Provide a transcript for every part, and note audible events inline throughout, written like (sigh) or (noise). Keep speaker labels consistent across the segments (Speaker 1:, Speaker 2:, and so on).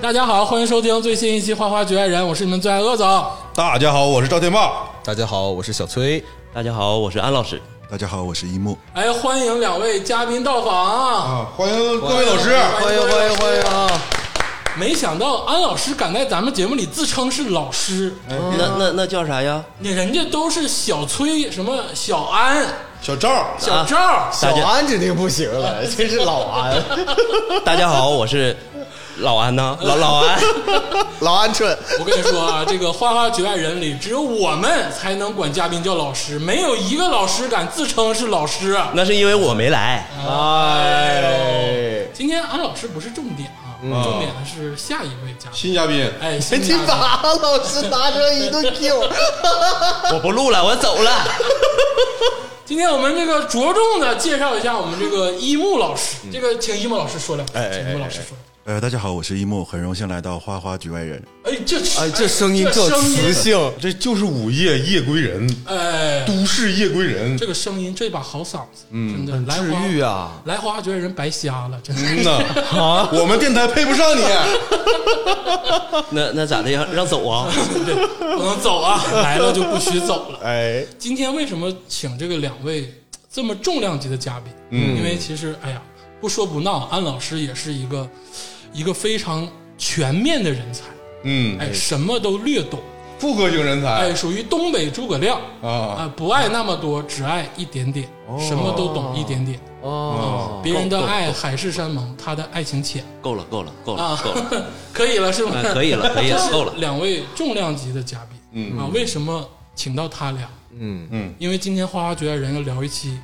Speaker 1: 大家好，欢迎收听最新一期《花花局外人》，我是你们最爱鄂总。
Speaker 2: 大家好，我是赵天霸。
Speaker 3: 大家好，我是小崔。
Speaker 4: 大家好，我是安老师。
Speaker 5: 大家好，我是一木。
Speaker 1: 哎，欢迎两位嘉宾到访啊！
Speaker 2: 啊，欢迎各位老师。
Speaker 1: 欢迎欢迎欢迎
Speaker 3: 啊！
Speaker 1: 没想到安老师敢在咱们节目里自称是老师，
Speaker 3: 嗯
Speaker 4: 那那那叫啥呀？
Speaker 1: 那人家都是小崔、什么小安、
Speaker 2: 小赵，
Speaker 1: 小赵、
Speaker 3: 小安指定不行了，这是老安，
Speaker 4: 大家好，我是老安呐、老老安。
Speaker 3: (laughs) 老鹌鹑。
Speaker 1: 我跟你说啊， (laughs) 这个《花花局外人》里，只有我们才能管嘉宾叫老师，没有一个老师敢自称是老师。啊
Speaker 4: 那是因为我没来，
Speaker 3: 哎，
Speaker 1: 今天安老师不是重点啊，重点的是下一位嘉宾。
Speaker 6: (laughs)
Speaker 2: 新嘉宾，
Speaker 1: 哎，新
Speaker 3: 你
Speaker 1: 嘉宾
Speaker 3: 把老师拿成一顿 Q，
Speaker 4: 我不录了，我走了。
Speaker 1: 今天我们这个着重的介绍一下我们这个一木老师，
Speaker 3: 嗯
Speaker 1: 这个请一木老师说两句，
Speaker 3: 哎
Speaker 1: 请一木老师说。
Speaker 5: 呃，大家好，我是一木，很荣幸来到花花局外人。
Speaker 1: 哎，这
Speaker 3: 哎，这声音
Speaker 1: 这
Speaker 3: 这
Speaker 1: 声音
Speaker 3: 磁性，嗯
Speaker 2: 这就是午夜夜归人，
Speaker 1: 哎，
Speaker 2: 都市夜归人。
Speaker 1: 这个声音，这把好嗓子，真的来
Speaker 3: 治愈
Speaker 1: 花
Speaker 3: 啊！
Speaker 1: 来花觉得人白瞎了，真的。
Speaker 2: 嗯呐，
Speaker 1: 啊
Speaker 2: 我们电台配不上你。
Speaker 4: 那那咋的呀？让走啊？
Speaker 1: (laughs) 不能走啊，来了就不许走了。
Speaker 3: 哎，
Speaker 1: 今天为什么请这个两位这么重量级的嘉宾？嗯，因为其实哎呀，不说不闹，安老师也是一个一个非常全面的人才，
Speaker 2: 嗯，
Speaker 1: 哎，什么都略懂，
Speaker 2: 副科型人才
Speaker 1: 哎，属于东北诸葛亮
Speaker 2: 啊，
Speaker 1: 啊，不爱那么多，只爱一点点，什么都懂一点点。嗯
Speaker 3: 哦，
Speaker 1: 别人的爱海誓山盟，他的爱情浅
Speaker 4: 够了，够了，够了
Speaker 1: 啊， (laughs)
Speaker 4: 够了。，
Speaker 1: 可以了是吗
Speaker 4: 哎？
Speaker 1: (laughs)
Speaker 4: 可
Speaker 3: (laughs)
Speaker 4: 以了，可以了，够了。
Speaker 1: 两位重量级的嘉宾，嗯啊，为什么请到他俩？
Speaker 3: 嗯
Speaker 2: 嗯，
Speaker 1: 因为今天花花绝爱人要聊一期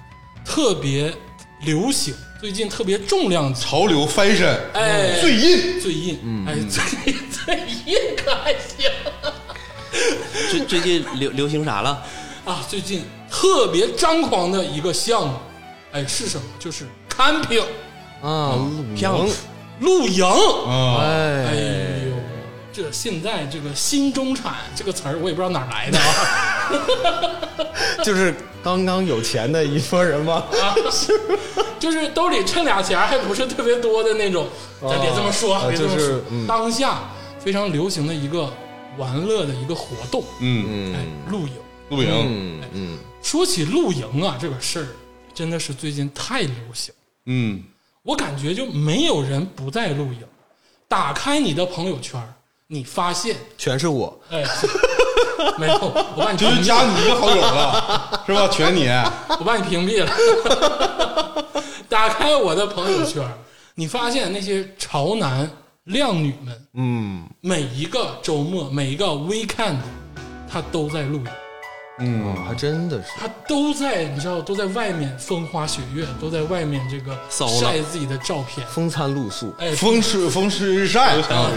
Speaker 1: 特别流行，最近特别重量级，
Speaker 2: 潮流 fashion，
Speaker 1: 哎，
Speaker 2: 最硬。
Speaker 1: 最硬，哎，最 (laughs) 最硬可还行
Speaker 4: 最最近流流行啥了？
Speaker 1: 啊！最近特别张狂的一个项目，哎，是什么？就是 camping
Speaker 3: 啊，鲁
Speaker 4: 漂
Speaker 3: 能
Speaker 4: 亮，
Speaker 1: 露营。
Speaker 2: 啊，
Speaker 1: 哎
Speaker 3: 哎，
Speaker 1: 呦，这现在这个新中产这个词儿，我也不知道哪儿来的啊。 (laughs)
Speaker 3: 就是刚刚有钱的一拨人吗？
Speaker 1: 啊，就是兜里趁俩钱儿，还不是特别多的那种。咱别这么说，
Speaker 3: 啊
Speaker 1: 别这么说，
Speaker 3: 就是嗯
Speaker 1: 当下非常流行的一个玩乐的一个活动，
Speaker 2: 嗯，
Speaker 1: 哎，露营。
Speaker 2: 露营，
Speaker 3: 嗯嗯，
Speaker 1: 说起露营啊，这个事儿真的是最近太流行，
Speaker 2: 嗯，
Speaker 1: 我感觉就没有人不在露营。打开你的朋友圈儿，你发现，
Speaker 3: 全是我，
Speaker 1: 哎， (laughs) 没有，我把你
Speaker 2: 就是
Speaker 1: 屏蔽
Speaker 2: 加你一个好友了，是吧？全
Speaker 1: (laughs)
Speaker 2: 你，
Speaker 1: 我把你屏蔽了。 (laughs) 打开我的朋友圈，你发现那些潮男靓女们，嗯，每一个周末，每一个 weekend，他都在露营，
Speaker 2: 嗯，
Speaker 3: 还真的是，
Speaker 1: 他都在，你知道，都在外面风花雪月，都在外面这个
Speaker 4: 骚了
Speaker 1: 晒自己的照片。
Speaker 3: 风餐露宿，
Speaker 1: 哎，
Speaker 2: 风吹风吹日晒，啊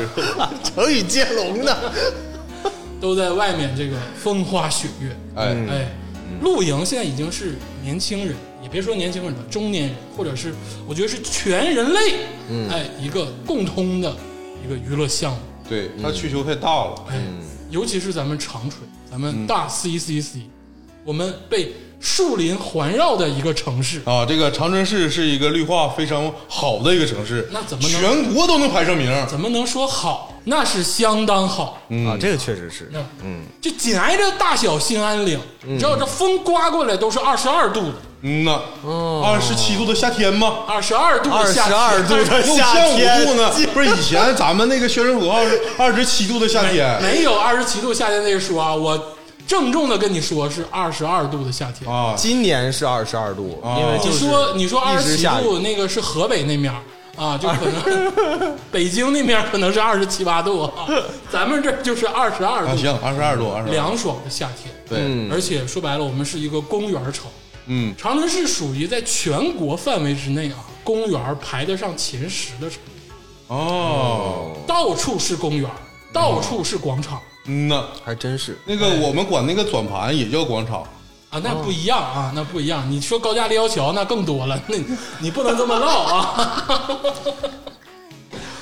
Speaker 3: 成语接龙呢。
Speaker 1: 哎都在外面这个风花雪月，
Speaker 2: 哎，
Speaker 3: 嗯
Speaker 1: 哎，露营现在已经是年轻人，也别说年轻人了，中年人，或者是我觉得是全人类，
Speaker 3: 嗯
Speaker 1: 哎，一个共通的一个娱乐项目，
Speaker 2: 对他需求太大了，
Speaker 1: 哎，
Speaker 3: 嗯
Speaker 1: 尤其是咱们长春，咱们大 CCC，、我们被树林环绕的一个城市，
Speaker 2: 啊，这个长春市是一个绿化非常好的一个城市，
Speaker 1: 那怎么能
Speaker 2: 全国都能排上名？
Speaker 1: 怎么能说好？那是相当好，
Speaker 3: 啊，这个确实是，
Speaker 1: 那嗯，就紧挨着大小兴安岭，你
Speaker 3: 嗯
Speaker 1: 知道这风刮过来都是二十二度的。
Speaker 2: 嗯呐，
Speaker 3: 哦
Speaker 2: 二十七度的夏天吗？
Speaker 1: 二十二度
Speaker 3: 二
Speaker 1: 的
Speaker 3: 十
Speaker 1: 夏天，
Speaker 3: 二度的
Speaker 2: 又
Speaker 3: 夏
Speaker 2: 降五度
Speaker 3: (laughs) 天，
Speaker 2: 呢？不是以前咱们那个宣传口号是二十七度的夏天
Speaker 1: 没有二十七度夏天那说啊，我郑重的跟你说是二十二度的夏天。
Speaker 2: 啊，
Speaker 3: 今年是二十二度，因为哦就
Speaker 1: 你
Speaker 3: 是
Speaker 1: 说你说二
Speaker 3: 一
Speaker 1: 十
Speaker 3: 直
Speaker 1: 七
Speaker 3: 下雨
Speaker 1: 度那个是河北那面儿啊，就可
Speaker 2: (laughs)
Speaker 1: 能北京那面儿可能是二十七八度啊，咱们这儿就是二十二
Speaker 2: 啊
Speaker 1: 度，
Speaker 2: 行，二十二度，二十二，
Speaker 1: 凉爽的夏天。
Speaker 2: 对，
Speaker 1: 而且说白了，我们是一个公园城，
Speaker 2: 嗯，
Speaker 1: 长春市属于在全国范围之内啊，公园排得上前十的城，
Speaker 2: 哦，
Speaker 1: 到处是公园，到处是广场。
Speaker 2: 嗯呐，
Speaker 3: 还真是
Speaker 2: 那个我们管那个转盘也叫广场，
Speaker 1: 啊，那不一样啊，那不一样。你说高架立交桥那更多了，那你你不能这么唠啊。 (laughs)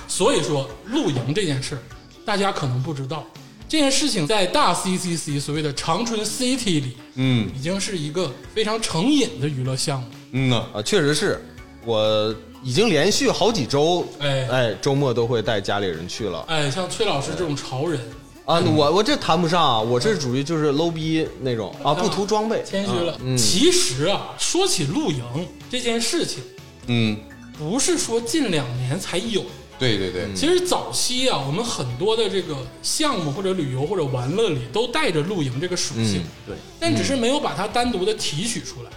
Speaker 1: 所以说，露营这件事儿，大家可能不知道，这件事情在大 CCC 所谓的长春 City 里，
Speaker 2: 嗯
Speaker 1: 已经是一个非常成瘾的娱乐项目。
Speaker 2: 嗯呐，
Speaker 3: 啊，确实是我已经连续好几周，
Speaker 1: 哎
Speaker 3: 哎，周末都会带家里人去了
Speaker 1: 哎，像崔老师这种潮人，
Speaker 3: 啊。我我这谈不上啊，我这属于就是 low 逼那种啊，不图装备。
Speaker 1: 谦虚了。其实啊，说起露营这件事情，
Speaker 6: 嗯，
Speaker 1: 不是说近两年才有，
Speaker 6: 对对对，
Speaker 1: 其实早期啊，我们很多的这个项目或者旅游或者玩乐里都带着露营这个属性，
Speaker 3: 嗯
Speaker 4: 对，
Speaker 1: 但只是没有把它单独的提取出来。
Speaker 3: 嗯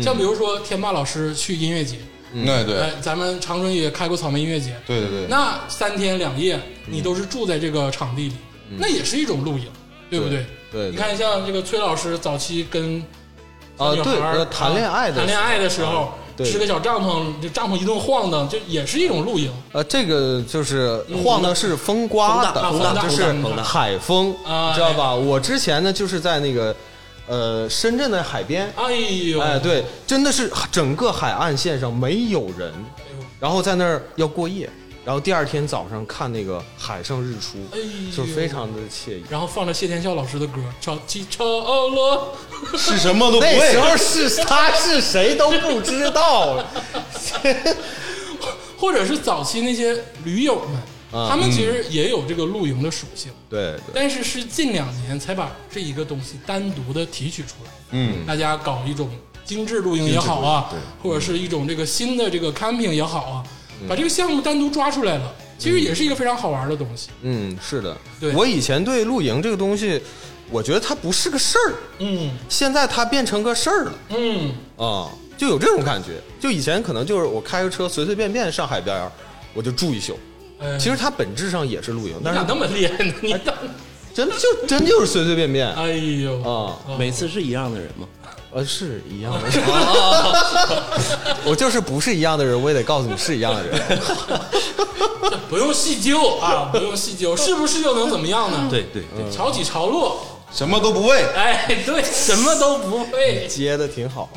Speaker 1: 像比如说天霸老师去音乐节，
Speaker 6: 那对
Speaker 1: 哎，咱们长春也开过草莓音乐节，
Speaker 6: 对对对，
Speaker 1: 那三天两夜你
Speaker 3: 嗯
Speaker 1: 都是住在这个场地里，那也是一种露营，对不对？
Speaker 3: 对对
Speaker 1: 你看像这个崔老师早期跟
Speaker 3: 啊，
Speaker 1: 女孩
Speaker 3: 对，
Speaker 1: 儿啊
Speaker 3: 呃谈恋爱的啊
Speaker 1: 谈恋爱的时候，
Speaker 3: 对
Speaker 1: 支个小帐篷，这帐篷一顿晃荡，这也是一种露营
Speaker 3: 呃，这个就是晃的是风刮的，
Speaker 1: 嗯风大风大
Speaker 3: 就是
Speaker 1: 风大风大
Speaker 3: 海风，
Speaker 1: 啊
Speaker 3: 知道吧？我之前呢就是在那个呃深圳的海边，
Speaker 1: 哎呦，
Speaker 3: 哎，对，真的是整个海岸线上没有人，
Speaker 1: 哎呦
Speaker 3: 然后在那儿要过夜，然后第二天早上看那个海上日出，
Speaker 1: 哎呦
Speaker 3: 就是非常的惬意。
Speaker 1: 然后放着谢天笑老师的歌，潮起潮落， (laughs)
Speaker 2: 是什么都不
Speaker 3: 那时
Speaker 2: 会。
Speaker 3: 候是他是谁都不知道，
Speaker 1: 或者是早期那些驴友们，
Speaker 3: 啊
Speaker 1: 他们其实也有这个露营的属性，
Speaker 3: 对对，
Speaker 1: 但是是近两年才把这一个东西单独的提取出来，
Speaker 6: 嗯，
Speaker 1: 大家搞一种精致露营也好啊，或者是一种这个新的这个 camping 也好啊，把这个项目单独抓出来了，其实也是一个非常好玩的东西。
Speaker 3: 嗯，是的
Speaker 1: 对，
Speaker 3: 我以前对露营这个东西，我觉得它不是个事儿，
Speaker 1: 嗯
Speaker 3: 现在它变成个事儿了。
Speaker 1: 嗯，
Speaker 3: 啊、就有这种感觉。就以前可能就是我开个车随随便便上海边儿，我就住一宿。
Speaker 1: 哎
Speaker 3: 其实它本质上也是露营，
Speaker 1: 你
Speaker 3: 但
Speaker 1: 咋
Speaker 3: 是
Speaker 1: 那么厉害呢？你咋？
Speaker 3: 真就真就是随随便便啊、
Speaker 1: 哎呦
Speaker 3: 嗯
Speaker 4: 每次是一样的人吗？
Speaker 3: 呃，是一样的。 (laughs) 我就是不是一样的人，我也得告诉你是一样的人。
Speaker 1: 不用细究啊， (laughs) 不用细究，是不是又能怎么样呢？
Speaker 4: 对对对，
Speaker 1: 潮起潮落，
Speaker 2: 什么都不会。
Speaker 1: 哎，对，什么都不 (laughs) 会。
Speaker 3: 接的挺好，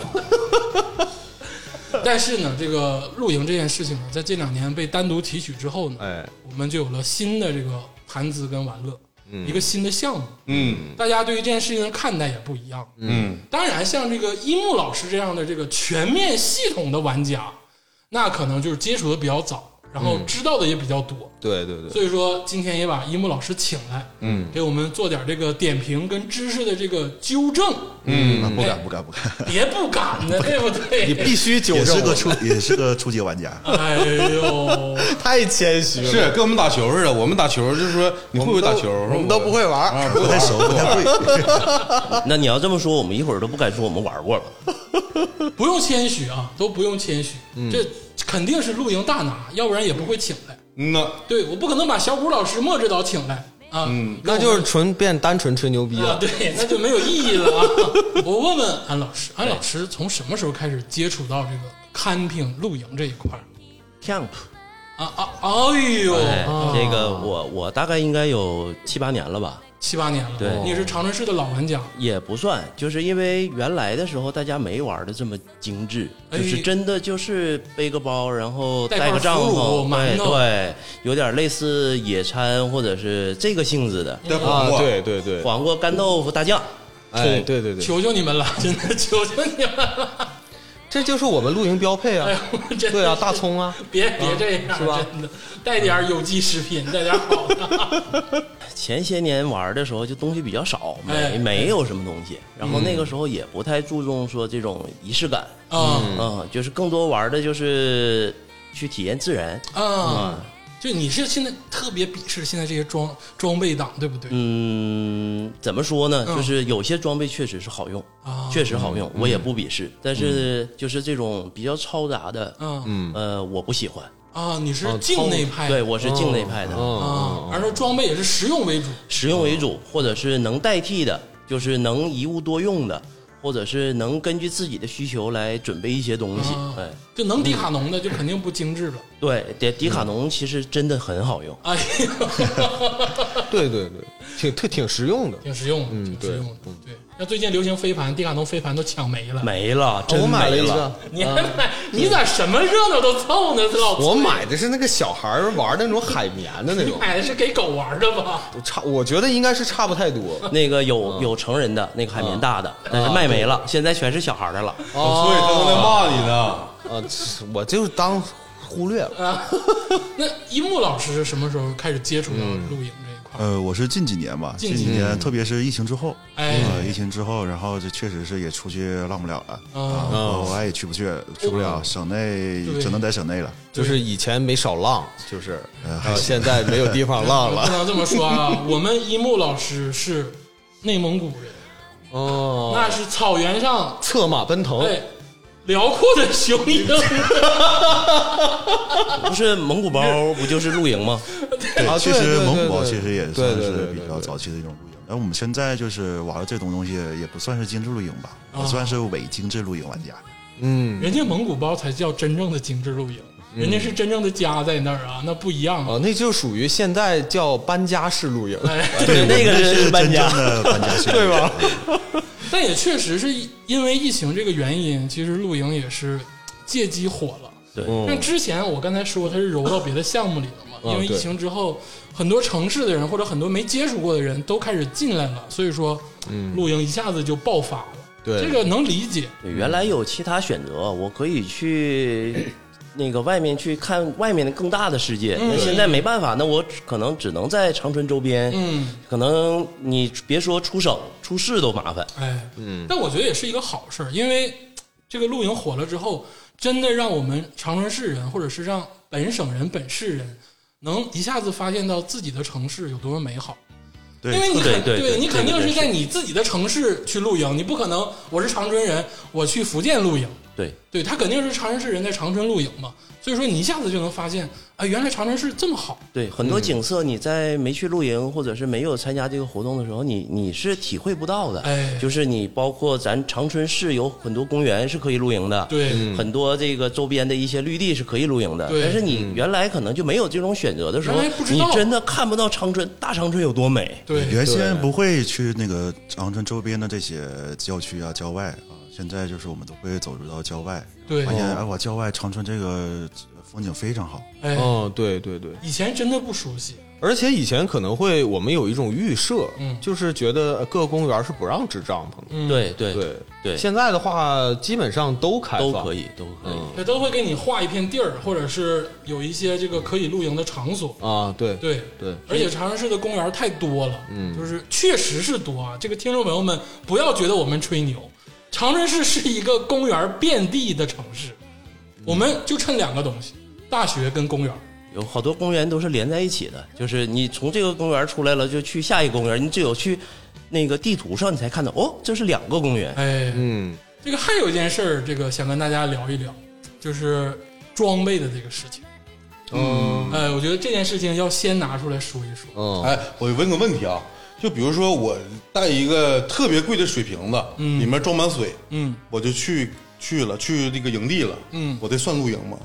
Speaker 1: 但是呢，这个露营这件事情呢，在这两年被单独提取之后呢，
Speaker 3: 哎，
Speaker 1: 我们就有了新的这个谈资跟玩乐，一个新的项目，
Speaker 6: 嗯
Speaker 1: 大家对于这件事情的看待也不一样。
Speaker 6: 嗯，
Speaker 1: 当然，像这个一木老师这样的这个全面系统的玩家，那可能就是接触的比较早，然后知道的也比较多。
Speaker 3: 对对对，
Speaker 1: 所以说，今天也把一木老师请来，嗯，给我们做点这个点评跟知识的这个纠正，
Speaker 3: 嗯
Speaker 5: 啊不敢不敢
Speaker 3: (laughs)
Speaker 5: 不敢，
Speaker 1: 别不敢呢，对不
Speaker 3: 你
Speaker 1: 对？。
Speaker 3: 必须纠
Speaker 5: 也
Speaker 3: 正
Speaker 5: 是个
Speaker 3: 我，
Speaker 5: 初也是个初级
Speaker 3: (laughs)
Speaker 5: 玩家
Speaker 1: 哎呦，
Speaker 3: 太谦虚了。
Speaker 6: 是跟我们打球似的，我们打球就是说你会不会打球？
Speaker 3: 我们都不
Speaker 6: 会
Speaker 3: 会玩儿，
Speaker 6: 啊，
Speaker 5: 不太熟，不太会。
Speaker 4: 那你要这么说，我们一会儿都不敢说我们玩过了。
Speaker 1: 不用谦虚啊，都不用谦虚，
Speaker 3: 嗯
Speaker 1: 这肯定是露营大拿，要不然也不会请来。
Speaker 6: 嗯呐，
Speaker 1: 对，我不可能把小谷老师、莫指导请来啊，
Speaker 3: 嗯那就是纯变单纯吹牛逼
Speaker 1: 啊，
Speaker 3: 了。
Speaker 1: 对，那就没有意义了
Speaker 3: (laughs)
Speaker 1: 啊。我问问安老师，
Speaker 3: 哎
Speaker 1: 安老师从什么时候开始接触到这个 camping 露营这一块儿
Speaker 4: camp，
Speaker 1: 啊啊，哎呦，
Speaker 4: 哎，
Speaker 3: 哦
Speaker 4: 这个我我大概应该有七八年了吧，
Speaker 1: 七八年了，
Speaker 4: 对
Speaker 1: 你是长春市的老玩家，
Speaker 4: 也不算，就是因为原来的时候大家没玩的这么精致，
Speaker 1: 哎
Speaker 4: 就是真的就是背个包，然后
Speaker 1: 带
Speaker 4: 带个
Speaker 1: 块
Speaker 4: 帐
Speaker 1: 腐乳
Speaker 4: 篷，
Speaker 1: 馒
Speaker 4: 对
Speaker 1: 头
Speaker 4: 对，有点类似野餐或者是这个性质的，
Speaker 6: 对
Speaker 3: 啊，对对对，
Speaker 4: 黄瓜、干豆腐、大酱，
Speaker 3: 哎，对对对，
Speaker 1: 求求你们
Speaker 3: (laughs)
Speaker 1: 了，真的求求你们了，
Speaker 3: 这就是我们露营标配啊
Speaker 1: 哎。呦，真的
Speaker 3: 对啊，
Speaker 1: 是
Speaker 3: 大葱 (laughs) 啊，
Speaker 1: 别别这样，
Speaker 3: 是吧
Speaker 1: 真的，带点儿有机食品，带点儿好
Speaker 3: (laughs)
Speaker 1: 的。
Speaker 4: 前些年玩的时候就东西比较少，没、
Speaker 1: 哎
Speaker 4: 没有什么东西，然后那个时候也不太注重说这种仪式感，
Speaker 1: 啊
Speaker 4: 嗯，就是更多玩的就是去体验自然，
Speaker 3: 嗯
Speaker 1: 啊！就你是现在特别鄙视现在这些装装备党，对不对？
Speaker 4: 嗯，怎么说呢？
Speaker 1: 嗯
Speaker 4: 就是有些装备确实是好用，
Speaker 1: 啊
Speaker 4: 确实好用，
Speaker 3: 嗯
Speaker 4: 我也不鄙视。但是就是这种比较嘈杂的，
Speaker 1: 嗯
Speaker 4: 呃，我不喜欢。
Speaker 1: 啊，你
Speaker 3: 哦
Speaker 1: 是境内派，
Speaker 4: 对，我是境内派
Speaker 3: 嗯
Speaker 4: 的，
Speaker 1: 啊，而说装备也是实用为主，
Speaker 4: 实用为主，或者是能代替的，就是能一物多用的，或者是能根据自己的需求来准备一些东
Speaker 3: 嗯
Speaker 4: 西
Speaker 3: 哦
Speaker 1: 啊。
Speaker 4: 哎，
Speaker 1: 就能迪卡侬的就肯定不精
Speaker 3: (laughs)
Speaker 1: 致了。
Speaker 4: 对，迪迪卡侬其实真的很好
Speaker 3: 嗯
Speaker 4: 用。
Speaker 1: 哎呀，
Speaker 3: 对对对，挺特挺实用的。
Speaker 1: (laughs) 挺实用的，
Speaker 3: 嗯
Speaker 1: 挺实用的。对，那最近流行飞盘，迪卡侬飞盘都抢没了。
Speaker 4: 没了，真
Speaker 3: 哦我买了
Speaker 4: 没
Speaker 3: 一
Speaker 4: 了
Speaker 3: 个。，
Speaker 1: (laughs) 你还买？你咋什么热闹都凑呢？老
Speaker 3: 我买的是那个小孩儿玩的那种海绵的那
Speaker 1: 你
Speaker 3: 种，
Speaker 1: 买的是给狗玩的吧？
Speaker 3: 差我觉得应该是差不太多。
Speaker 4: 那个
Speaker 3: 哦
Speaker 4: 有有成人的那个海绵大的，但是卖没了，现在全是小孩的了。
Speaker 6: 所以他都在骂你呢。
Speaker 3: (laughs) 啊，我就是当忽略了。
Speaker 1: 啊，那一木老师是什么时候开始接触到
Speaker 3: 嗯
Speaker 1: 露营这一块儿？
Speaker 5: 呃，我是近几年吧，
Speaker 1: 近几
Speaker 5: 近几年，特别是疫情之后，
Speaker 1: 哎
Speaker 3: 嗯
Speaker 5: 呃，疫情之后，然后这确实是也出去浪不了了
Speaker 3: 嗯
Speaker 1: 啊
Speaker 5: 啊，国外也去不去，去不了，省内
Speaker 1: 对
Speaker 5: 只能在省内了。
Speaker 3: 就是以前没少浪，就是
Speaker 5: 呃
Speaker 3: 然后现在没有地方浪
Speaker 1: 不
Speaker 3: (laughs) 了。
Speaker 1: 能这么说啊，我们一木老师是内蒙古人，
Speaker 3: 哦，
Speaker 1: 那是草原上
Speaker 3: 策马奔腾，
Speaker 1: 哎辽阔的雄鹰。 (laughs)
Speaker 4: (laughs) 不是蒙古包不就是露营吗？
Speaker 3: (laughs) 啊
Speaker 5: 对，确
Speaker 3: 对对
Speaker 5: 实
Speaker 3: 对
Speaker 5: 蒙古包
Speaker 3: 对
Speaker 5: 确实也
Speaker 3: 对
Speaker 5: 算
Speaker 3: 对对
Speaker 5: 是
Speaker 3: 对
Speaker 5: 比较
Speaker 3: 对
Speaker 5: 早期的一种露营。但我们现在就是玩的这种东西，也不算是精致露营吧，
Speaker 1: 啊
Speaker 5: 我算是伪精致露营玩家。
Speaker 3: 嗯，
Speaker 1: 人家蒙古包才叫真正的精致露营，人家是真正的家在那儿啊，那不一样啊。
Speaker 3: 哦，那就属于现在叫搬家式露营，
Speaker 1: 哎 (laughs)
Speaker 4: 对，那个
Speaker 5: 是
Speaker 4: 是搬
Speaker 5: 真
Speaker 4: 家
Speaker 5: 正。的搬
Speaker 3: (laughs)
Speaker 5: 家式，
Speaker 3: 对吧？
Speaker 1: 但也确实是因为疫情这个原因，其实露营也是借机火了。
Speaker 4: 对
Speaker 1: 像之前我刚才说，它是揉到别的项目里了嘛，
Speaker 3: 嗯
Speaker 1: 因为疫
Speaker 3: 对
Speaker 1: 情之后，很多城市的人或者很多没接触过的人都开始进来了，所以说
Speaker 3: 嗯
Speaker 1: 露营一下子就爆发了。
Speaker 3: 对
Speaker 1: 这个能理解。
Speaker 4: 对原来有其他选择，我可以去那个外面去看外面的更大的世界。那、现在没办法，那我只可能只能在长春周边。
Speaker 1: 嗯，
Speaker 4: 可能你别说出省、出市都麻烦。
Speaker 1: 哎，嗯，但我觉得也是一个好事儿，因为这个露营火了之后，真的让我们长春市人，或者是让本省人、本市人，能一下子发现到自己的城市有多么美好。
Speaker 5: 对
Speaker 1: 因为你
Speaker 4: 对
Speaker 1: 肯
Speaker 4: 对对
Speaker 1: 你肯定
Speaker 4: 这个
Speaker 1: 是
Speaker 4: 真
Speaker 1: 在你自己的城市去露营，你不可能我是长春人，我去福建露营，
Speaker 4: 对，
Speaker 1: 对他肯定是长春市人在长春露营嘛，所以说你一下子就能发现，啊，原来长春市这么好，
Speaker 4: 对，很多景色你在没去露营或者是没有参加这个活动的时候，你你是体会不到的。
Speaker 1: 哎
Speaker 4: 就是你包括咱长春市有很多公园是可以露营的，
Speaker 1: 对
Speaker 3: 嗯
Speaker 4: 很多这个周边的一些绿地是可以露营的。
Speaker 1: 对
Speaker 4: 但是
Speaker 3: 嗯
Speaker 4: 你原来可能就没有这种选择的时候
Speaker 1: 原来不，知
Speaker 4: 你
Speaker 1: 道
Speaker 4: 真的看不到长春大长春有多美。
Speaker 1: 对，
Speaker 5: 原先不会去那个长春周边的这些郊区啊、郊外啊，现在就是我们都会走入到郊外，
Speaker 1: 对
Speaker 5: 发
Speaker 4: 哦
Speaker 5: 现哎，我郊外长春这个风景非常好。
Speaker 1: 哎，
Speaker 3: 哦，对对对，
Speaker 1: 以前真的不熟悉，
Speaker 3: 而且以前可能会我们有一种预设，
Speaker 1: 嗯
Speaker 3: 就是觉得呃各个公园是不让支帐篷的，
Speaker 1: 嗯，，
Speaker 4: 对对
Speaker 3: 对
Speaker 4: 对
Speaker 3: 现在的话，基本上都开放，
Speaker 4: 都可以，都可以。
Speaker 3: 嗯
Speaker 1: 他都会给你划一片地儿，或者是有一些这个可以露营的场所，
Speaker 3: 啊，对
Speaker 1: 对。
Speaker 3: 对，
Speaker 1: 而且长春市的公园太多了，嗯，就是确实是多啊。这个听众朋友们不要觉得我们吹牛，长春市是一个公园遍地的城市，我们就趁两个东西：大学跟公园。
Speaker 4: 有好多公园都是连在一起的，就是你从这个公园出来了，就去下一个公园，你只有去那个地图上你才看到，哦，这是两个公园。
Speaker 1: 哎，
Speaker 3: 嗯，
Speaker 1: 这个还有一件事儿，这个想跟大家聊一聊，就是装备的这个事情。嗯，哎，我觉得这件事情要先拿出来说一说。
Speaker 3: 嗯，
Speaker 6: 哎，我问个问题啊，就比如说我带一个特别贵的水瓶子，
Speaker 1: 嗯
Speaker 6: 里面装满水，
Speaker 1: 嗯，
Speaker 6: 我就去去了，去这个营地了，
Speaker 1: 嗯
Speaker 6: 我这算露营吗？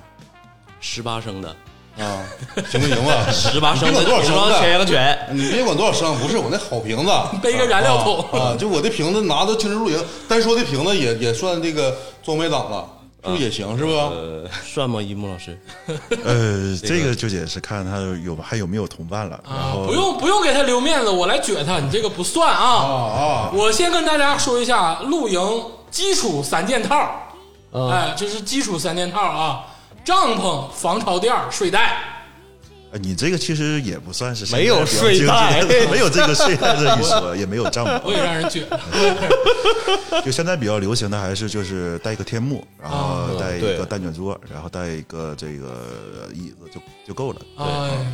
Speaker 4: 十八升的，
Speaker 6: 啊，行不行吧？
Speaker 4: 十八升的，
Speaker 6: 你别管多少
Speaker 4: 十
Speaker 6: 升
Speaker 4: 八
Speaker 6: 的
Speaker 4: 全个全。
Speaker 6: 你别管多少升，不是我那好瓶子，
Speaker 1: 背个燃料桶
Speaker 6: 啊啊就我这瓶子拿到精致露营，单说这瓶子也也算这个装备党了，是不是也行？是不？
Speaker 4: 呃， (laughs) 算吗，一木老师？
Speaker 5: 呃，这个就得是看他有还有没有同伴了。然
Speaker 1: 啊，
Speaker 3: 嗯
Speaker 5: 后
Speaker 1: 不用不用给他留面子，我来撅他，你这个不算啊。
Speaker 3: 哦
Speaker 6: 啊啊，
Speaker 1: 我先跟大家说一下露营基础三件套，
Speaker 3: 嗯
Speaker 1: 哎，这是基础三件套啊：帐篷、防潮垫、睡袋。
Speaker 5: 呃你这个其实也不算是
Speaker 3: 没有
Speaker 5: 现在比较
Speaker 3: 睡袋
Speaker 5: 精致的 (laughs) 没有这个睡袋这一说，也没有帐
Speaker 1: 我 (laughs)
Speaker 5: 篷。
Speaker 1: 也让
Speaker 3: (laughs)
Speaker 1: 人撅了。
Speaker 5: 就现在比较流行的还是就是带一个天幕，然后带一
Speaker 3: 对
Speaker 5: 个蛋卷桌，然后带一个这个椅子就就够了。
Speaker 1: 哎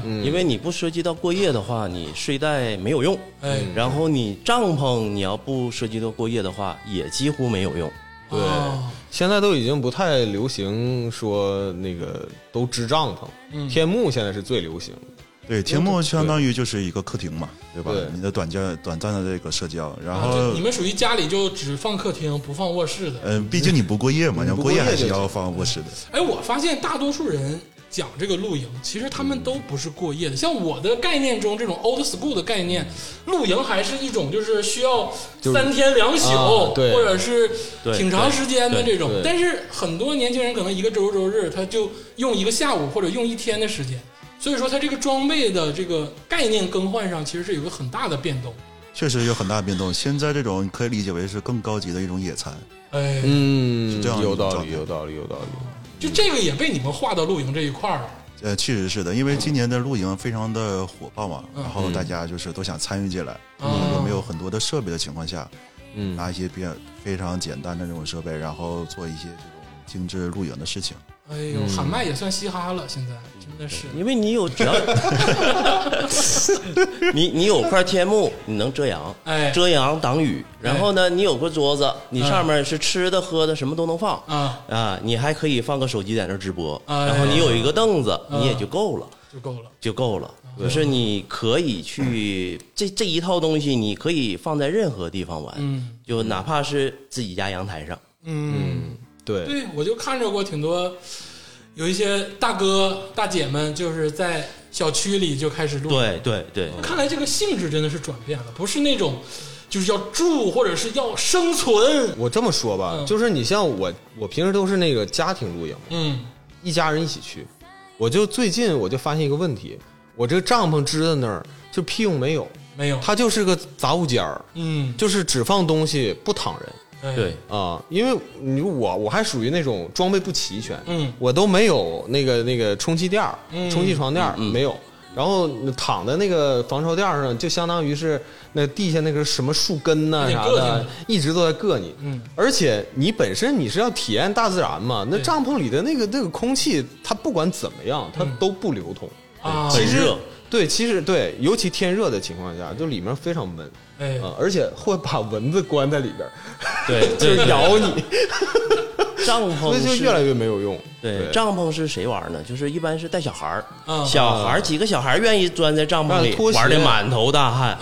Speaker 3: 嗯
Speaker 4: 因为你不涉及到过夜的话，你睡袋没有用。
Speaker 1: 哎，
Speaker 4: 然后你帐篷，你要不涉及到过夜的话，也几乎没有用。
Speaker 3: 对
Speaker 1: 哦
Speaker 3: 现在都已经不太流行说那个都支帐篷，天幕现在是最流行的，
Speaker 5: 对，天幕相当于就是一个客厅嘛，对吧
Speaker 3: 对？
Speaker 5: 你的短暂短暂的这个社交，然
Speaker 1: 啊就
Speaker 5: 后
Speaker 1: 你们属于家里就只放客厅不放卧室的。
Speaker 5: 嗯，毕竟你不过夜嘛，你要
Speaker 3: 不
Speaker 5: 过
Speaker 3: 过
Speaker 5: 夜
Speaker 3: 夜
Speaker 5: 还
Speaker 3: 就是
Speaker 5: 要放卧室的。
Speaker 1: 哎，我发现大多数人讲这个露营，其实他们都不是过夜的。像我的概念中，这种 old school 的概念，露营还是一种就是需要
Speaker 3: 就是
Speaker 1: 三天两宿，
Speaker 3: 啊对
Speaker 1: 或者是
Speaker 4: 对
Speaker 1: 挺长时间的
Speaker 4: 对
Speaker 1: 这种
Speaker 3: 对。
Speaker 1: 但是很多年轻人可能一个周周日，他就用一个下午或者用一天的时间。所以说，他这个装备的这个概念更换上，其实是有个很大的变动。
Speaker 5: 确实有很大变动。现在这种你可以理解为是更高级的一种野餐，
Speaker 1: 哎，
Speaker 3: 嗯
Speaker 5: 是这样一
Speaker 3: 有
Speaker 5: 种
Speaker 3: 道
Speaker 5: 状
Speaker 3: 理，
Speaker 5: 态
Speaker 3: 有道理，有道理。
Speaker 1: 就这个也被你们划到露营这一块儿了。
Speaker 5: 呃，确实是的，因为今年的露营非常的火爆嘛，然后大家就是都想参与进来，
Speaker 1: 嗯
Speaker 5: 有没有很多的设备的情况下，
Speaker 3: 嗯
Speaker 5: 拿一些比较非常简单的这种设备，然后做一些这种精致露营的事情。
Speaker 1: 哎呦，
Speaker 3: 嗯
Speaker 1: 喊麦也算嘻哈了，现在真的是。
Speaker 4: 因为你有只要 (laughs) 你你有块天幕，你能遮阳，
Speaker 1: 哎
Speaker 4: 遮阳挡雨。然后呢，你有个桌子，你上面是吃的喝的什么都能放
Speaker 1: 啊
Speaker 4: 啊，你还可以放个手机在那儿直播。
Speaker 1: 哎
Speaker 4: 然后你有一个凳子，你也就够了，
Speaker 1: 就够了。
Speaker 4: 就够了。就是你可以去这这一套东西，你可以放在任何地方玩，
Speaker 1: 嗯
Speaker 4: 就哪怕是自己家阳台上。
Speaker 1: 嗯，
Speaker 3: 对，
Speaker 1: 对，我就看着过挺多，有一些大哥大姐们就是在小区里就开始录。，
Speaker 4: 对对对，
Speaker 1: 看来这个性质真的是转变了，不是那种就是要住或者是要生存。
Speaker 3: 我这么说吧，
Speaker 1: 嗯
Speaker 3: 就是你像我，我平时都是那个家庭露营，
Speaker 1: 嗯
Speaker 3: 一家人一起去。我就最近我就发现一个问题，我这个帐篷支在那儿就屁用没有，
Speaker 1: 没有。
Speaker 3: 它就是个杂物间儿，
Speaker 1: 嗯，
Speaker 3: 就是只放东西不躺人。
Speaker 1: 哎
Speaker 4: 对，
Speaker 3: 啊，因为你我我还属于那种装备不齐全，
Speaker 1: 嗯
Speaker 3: 我都没有那个那个充气垫儿、
Speaker 1: 嗯
Speaker 3: 充气床垫儿、没有，然后躺在那个防潮垫儿上，就相当于是那地下那个什么树根呐、
Speaker 1: 有点硌
Speaker 3: 啥
Speaker 1: 挺
Speaker 3: 的
Speaker 1: 你，
Speaker 3: 一直都在硌你，
Speaker 1: 嗯，
Speaker 3: 而且你本身你是要体验大自然嘛，那
Speaker 1: 对
Speaker 3: 帐篷里的那个那个空气，它不管怎么样，它
Speaker 1: 嗯
Speaker 3: 都不流通，
Speaker 1: 啊，
Speaker 4: 很热，
Speaker 3: 对，其实对，尤其天热的情况下，就里面非常闷。
Speaker 1: 哎，
Speaker 3: 啊，而且会把蚊子关在里边儿，
Speaker 4: 对，
Speaker 3: 就
Speaker 4: 对
Speaker 3: 是咬你，
Speaker 4: 帐
Speaker 3: 所
Speaker 4: 篷
Speaker 3: 以就是越来越没有用。
Speaker 4: 对，
Speaker 3: 样
Speaker 4: 帐篷是谁玩呢？就是一般是带小孩儿，
Speaker 1: 嗯
Speaker 4: 小孩儿几个小孩儿愿意钻在帐篷里
Speaker 3: 让拖鞋
Speaker 4: 玩的满头大汗。
Speaker 1: 啊，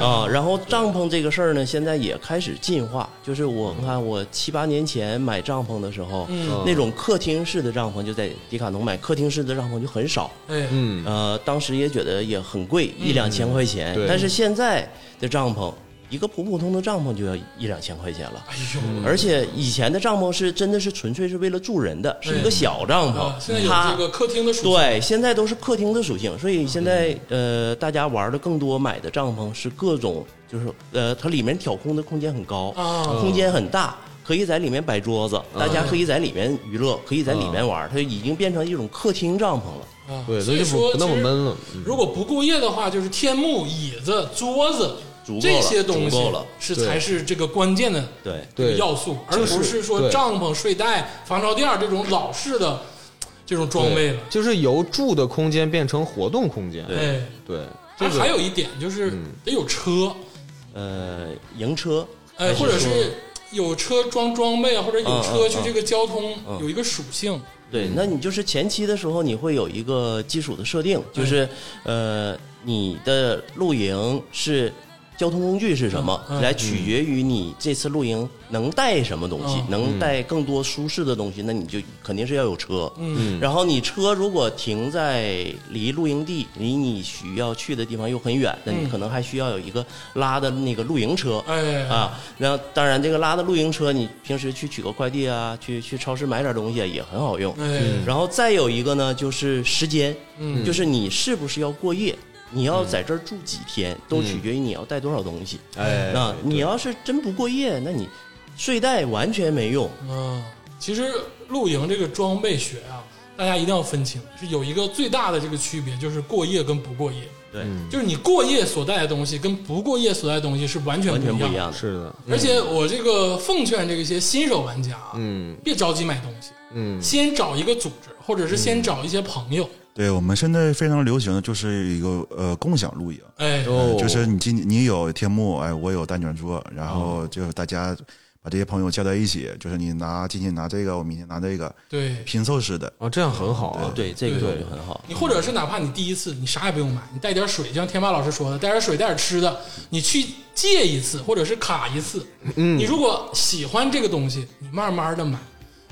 Speaker 3: 哎
Speaker 4: 啊、然后帐篷这个事儿呢，现在也开始进化。就是我看我七八年前买帐篷的时候，
Speaker 1: 嗯
Speaker 4: 那种客厅式的帐篷就在迪卡侬买客厅式的帐篷就很少，
Speaker 1: 哎，
Speaker 3: 嗯，
Speaker 4: 呃，当时也觉得也很贵，
Speaker 1: 嗯
Speaker 4: 一两千块钱。
Speaker 3: 对
Speaker 4: 但是现在的帐篷，一个普普通通帐篷就要一两千块钱了。
Speaker 1: 哎
Speaker 3: 嗯
Speaker 1: 呦，
Speaker 4: 而且以前的帐篷是真的是纯粹是为了住人的，是一个小帐篷
Speaker 1: 啊，现在有
Speaker 4: 它
Speaker 1: 这个客厅的属性，
Speaker 4: 对，现在都是客厅的属性，所以现在呃，大家玩的更多买的帐篷是各种，就是呃，它里面挑空的空间很高，
Speaker 1: 啊
Speaker 4: 空间很大，可以在里面摆桌子，大家可以在里面娱乐，可以在里面玩，它已经变成一种客厅帐篷了。
Speaker 1: 啊，
Speaker 3: 对，
Speaker 1: 所以
Speaker 3: 那就
Speaker 1: 说
Speaker 3: 不不那么
Speaker 1: 其实
Speaker 3: 闷了。
Speaker 4: 嗯
Speaker 3: 嗯
Speaker 1: 如果不过夜的话，就是天幕、椅子、桌子
Speaker 4: 足够
Speaker 1: 这
Speaker 4: 了
Speaker 1: 些东
Speaker 4: 足够
Speaker 1: 西
Speaker 4: 了
Speaker 1: 是
Speaker 3: 对
Speaker 1: 才是这个关键的
Speaker 4: 对，
Speaker 1: 这个
Speaker 3: 对
Speaker 1: 要素，而不是说
Speaker 3: 对
Speaker 1: 帐篷、睡袋、防潮垫儿这种老式的这种装备了。
Speaker 3: 就是由住的空间变成活动空间。
Speaker 4: 对嗯
Speaker 1: 哎，
Speaker 3: 对，
Speaker 1: 还还有一点就是得有车，
Speaker 4: 呃，迎车，
Speaker 1: 哎，
Speaker 4: 还
Speaker 1: 或者
Speaker 4: 说
Speaker 1: 是有车装装备啊，或者有车
Speaker 4: 嗯嗯
Speaker 1: 去
Speaker 4: 嗯
Speaker 1: 这个交通有一个属性。
Speaker 4: 对，那你就是前期的时候，你会有一个基础的设定，就是呃，你的露营是交通工具是什么，
Speaker 1: 嗯嗯
Speaker 4: 来取决于你这次露营能带什么东西，
Speaker 1: 嗯
Speaker 4: 能带更多舒适的东西，那你就肯定是要有车。
Speaker 1: 嗯，
Speaker 4: 然后你车如果停在离露营地离你需要去的地方又很远，那
Speaker 1: 嗯
Speaker 4: 你可能还需要有一个拉的那个露营车。
Speaker 1: 哎，
Speaker 4: 啊，那当然，这个拉的露营车，你平时去取个快递啊，去去超市买点东西啊也很好用。
Speaker 1: 哎，
Speaker 4: 然后再有一个呢，就是时间，
Speaker 1: 嗯
Speaker 4: 就是你是不是要过夜，你要在这儿住几天，都取决于你要带多少东西。
Speaker 3: 哎
Speaker 4: 那你要是真不过夜，那你睡袋完全没用。
Speaker 1: 嗯，其实露营这个装备学啊，大家一定要分清，是有一个最大的这个区别，就是过夜跟不过夜。
Speaker 4: 对，
Speaker 1: 就是你过夜所带的东西跟不过夜所带的东西是完全
Speaker 4: 完
Speaker 1: 不
Speaker 4: 全
Speaker 1: 一
Speaker 4: 不
Speaker 1: 样
Speaker 4: 一
Speaker 1: 的。
Speaker 4: 样嗯的。
Speaker 3: 是的，
Speaker 1: 而且我这个奉劝这个些新手玩家啊，
Speaker 3: 嗯
Speaker 1: 别着急买东西，
Speaker 3: 嗯
Speaker 1: 先找一个组织，或者是
Speaker 4: 嗯
Speaker 1: 先找一些朋友，
Speaker 5: 对我们现在非常流行的就是一个呃共享露营，
Speaker 1: 哎，
Speaker 3: 哦
Speaker 5: 就是你今你有天幕，哎，我有单卷桌，然后就是大家把这些朋友叫在一起，就是你拿今天拿这个，我明天拿这个，
Speaker 1: 对
Speaker 5: 拼凑式的。
Speaker 3: 啊，这样很好啊。
Speaker 4: 对，这个
Speaker 1: 对
Speaker 4: 就很好。
Speaker 1: 你或者是哪怕你第一次你啥也不用买，你带点水，就像天霸老师说的，带点水，带点吃的，你去借一次或者是卡一次，嗯，你如果喜欢这个东西，你慢慢的买。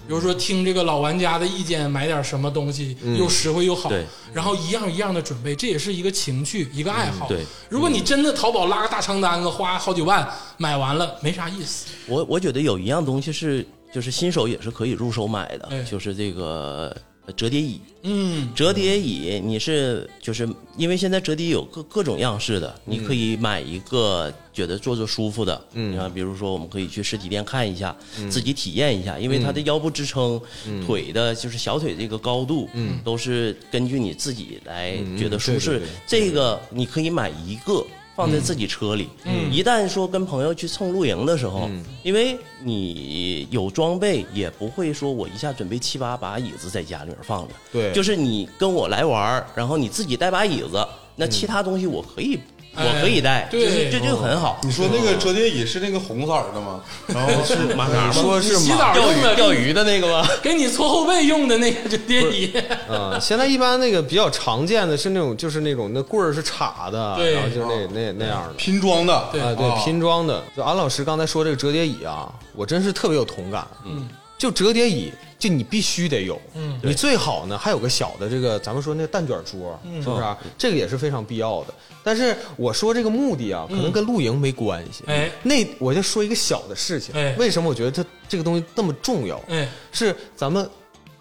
Speaker 1: 比如说听这个老玩家的意见，买点什么东西又实惠又好，
Speaker 4: 对
Speaker 1: 然后一样一样的准备，这也是一个情趣，一个爱好。
Speaker 4: 对，
Speaker 1: 如果你真的淘宝拉个大长单子，花好几万买完了，没啥意思。
Speaker 4: 我我觉得有一样东西是，就是新手也是可以入手买的，
Speaker 1: 哎
Speaker 4: 就是这个呃折叠椅。
Speaker 1: 嗯
Speaker 4: 折叠椅你是就是因为现在折叠椅有各各种样式的，你可以买一个觉得坐着舒服的，嗯，然后比如说我们可以去实体店看一下，自己体验一下，因为它的腰部支撑、腿的就是小腿这个高度，嗯，都是根据你自己来觉得舒
Speaker 3: 对
Speaker 4: 适
Speaker 3: 对对。
Speaker 4: 这个你可以买一个。放在自己车里，一旦说跟朋友去蹭露营的时候，因为你有装备，也不会说我一下准备七八把椅子在家里面放着，
Speaker 3: 对
Speaker 4: 就是你跟我来玩儿，然后你自己带把椅子，那其他东西我可以，
Speaker 1: 哎
Speaker 4: 我可以带，
Speaker 1: 对
Speaker 4: 就是这就很好。
Speaker 6: 你说那个折叠椅是那个红色儿的吗？然后是马甲吗？
Speaker 1: 说是洗澡
Speaker 4: 钓
Speaker 1: 用
Speaker 4: 鱼
Speaker 1: 的，
Speaker 4: 钓鱼的那个吗？
Speaker 1: 给你搓后背用的那个折叠椅，
Speaker 3: 啊、现在一般那个比较常见的是那种，就是那种那棍儿是插的，
Speaker 1: 对
Speaker 3: 然后就那那那样的。
Speaker 6: 拼装的，
Speaker 1: 对
Speaker 3: 啊，
Speaker 6: 啊
Speaker 3: 对，拼装的。就安老师刚才说这个折叠椅啊，我真是特别有同感。嗯，就折叠椅，就你必须得有。
Speaker 1: 嗯
Speaker 3: 你最好呢还有个小的这个，咱们说那蛋卷桌，
Speaker 1: 嗯
Speaker 3: 是不是
Speaker 1: 哦
Speaker 3: 啊？这个也是非常必要的。但是我说这个目的啊，可能跟露营没关系。
Speaker 1: 嗯哎
Speaker 3: 那我就说一个小的事情
Speaker 1: 哎。
Speaker 3: 为什么我觉得它这个东西那么重要？
Speaker 1: 哎，
Speaker 3: 是咱们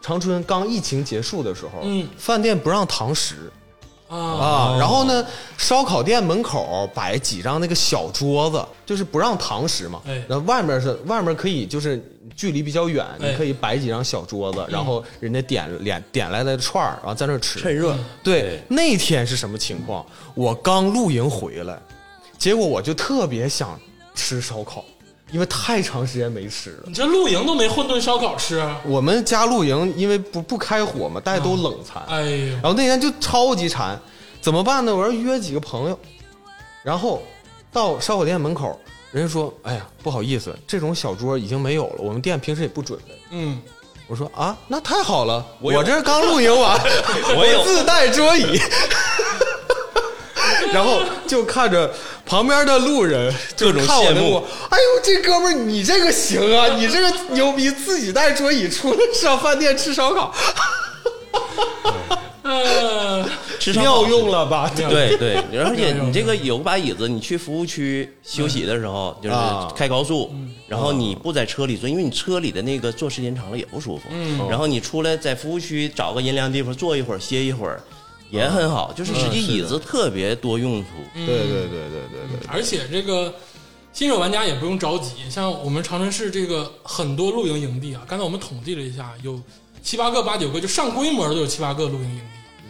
Speaker 3: 长春刚疫情结束的时候，
Speaker 1: 嗯
Speaker 3: 饭店不让堂食。
Speaker 1: 啊，
Speaker 3: 啊，然后呢，烧烤店门口摆几张那个小桌子，就是不让堂食嘛。
Speaker 1: 哎
Speaker 3: 然后外面是外面可以就是距离比较远，
Speaker 1: 哎
Speaker 3: 你可以摆几张小桌子，然后人家点点点来的串儿，然后在那儿吃。嗯趁热。对，那天是什么情况？我刚露营回来，结果我就特别想吃烧烤，因为太长时间没吃了。
Speaker 1: 你这露营都没混沌烧烤吃，啊
Speaker 3: 我们家露营因为不不开火嘛，大家都冷餐。
Speaker 1: 哎呦
Speaker 3: 然，后那天就超级馋，怎么办呢？我说约几个朋友，然后到烧烤店门口，人家说：“哎呀，不好意思，这种小桌已经没有了，我们店平时也不准备。
Speaker 1: 嗯，”
Speaker 3: 我说：“啊，那太好了，我这儿刚露营完，我自带桌椅。” (laughs) 然后就看着旁边的路人，就
Speaker 7: 各种
Speaker 3: 看我
Speaker 7: 羡
Speaker 3: 那
Speaker 7: 慕
Speaker 3: 我，哎呦，这哥们儿你这个行啊， (laughs) 你这个牛逼，自己带桌椅出来上饭店吃烧烤，
Speaker 1: 呃，
Speaker 4: (laughs) 吃烧烤
Speaker 3: 妙用了吧？ (laughs) 对
Speaker 4: 对对，而且
Speaker 1: 妙用
Speaker 4: 你这个有把椅子，你去服务区休息的时候，就是
Speaker 3: 啊
Speaker 4: 开高速，然后你不在车里坐，因为你车里的那个坐时间长了也不舒服。
Speaker 3: 哦
Speaker 4: 然后你出来在服务区找个阴凉地方坐一会儿，歇一会儿，也很
Speaker 3: 嗯
Speaker 4: 好。就是实际椅子特别多用途。
Speaker 3: 对对对对对对。
Speaker 1: 而且这个新手玩家也不用着急，像我们长春市这个很多露营营地啊，刚才我们统计了一下，有七八个、八九个，就上规模的有七八个露营营地。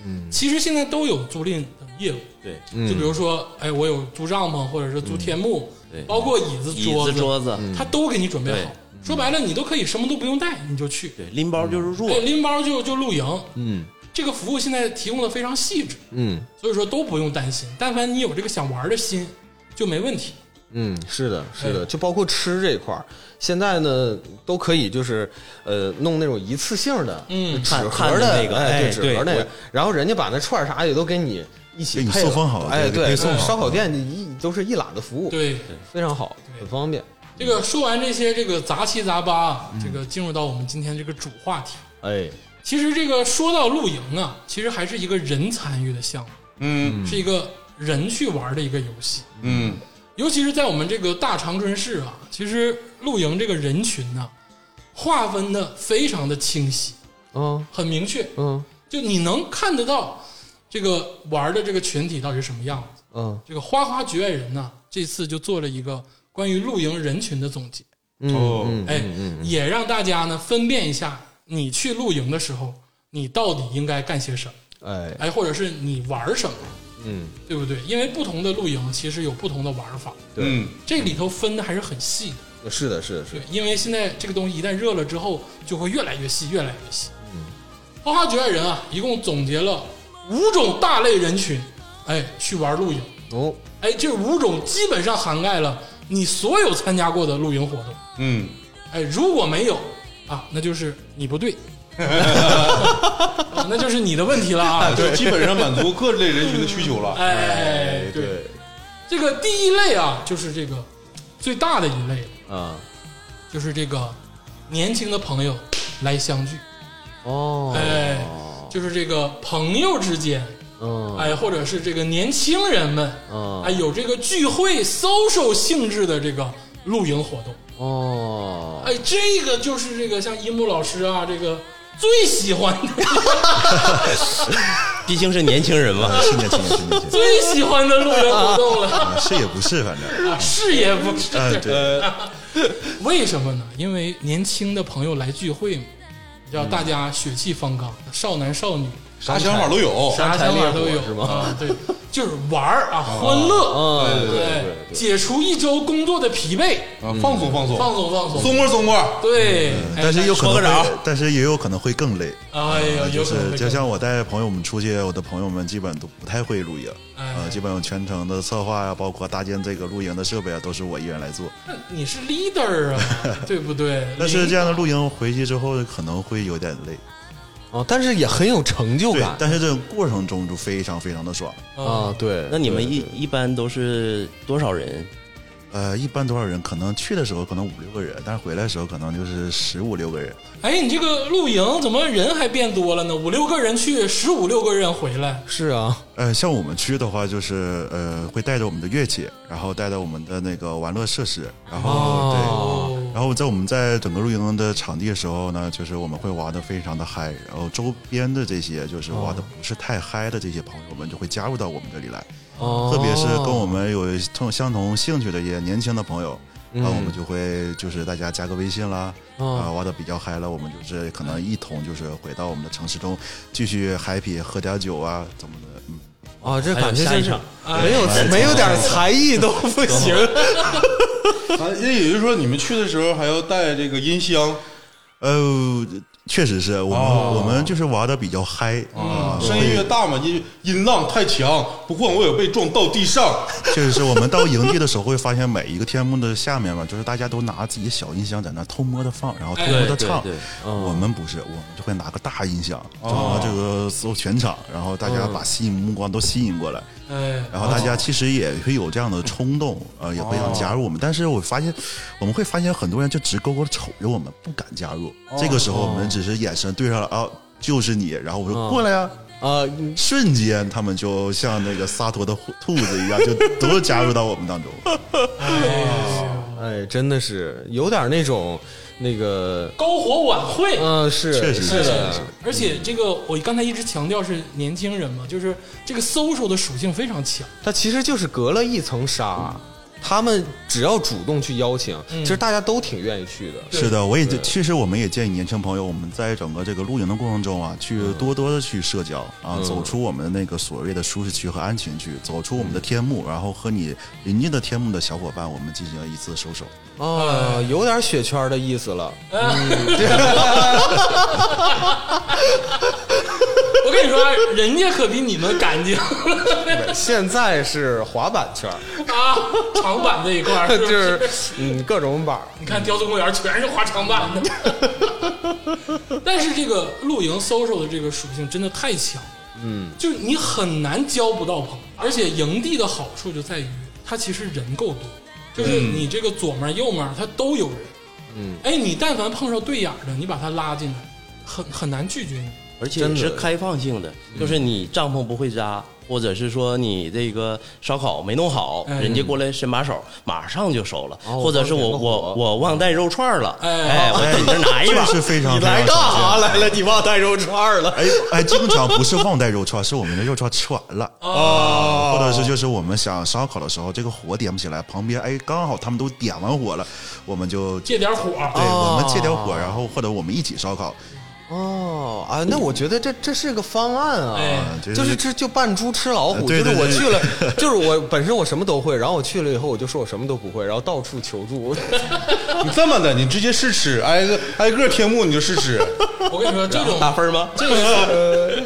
Speaker 1: 嗯，其实现在都有租赁的业务，
Speaker 4: 对
Speaker 3: 嗯
Speaker 1: 就比如说，哎，我有租帐篷，或者是租天幕，
Speaker 4: 嗯对
Speaker 1: 包括椅子、
Speaker 4: 嗯椅子、桌子，
Speaker 3: 嗯
Speaker 1: 他都给你准备
Speaker 4: 对
Speaker 1: 好。说白了，你都可以什么都不用带，你就去，
Speaker 4: 对拎包就是弱
Speaker 1: 对，哎拎包就就露营。
Speaker 3: 嗯
Speaker 1: 这个服务现在提供的非常细致，
Speaker 3: 嗯
Speaker 1: 所以说都不用担心。但凡你有这个想玩的心，就没问题。
Speaker 3: 嗯，是的，是
Speaker 1: 哎
Speaker 3: 的，就包括吃这一块儿，现在呢都可以就是呃弄那种一次性的，
Speaker 1: 嗯
Speaker 3: 纸
Speaker 4: 看
Speaker 3: 盒
Speaker 4: 看的那个
Speaker 3: 哎，
Speaker 4: 哎
Speaker 3: 对，纸盒那
Speaker 4: 对
Speaker 3: 个
Speaker 4: 我，
Speaker 3: 然后人家把那串儿啥也都给你一起
Speaker 5: 给你
Speaker 3: 配了
Speaker 5: 送好
Speaker 3: 哎，
Speaker 5: 对给
Speaker 3: 对，
Speaker 5: 你送好
Speaker 3: 烧烤店一都是一揽子服务，，
Speaker 1: 对，
Speaker 3: 非常好，很方便，
Speaker 1: 这个说完这些这个杂七杂八啊，这个进入到我们今天这个主话题。
Speaker 3: 哎，
Speaker 1: 其实这个说到露营啊，其实还是一个人参与的项目，
Speaker 6: 嗯
Speaker 1: 是一个人去玩的一个游戏。
Speaker 6: 嗯，
Speaker 1: 尤其是在我们这个大长春市啊，其实露营这个人群呢、划分的非常的清晰，
Speaker 3: 嗯
Speaker 1: 很明确，
Speaker 3: 嗯
Speaker 1: 就你能看得到这个玩的这个群体到底是什么样子。
Speaker 3: 嗯
Speaker 1: 这个花花局外人呢，这次就做了一个关于露营人群的总结，
Speaker 3: 嗯，
Speaker 6: 哦
Speaker 3: 嗯
Speaker 1: 哎，也让大家呢分辨一下，你去露营的时候，你到底应该干些什么，
Speaker 3: 哎，
Speaker 1: 哎，或者是你玩什么，
Speaker 3: 嗯，
Speaker 1: 对不对？因为不同的露营其实有不同的玩法，
Speaker 6: 嗯
Speaker 3: 对，
Speaker 1: 这里头分的还是很细的。
Speaker 3: 哎是的，是的，是
Speaker 1: 对
Speaker 3: 的，，
Speaker 1: 因为现在这个东西一旦热了之后，就会越来越细，越来越细。嗯，花花局外人啊，一共总结了五种大类人群，哎，去玩露营，
Speaker 3: 哦，
Speaker 1: 哎，这五种基本上涵盖了你所有参加过的露营活动，
Speaker 6: 嗯，
Speaker 1: 哎，如果没有啊，那就是你不 (laughs) 对，啊那就是你的问题了啊。
Speaker 6: 就基本上满足各类人群的需求了。
Speaker 1: 哎，对，
Speaker 3: 对，
Speaker 1: 这个第一类啊，就是这个最大的一类了，
Speaker 3: 啊，
Speaker 1: 就是这个年轻的朋友来相聚。
Speaker 3: 哦，
Speaker 1: 哎，就是这个朋友之间，
Speaker 3: 嗯
Speaker 1: 哎，或者是这个年轻人们，
Speaker 3: 嗯
Speaker 1: 哎，有这个聚会 social 性质的这个露营活动，哎
Speaker 3: 哦，
Speaker 1: 哎，这个就是这个像一木老师啊，这个最喜欢的、
Speaker 4: 毕竟是年轻人
Speaker 3: 嗯
Speaker 4: 嘛。
Speaker 5: 是年轻人，是年轻人，
Speaker 1: 最喜欢的露营活动了。
Speaker 5: (laughs) 啊是也不是，反
Speaker 1: (laughs)
Speaker 5: 正，
Speaker 1: 是也不是，
Speaker 5: 嗯，对，
Speaker 1: 为什么呢？因为年轻的朋友来聚会嘛，你知道大家血气方刚，少男少女，
Speaker 6: 啥想法都有。
Speaker 1: 啥想法都有
Speaker 3: 是吗
Speaker 1: 啊，对，就是玩儿啊，欢乐，
Speaker 3: 嗯，
Speaker 6: 对对对，
Speaker 1: 对，解除一周工作的疲惫，
Speaker 6: 啊放松放松，
Speaker 1: 放松放松，
Speaker 6: 松快松快。 (laughs)
Speaker 1: 对，哎
Speaker 5: 嗯但是有可能
Speaker 1: 说个啥
Speaker 5: 会，但是也有可能会更累。
Speaker 1: 哎呀，有
Speaker 5: 就
Speaker 1: 可能
Speaker 5: 是
Speaker 1: 会
Speaker 5: 就像我带朋友们出去，我的朋友们基本都不太会露营，
Speaker 1: 哎
Speaker 5: 呃，基本上全程的策划呀，包括搭建这个露营的设备啊，都是我一人来做。
Speaker 1: 那你是 leader
Speaker 5: (laughs)
Speaker 1: 啊，对不对？
Speaker 5: 但是这
Speaker 1: 样，
Speaker 5: 样的露营回去之后可能会有点累，
Speaker 3: 哦，但是也很有成就
Speaker 5: 对
Speaker 3: 感，
Speaker 5: 但是这种过程中就非常非常的爽。
Speaker 3: 啊，对。
Speaker 4: 那你们
Speaker 3: 对
Speaker 4: 一一般都是多少人？
Speaker 5: 呃，一般多少人？可能去的时候可能五六个人，但是回来的时候可能就是十五六个人。
Speaker 1: 哎，你这个露营怎么人还变多了呢？五六个人去，十五六个人回来，
Speaker 3: 是啊，
Speaker 5: 呃，像我们去的话，就是呃，会带着我们的乐器，然后带着我们的那个玩乐设施，然后、对，然后在我们在整个露营的场地的时候呢，就是我们会玩的非常的嗨，然后周边的这些就是玩的不是太嗨的这些朋友们就会加入到我们这里来，
Speaker 3: 哦，
Speaker 5: 特别是跟我们有同相同兴趣的一些年轻的朋友。然后我们就会就是大家加个微信啦，啊，玩的比较嗨了，我们就是可能一同就是回到我们的城市中，继续 happy 喝点酒啊，怎么的，嗯，
Speaker 3: 啊，这
Speaker 4: 还有
Speaker 3: 感觉
Speaker 4: 下
Speaker 3: 真
Speaker 4: 一
Speaker 3: 是
Speaker 4: 场
Speaker 3: 没有没有点才艺都 (laughs) 不行。
Speaker 6: 啊，也也就是说，你们去的时候还要带这个音箱，
Speaker 5: 呃，确实是我们、
Speaker 4: 哦
Speaker 5: 我们就是玩的比较嗨啊，
Speaker 6: 声音越大嘛，音音浪太强，不晃我也被撞到地上。
Speaker 5: 确实是我们到营地的时候会发现每一个天幕的下面嘛，就是大家都拿自己小音箱在那偷摸的放，然后偷摸的唱。
Speaker 4: 哎对对嗯
Speaker 5: 我们不是，我们就会拿个大音响，就
Speaker 4: 哦
Speaker 5: 把这个搜全场，然后大家
Speaker 4: 嗯
Speaker 5: 把吸引目光都吸引过来。
Speaker 1: 哎，
Speaker 5: 然后大
Speaker 4: 哦
Speaker 5: 家其实也会有这样的冲动，呃，也会想加入我们。但是我发现，我们会发现很多人就直勾勾的瞅着我们，不敢加入。
Speaker 4: 哦
Speaker 5: 这个时候我们只是眼神对上了，啊，就是你。然后我
Speaker 4: 嗯
Speaker 5: 说过来呀、
Speaker 3: (laughs) 啊，
Speaker 5: 瞬间他们就像那个洒脱的虎兔子一样，就都加入到我们
Speaker 3: (laughs)
Speaker 5: 当中。
Speaker 3: 哎，真的是有点那种那个，
Speaker 1: 篝火晚会，
Speaker 3: 嗯，是，
Speaker 5: 确实
Speaker 3: 是
Speaker 5: 是
Speaker 3: 的，
Speaker 1: 而且这个我刚才一直强调是年轻人嘛，就是这个 social 的属性非常强。
Speaker 3: 它其实就是隔了一层纱。他们只要主动去邀请，其实大家都挺愿意去的。
Speaker 5: 是的，我也其实我们也建议年轻朋友，我们在整个这个露营的过程中啊，去多多的去社交啊，
Speaker 3: 嗯
Speaker 5: 走出我们的那个所谓的舒适区和安全区，走出我们的天幕，然后和你邻近的天幕的小伙伴，我们进行一次收
Speaker 3: (laughs)
Speaker 5: 手。
Speaker 3: 啊，有点雪圈的意思了。
Speaker 1: 我跟你说啊，人家可比你们干净 (laughs)
Speaker 3: 现在是滑板圈，
Speaker 1: 啊，长板这一块儿
Speaker 5: (laughs)
Speaker 3: 就是
Speaker 1: 不是
Speaker 3: 是嗯各种板儿。
Speaker 1: 你看雕塑公园全是滑长板的。但是这个露营 social 的这个属性真的太强了，嗯，就是你很难交不到朋友，而且营地的好处就在于它其实人够多，就是你这个左面右面它都有人，嗯，哎，你但凡碰上对眼儿的，你把他拉进来，很很难拒绝你。
Speaker 4: 而且也是开放性的，就是你帐篷不会扎，或者是说你这个烧烤没弄好，
Speaker 1: 哎
Speaker 4: 人家过来伸把手，马上就熟了，
Speaker 3: 哦
Speaker 4: 或者是我
Speaker 3: 我忘了
Speaker 4: 我我忘带肉串了，
Speaker 1: 哎
Speaker 4: 哎，我自己这儿拿一把
Speaker 5: 这，是非常
Speaker 3: 你来干啥？来了？你忘带肉串了？
Speaker 5: 哎哎，经常不是忘带肉串，是我们的肉串吃完了。
Speaker 3: 哦
Speaker 5: 或者是就是我们想烧烤的时候，这个火点不起来，旁边哎刚好他们都点完火了，我们就
Speaker 1: 借点火，
Speaker 5: 对，我们借点火，然后或者我们一起烧烤，
Speaker 3: 哦啊，那我觉得这这是个方案啊，
Speaker 1: 哎
Speaker 5: 这
Speaker 3: 就是是这就扮猪吃老虎，
Speaker 5: 呃对对
Speaker 3: 就是我
Speaker 5: 对
Speaker 3: 去
Speaker 5: (laughs)
Speaker 3: 了，就是我本身我什么都会，然后我去了以后我就说我什么都不会，然后到处求助，
Speaker 6: 你这么的，你直接试吃，挨个挨个天幕你就试吃，
Speaker 1: 我跟你说，这种
Speaker 4: 打分
Speaker 3: (laughs)
Speaker 4: 吗？
Speaker 1: 这个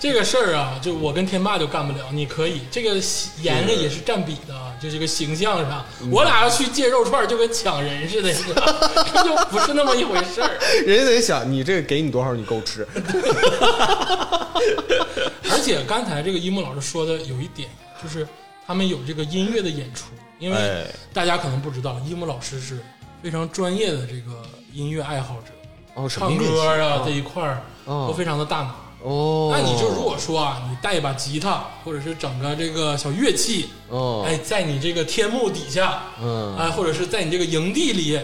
Speaker 1: 这个事儿啊，就我跟天霸就干不了，你可以。这个颜着也是占比的，啊就这个形象上，我俩要去借肉串儿就跟抢人似的， (laughs) 你知道吗这就不是那么一回事儿。
Speaker 3: 人家得想你这个给你多少你够吃，
Speaker 1: 而且刚才这个一木老师说的有一点，就是他们有这个音乐的演出，因为大家可能不知道，一木老师是非常专业的这个音乐爱好者，
Speaker 3: 哦，什么
Speaker 1: 唱
Speaker 3: 乐器
Speaker 1: 歌啊这一块儿
Speaker 3: 哦
Speaker 1: 都非常的大拿。
Speaker 3: 哦，
Speaker 1: 那你就如果说啊，你带一把吉他，或者是整个这个小乐器，
Speaker 3: 哦
Speaker 1: 哎，在你这个天幕底下，
Speaker 3: 嗯
Speaker 1: 哎，或者是在你这个营地里，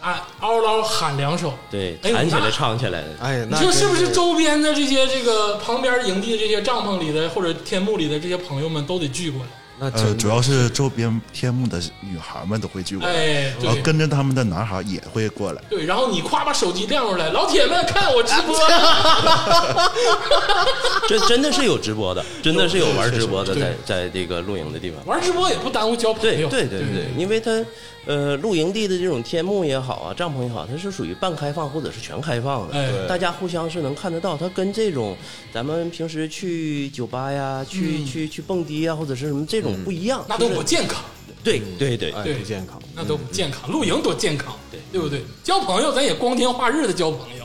Speaker 1: 哎，嗷嗷喊两首，
Speaker 4: 对，
Speaker 1: 哎呦
Speaker 4: 弹起
Speaker 1: 那
Speaker 4: 来唱起来的，
Speaker 3: 哎呀，
Speaker 1: 你
Speaker 3: 那
Speaker 1: 说
Speaker 3: 真
Speaker 1: 是不是？周边的这些这个旁边营地的这些帐篷里的或者天幕里的这些朋友们都得聚过来？
Speaker 3: 那
Speaker 5: 呃，
Speaker 3: 真
Speaker 5: 主要是周边天幕的女孩们都会聚过来，
Speaker 1: 哎，
Speaker 5: 然后
Speaker 1: 对。嗯
Speaker 5: 跟着他们的男孩也会过来。
Speaker 1: 对，然后你夸把手机亮出来，老铁们看我直
Speaker 4: (laughs)
Speaker 1: 播，
Speaker 4: 这真的是有直播的，真的是有玩直播的，在在这个露营的地方。
Speaker 1: 玩直播也不耽误交朋
Speaker 4: 对
Speaker 1: 友。
Speaker 4: 对对对，因为它呃露营地的这种天幕也好啊，帐篷也好，它是属于半开放或者是全开放的，
Speaker 1: 哎对
Speaker 4: 大家互相是能看得到。它跟这种咱们平时去酒吧呀、去、去去蹦迪呀啊或者是什么这种不一样，
Speaker 1: 嗯那都
Speaker 4: 就是
Speaker 1: 不健康，
Speaker 4: 对对对
Speaker 3: 哎
Speaker 1: 对
Speaker 3: 不健康。
Speaker 1: 那都不健
Speaker 4: 嗯
Speaker 1: 康，露营多健康，对对不对？交朋友咱也光天化日的交朋友，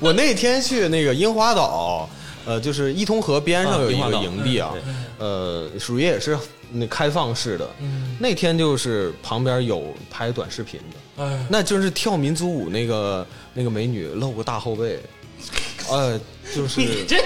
Speaker 3: 我那天去那个樱花岛，呃，就是伊通河边上有一
Speaker 4: 啊樱花
Speaker 3: 个
Speaker 4: 岛
Speaker 3: 营地啊，呃，属于也是那开放式的。
Speaker 1: 嗯，
Speaker 3: 那天就是旁边有拍短视频的，
Speaker 1: 哎，
Speaker 3: 那就是跳民族舞那个那个美女露个大后背，呃，就是
Speaker 1: 这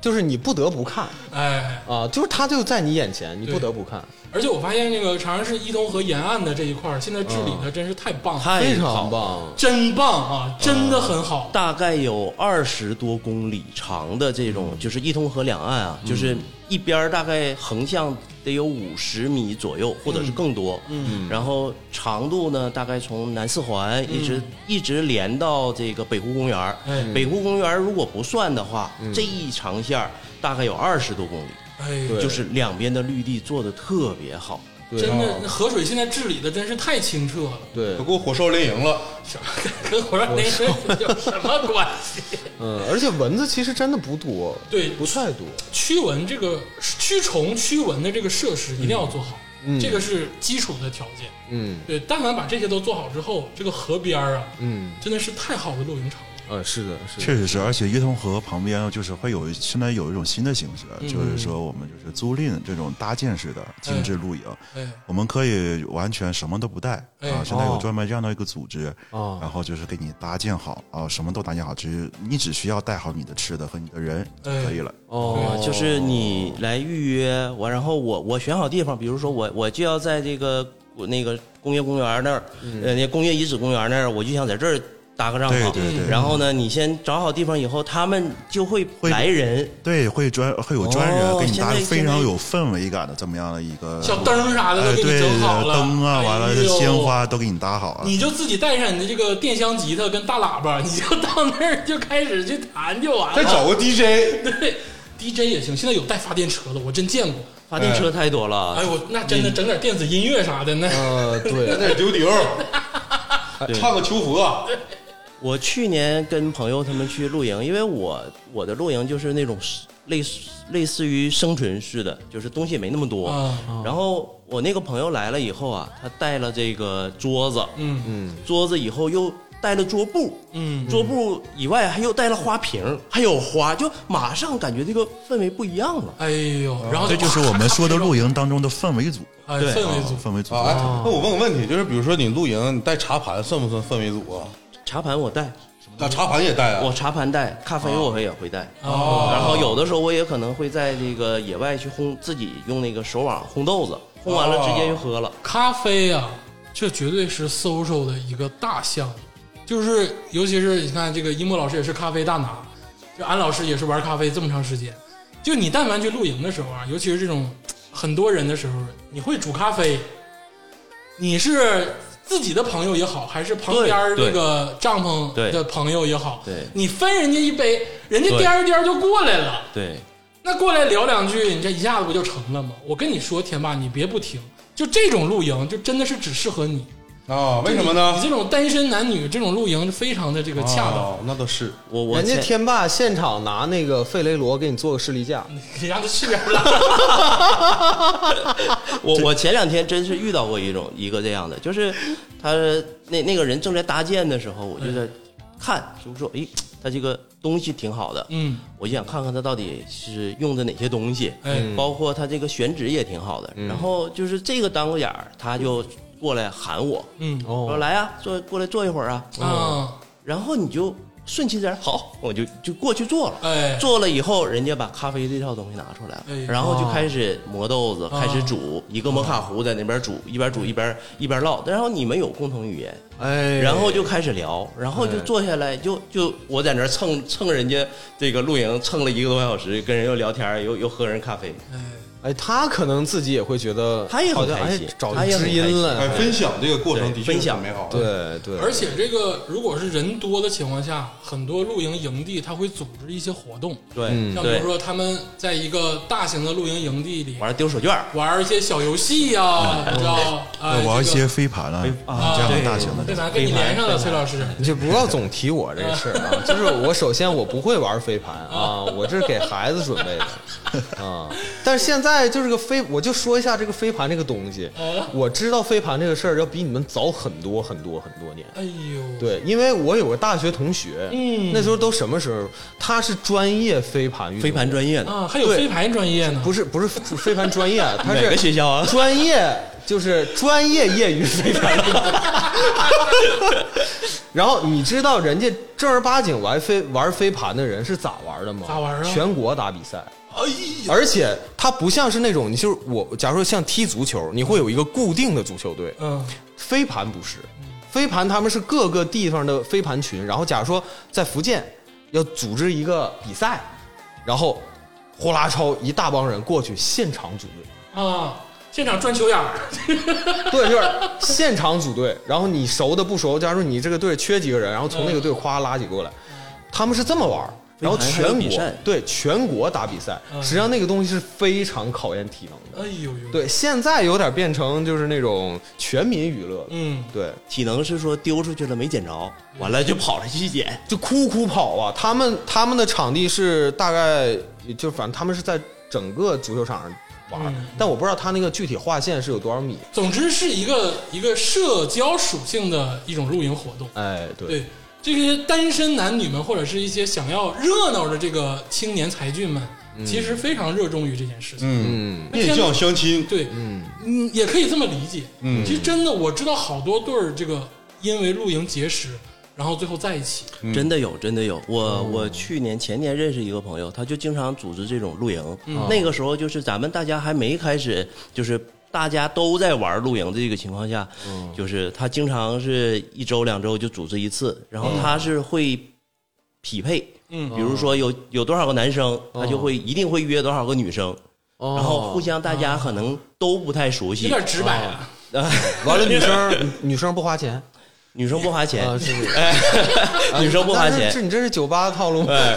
Speaker 3: 就是你不得不看
Speaker 1: 哎，
Speaker 3: 啊，就是她就在你眼前，你不得不看，
Speaker 1: 而且我发现那个长安市伊通河沿岸的这一块儿，现在治理的真是太棒了，
Speaker 4: 太
Speaker 3: 非
Speaker 4: 好
Speaker 3: 常
Speaker 4: 了。
Speaker 3: 棒。
Speaker 1: 真棒啊，真的很好。
Speaker 4: 大概有二十多公里长的这种，就是一通河两岸啊，就是一边儿大概横向得有五十米左右，或者是更多。嗯，然后长度呢，大概从南四环一直一直连到这个北湖公园儿
Speaker 1: 哎。
Speaker 4: 北湖公园儿如果不算的话，这一长线儿大概有二十多公里，
Speaker 1: 哎，
Speaker 3: 对
Speaker 4: 就是两边的绿地做的特别好。
Speaker 3: 对啊
Speaker 1: 真的，那河水现在治理的真是太清澈了， (laughs)
Speaker 3: 对
Speaker 6: 可，给我火烧连营了，
Speaker 1: 跟火烧连营有什么关系？
Speaker 3: 嗯，而且蚊子其实真的不多，
Speaker 1: 对
Speaker 3: 不太多，
Speaker 1: 驱蚊这个驱虫驱蚊的这个设施一定要做好，
Speaker 3: 嗯
Speaker 1: 这个是基础的条件。
Speaker 3: 嗯
Speaker 1: 对，但凡把这些都做好之后，这个河边儿啊，
Speaker 3: 嗯，
Speaker 1: 真的是太好的露营场了。
Speaker 3: 呃，是的，是的，
Speaker 5: 确实是，而且伊通河旁边就是会有现在有一种新的形式，就是说我们就是租赁这种搭建式的精致露营，
Speaker 1: 哎，
Speaker 5: 我们可以完全什么都不带
Speaker 1: 哎
Speaker 5: 啊。现在有专门这样的一个组织，
Speaker 3: 哦
Speaker 5: 然后就是给你搭建好啊，什么都搭建好，只你只需要带好你的吃的和你的人就
Speaker 1: 哎
Speaker 5: 可以了。
Speaker 3: 哦
Speaker 4: 啊，，就是你来预约我，然后我我选好地方，比如说我我就要在这个我那个工业公园那儿，呃，那工业遗址公园那儿，我就想在这儿搭个帐
Speaker 5: 对
Speaker 4: 篷。
Speaker 5: 对对
Speaker 4: 然后呢，你先找好地方以后，他们就会
Speaker 5: 会
Speaker 4: 来人，
Speaker 5: 对，会专会有专人
Speaker 4: 哦
Speaker 5: 给你搭
Speaker 4: 现在
Speaker 5: 非常有氛围感的这么样的一个
Speaker 1: 小灯儿啥的
Speaker 5: 哎
Speaker 1: 都给你
Speaker 5: 对
Speaker 1: 整好了，
Speaker 5: 灯啊，
Speaker 1: 哎呦
Speaker 5: 完了鲜，花都给你搭好了
Speaker 1: 你。就自己带上你的这个电箱吉他跟大喇
Speaker 5: (laughs)
Speaker 1: 叭，你就到那儿就开始去弹就完了。
Speaker 6: 再找个 DJ，
Speaker 1: 对 DJ 也行，现在有带发电车的，我真见过。
Speaker 4: 发电车太多了。
Speaker 1: 哎呦，那真的整点电子音乐啥的，那
Speaker 5: 嗯
Speaker 3: 呃，
Speaker 6: 来
Speaker 3: 对，
Speaker 6: 点丢丢，唱个啊求佛，
Speaker 4: 我去年跟朋友他们去露营，因为我我的露营就是那种类似类似于生存式的，就是东西也没那么多。
Speaker 1: 啊
Speaker 4: 然后我那个朋友来了以后啊，他带了这个桌子，
Speaker 1: 嗯
Speaker 4: 嗯，桌子以后又带了桌布，
Speaker 1: 嗯，
Speaker 4: 桌布以外还又带了花瓶，还有花，就马上感觉这个氛围不一样了。
Speaker 1: 哎呦，然后
Speaker 5: 嗯这就是我们说的露营当中的氛围组，
Speaker 1: 哎
Speaker 4: 对
Speaker 1: 氛围
Speaker 5: 啊
Speaker 1: 组
Speaker 5: 氛围组
Speaker 6: 啊，哎，
Speaker 1: 哦
Speaker 6: 那我问个问题，就是比如说你露营，你带茶盘算不算氛围组啊？
Speaker 4: 茶盘我带，
Speaker 6: 那茶盘也带啊？
Speaker 4: 我茶盘带，咖啡我也会带。
Speaker 1: 哦
Speaker 4: 然后有的时候我也可能会在这个野外去烘，自己用那个手网烘豆子，烘完了直接就喝
Speaker 3: 哦
Speaker 4: 了。
Speaker 1: 咖啡啊，这绝对是 social 的一个大项目，就是尤其是你看这个一木老师也是咖啡大拿，这安老师也是玩咖啡这么长时间，就你但凡去露营的时候啊，尤其是这种很多人的时候，你会煮咖啡，你是。自己的朋友也好，还是旁边儿
Speaker 4: 对
Speaker 1: 那个帐篷
Speaker 4: 对
Speaker 1: 的朋友也好，
Speaker 4: 对
Speaker 1: 你分人家一杯，人家
Speaker 4: 对
Speaker 1: 颠儿颠儿就过来了，
Speaker 4: 对，
Speaker 1: 那过来聊两句，你这一下子不就成了吗？我跟你说，天霸，你别不听，就这种露营，就真的是只适合你。
Speaker 6: 啊，为什么
Speaker 1: 你
Speaker 6: 呢？
Speaker 1: 这种单身男女这种露营，非常的这个恰当。
Speaker 6: 哦，那倒是。
Speaker 4: 我 (laughs) 我
Speaker 3: 人家
Speaker 4: 前
Speaker 3: 天霸现场拿那个费雷罗给你做个视力架，
Speaker 4: 嗯
Speaker 1: 你让他去边儿
Speaker 6: (laughs)
Speaker 1: 了。
Speaker 4: 我我前两天真是遇到过一种一个这样的，就是他那那个人正在搭建的时候，我就在看，就说诶，他这个东西挺好的，
Speaker 1: 嗯，
Speaker 4: 我就想看看他到底是用的哪些东西，
Speaker 1: 哎
Speaker 3: 嗯
Speaker 4: 包括他这个选址也挺好的。然后就是这个当个眼儿，他就过来喊我，
Speaker 1: 嗯
Speaker 3: 哦
Speaker 1: 哦
Speaker 6: 嗯
Speaker 4: 说来呀、坐过来坐一会儿啊。
Speaker 1: 啊，
Speaker 4: 然后你就顺其自然，好，我就就过去做了。
Speaker 1: 哎
Speaker 4: 做了以后，人家把咖啡这套东西拿出来了，
Speaker 1: 哎哦
Speaker 4: 然后就开始磨豆子，开始煮一个摩卡壶在那边煮，一
Speaker 1: 哎
Speaker 4: 边煮一边一边唠。然后你们有共同语言，
Speaker 3: 哎，
Speaker 4: 然后就开始聊，然后就坐下来，就就我在那儿蹭蹭人家这个露营，蹭了一个多小时，跟人又聊天儿，又又喝人咖啡。
Speaker 3: 哎，他可能自己也会觉得，
Speaker 4: 他也很
Speaker 3: 好像
Speaker 4: 开
Speaker 3: 哎
Speaker 4: 心
Speaker 3: 找
Speaker 4: 他也很
Speaker 3: 知音
Speaker 4: 开
Speaker 6: 哎，
Speaker 3: 了，
Speaker 6: 分享这个过程的
Speaker 4: 对
Speaker 6: 确
Speaker 4: 分享
Speaker 6: 是美好的。
Speaker 3: 对对，
Speaker 1: 而且这个如果是人多的情况下，很多露营营地它会组织一些活动，
Speaker 4: 对，
Speaker 3: 嗯
Speaker 1: 像比如
Speaker 4: 对，
Speaker 1: 说他们在一个大型的露营营地里
Speaker 4: 玩丢手绢儿，
Speaker 1: 玩一些小游戏呀、
Speaker 6: 嗯
Speaker 1: 你知道啊，
Speaker 5: 玩一
Speaker 1: 这个
Speaker 5: 些飞盘啊，
Speaker 1: 啊，
Speaker 5: 这样的大型的
Speaker 1: 对吧？跟你连上了，崔老师。
Speaker 5: 嗯
Speaker 3: (laughs) 你就不要总提我这个事
Speaker 4: (laughs)
Speaker 3: 儿啊！就是我首先我不会玩飞盘啊，我这是给孩子准备
Speaker 4: (laughs)
Speaker 3: 的啊。但是现在就是个飞，我就说一下这个飞盘这个东西
Speaker 4: 啊
Speaker 1: 哦。
Speaker 3: 我知道飞盘这个事儿要比你们早很多很多很多年。
Speaker 1: 哎呦，
Speaker 3: 对，因为我有个大学同学，嗯，那时候都什么时候？他是专业飞盘运动
Speaker 4: 飞
Speaker 3: 员
Speaker 4: 盘专业的，
Speaker 1: 啊，还有
Speaker 3: 对
Speaker 1: 飞盘专业呢，
Speaker 3: 不是不是飞盘专业，他
Speaker 4: 哪个
Speaker 3: 是
Speaker 4: 学校啊？
Speaker 3: 专业就是专业业余飞盘运动员。然后你知道人家正儿八经玩飞玩飞盘的人是咋玩的吗？
Speaker 1: 咋玩啊哎
Speaker 3: 全国打比赛。而且他不像是那种，你就是我，假如说像踢足球，你会有一个固定的足球队，
Speaker 1: 嗯，
Speaker 3: 飞盘不是，飞盘他们是各个地方的飞盘群，然后假如说在福建要组织一个比赛，然后呼啦超一大帮人过去现场组队，
Speaker 1: 啊，现场转球眼儿，
Speaker 3: (laughs) 对，就是现场组队，然后你熟的不熟，假如你这个队缺几个人，然后从那个队夸拉几个过来，他们是这么玩儿。然后
Speaker 4: 飞盘嗯还有
Speaker 3: 全
Speaker 4: 比
Speaker 3: 国
Speaker 4: 赛
Speaker 3: 对全国打比赛，
Speaker 1: 嗯
Speaker 3: 实际上那个东西是非常考验体能的。
Speaker 1: 哎呦呦，，
Speaker 3: 对，现在有点变成就是那种全民娱乐了。
Speaker 1: 嗯，
Speaker 3: 对，
Speaker 4: 体能是说丢出去了没捡着，完了就跑着去捡。
Speaker 3: 就哭哭跑啊！他们他们的场地是大概就反正他们是在整个足球场上玩儿，
Speaker 1: 嗯
Speaker 3: 但我不知道他那个具体划线是有多少米。
Speaker 1: 总之是一个一个社交属性的一种露营活动。
Speaker 3: 哎，对，
Speaker 1: 对，这些单身男女们或者是一些想要热闹的这个青年才俊们，其实非常热衷于这件事情。
Speaker 3: 嗯，
Speaker 6: 面向相亲，
Speaker 1: 对，嗯，也可以这么理解。嗯，其实真的我知道好多对儿这个因为露营结识，然后最后在一起。
Speaker 4: 真的有，真的有。我、
Speaker 1: 哦
Speaker 4: 我去年前年认识一个朋友，他就经常组织这种露营。
Speaker 1: 嗯哦
Speaker 4: 那个时候就是咱们大家还没开始，就是大家都在玩露营的这个情况下，
Speaker 1: 嗯
Speaker 4: 就是他经常是一周两周就组织一次，然后他是会匹配，
Speaker 1: 嗯哦
Speaker 4: 比如说有有多少个男生，他就会一定会约多少个女生。
Speaker 3: 哦
Speaker 4: 然后互相大家可能都不太熟
Speaker 1: 哦有
Speaker 4: 悉，
Speaker 1: 点直白啊，
Speaker 3: 完了，女 (laughs) 生女生不花钱
Speaker 4: (laughs) 女生不花钱，
Speaker 1: 哦
Speaker 3: 啊，是不是？
Speaker 4: 女生不
Speaker 1: (laughs)
Speaker 4: 花
Speaker 3: 但
Speaker 4: 钱
Speaker 3: 是，这你这是酒吧套路吗？
Speaker 4: 哎，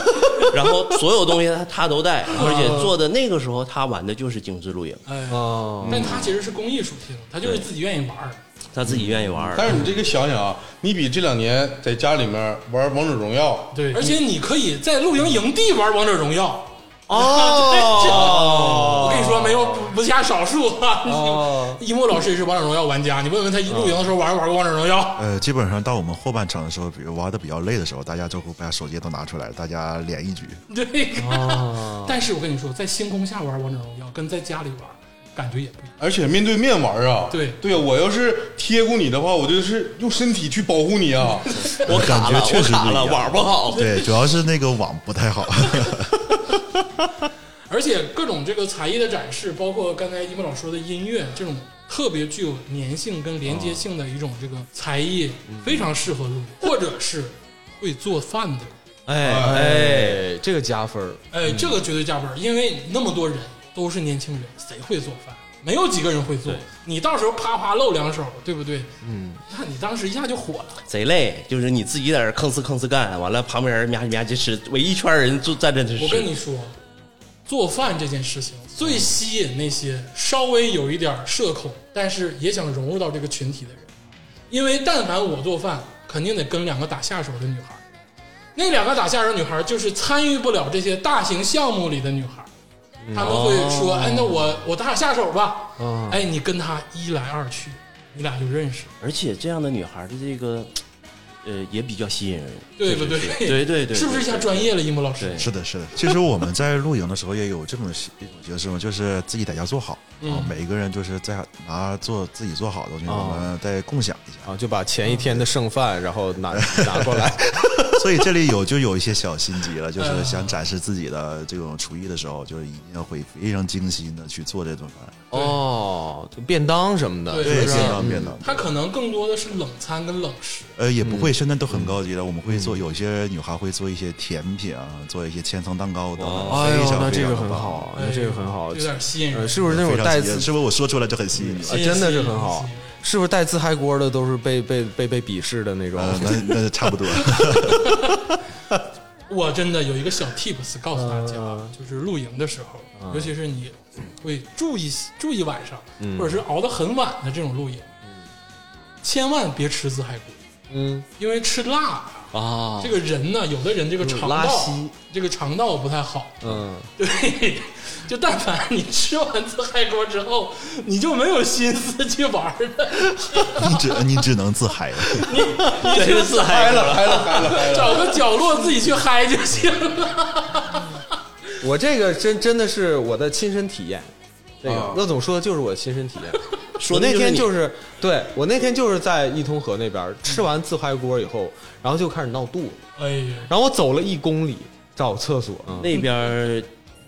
Speaker 4: 然后所有东西他他都带，而且做的那个时候他玩的就是精致露营，
Speaker 1: 哎，
Speaker 3: 哦，
Speaker 1: 但他其实是公益属性，他就是自己愿意玩儿。
Speaker 4: 他自己愿意玩儿。
Speaker 6: 但是你这个想想啊，你比这两年在家里面玩王者荣耀，
Speaker 1: 对，而且你可以在露营营地玩王者荣耀。 (laughs) 我
Speaker 3: 哦
Speaker 1: 跟你说，没有不不下少数啊。
Speaker 3: 哦
Speaker 1: (laughs) 一木老师也是王者荣耀玩家，你问问他一露营的时候玩没玩过王者荣耀？
Speaker 5: 呃，基本上到我们后半场的时候，比如玩的比较累的时候，大家就会把手机都拿出来，大家连一局。
Speaker 1: 对。
Speaker 3: 哦，
Speaker 1: (laughs) 但是我跟你说，在星空下玩王者荣耀，跟在家里玩感觉也不一样。
Speaker 6: 而且面对面玩啊，
Speaker 1: 对
Speaker 6: 对啊，我要是贴过你的话，我就是用身体去保护你啊。 (laughs)
Speaker 4: 我卡
Speaker 5: 感
Speaker 4: 了
Speaker 5: 觉，确
Speaker 4: 我
Speaker 5: 实不一样
Speaker 4: 卡了，网不好。
Speaker 5: 对，主要是那个网不太好。 (laughs)
Speaker 1: 而且各种这个才艺的展示，包括刚才一木老师说的音乐这种特别具有粘性跟连
Speaker 3: 哦
Speaker 1: 接性的一种这个才艺，
Speaker 3: 嗯
Speaker 1: 非常适合露营，或者是会做饭的。
Speaker 3: 哎哎，这个加分儿
Speaker 1: 哎，这个绝对加分儿，因为那么多人都是年轻人，谁会做饭？没有几个人会做。你到时候啪啪露两手，对不对？嗯，那你当时一下就火了。
Speaker 4: 贼累，就是你自己在这儿吭哧吭哧干，完了旁边人吧唧吧唧吃，围一圈人就站在这吃。
Speaker 1: 我跟你说，做饭这件事情最吸引那些稍微有一点社恐，但是也想融入到这个群体的人，因为但凡我做饭，肯定得跟两个打下手的女孩儿。那两个打下手的女孩儿就是参与不了这些大型项目里的女孩儿，她们会说：“哎，那我我打下手吧。
Speaker 3: 啊！
Speaker 1: 哎，你跟她一来二去，你俩就认识了，
Speaker 4: 而且这样的女孩的这个，呃，也比较吸引人，
Speaker 1: 对不对？
Speaker 4: 确实是对对对，
Speaker 1: 是不是一下专业了，一木老师
Speaker 4: 对？
Speaker 5: 是的，是的。其实我们在露营的时候也有这种习一种形式，就是自己在家做好，
Speaker 1: 嗯
Speaker 5: 啊，每一个人就是在拿做自己做好的东西，
Speaker 3: 哦
Speaker 4: (laughs)
Speaker 5: 我们再共享一下。
Speaker 3: (laughs) 啊，就把前一天的剩饭，然后拿拿过来，
Speaker 5: 所以这里有就有一些小心机
Speaker 4: 嗯
Speaker 5: 了，就是想展示自己的这种厨艺的时候，就是一定要会非常精心的去做这顿饭。
Speaker 3: 哦，就便当什么的，
Speaker 1: 对
Speaker 3: 是
Speaker 5: 对，
Speaker 3: 不
Speaker 5: 便
Speaker 3: 是？
Speaker 5: 当便当，
Speaker 1: 它可能更多的是冷餐跟冷食。
Speaker 5: 呃，也不
Speaker 3: 嗯
Speaker 5: 会，现在都很高级了。我们会做，有些女孩会做一些甜品啊，做一些千层蛋糕等等，
Speaker 3: 哎呦
Speaker 5: 非，常
Speaker 3: 那
Speaker 5: 非
Speaker 3: 这个
Speaker 5: 常
Speaker 3: 很
Speaker 5: 棒。
Speaker 3: 好，哦那这个很好
Speaker 1: 有，点吸引
Speaker 3: 呃，
Speaker 1: 人。
Speaker 3: 是不是那种
Speaker 5: 非常
Speaker 3: 带
Speaker 5: 吸
Speaker 3: 字
Speaker 5: 引是不是我说出来就很吸引你了
Speaker 3: 啊，？真的是很好。是不是带自嗨锅的都是被被被被鄙视的那种？
Speaker 5: 呃，那那差不多。
Speaker 1: 我真的有一个小 tips 告诉大家，
Speaker 3: 嗯
Speaker 1: 就是露营的时候，尤其是你会注意注意晚上，
Speaker 3: 嗯
Speaker 1: 或者是熬得很晚的这种露营，千万别吃自嗨锅，
Speaker 3: 嗯
Speaker 1: 因为吃辣啊
Speaker 3: 啊
Speaker 1: 这，个人呢，有的人这个肠
Speaker 3: 拉
Speaker 1: 道
Speaker 3: 稀，
Speaker 1: 这个肠道不太好， (laughs)
Speaker 3: 嗯，
Speaker 1: 对，就但凡你吃完自嗨锅之后，你就没有心思去玩儿了，
Speaker 5: (laughs) 你只你只能自嗨了。 (laughs)
Speaker 3: (laughs)
Speaker 1: 你就自嗨
Speaker 6: 嗨了嗨了嗨了嗨了，
Speaker 1: 找个角落自己去嗨就行 (laughs) 了。
Speaker 3: 我这个真真的是我的亲身体验，这个
Speaker 6: 啊
Speaker 3: 乐总说的就是我的亲身体验。
Speaker 4: 说
Speaker 3: 我
Speaker 4: 的
Speaker 3: 那天
Speaker 4: 就是
Speaker 3: 就是，对我那天就是在一通河那边吃完自嗨锅以后，然后就开始闹肚子，
Speaker 1: 哎呀，
Speaker 3: 然后我走了一公里找厕所，嗯
Speaker 4: 那边儿，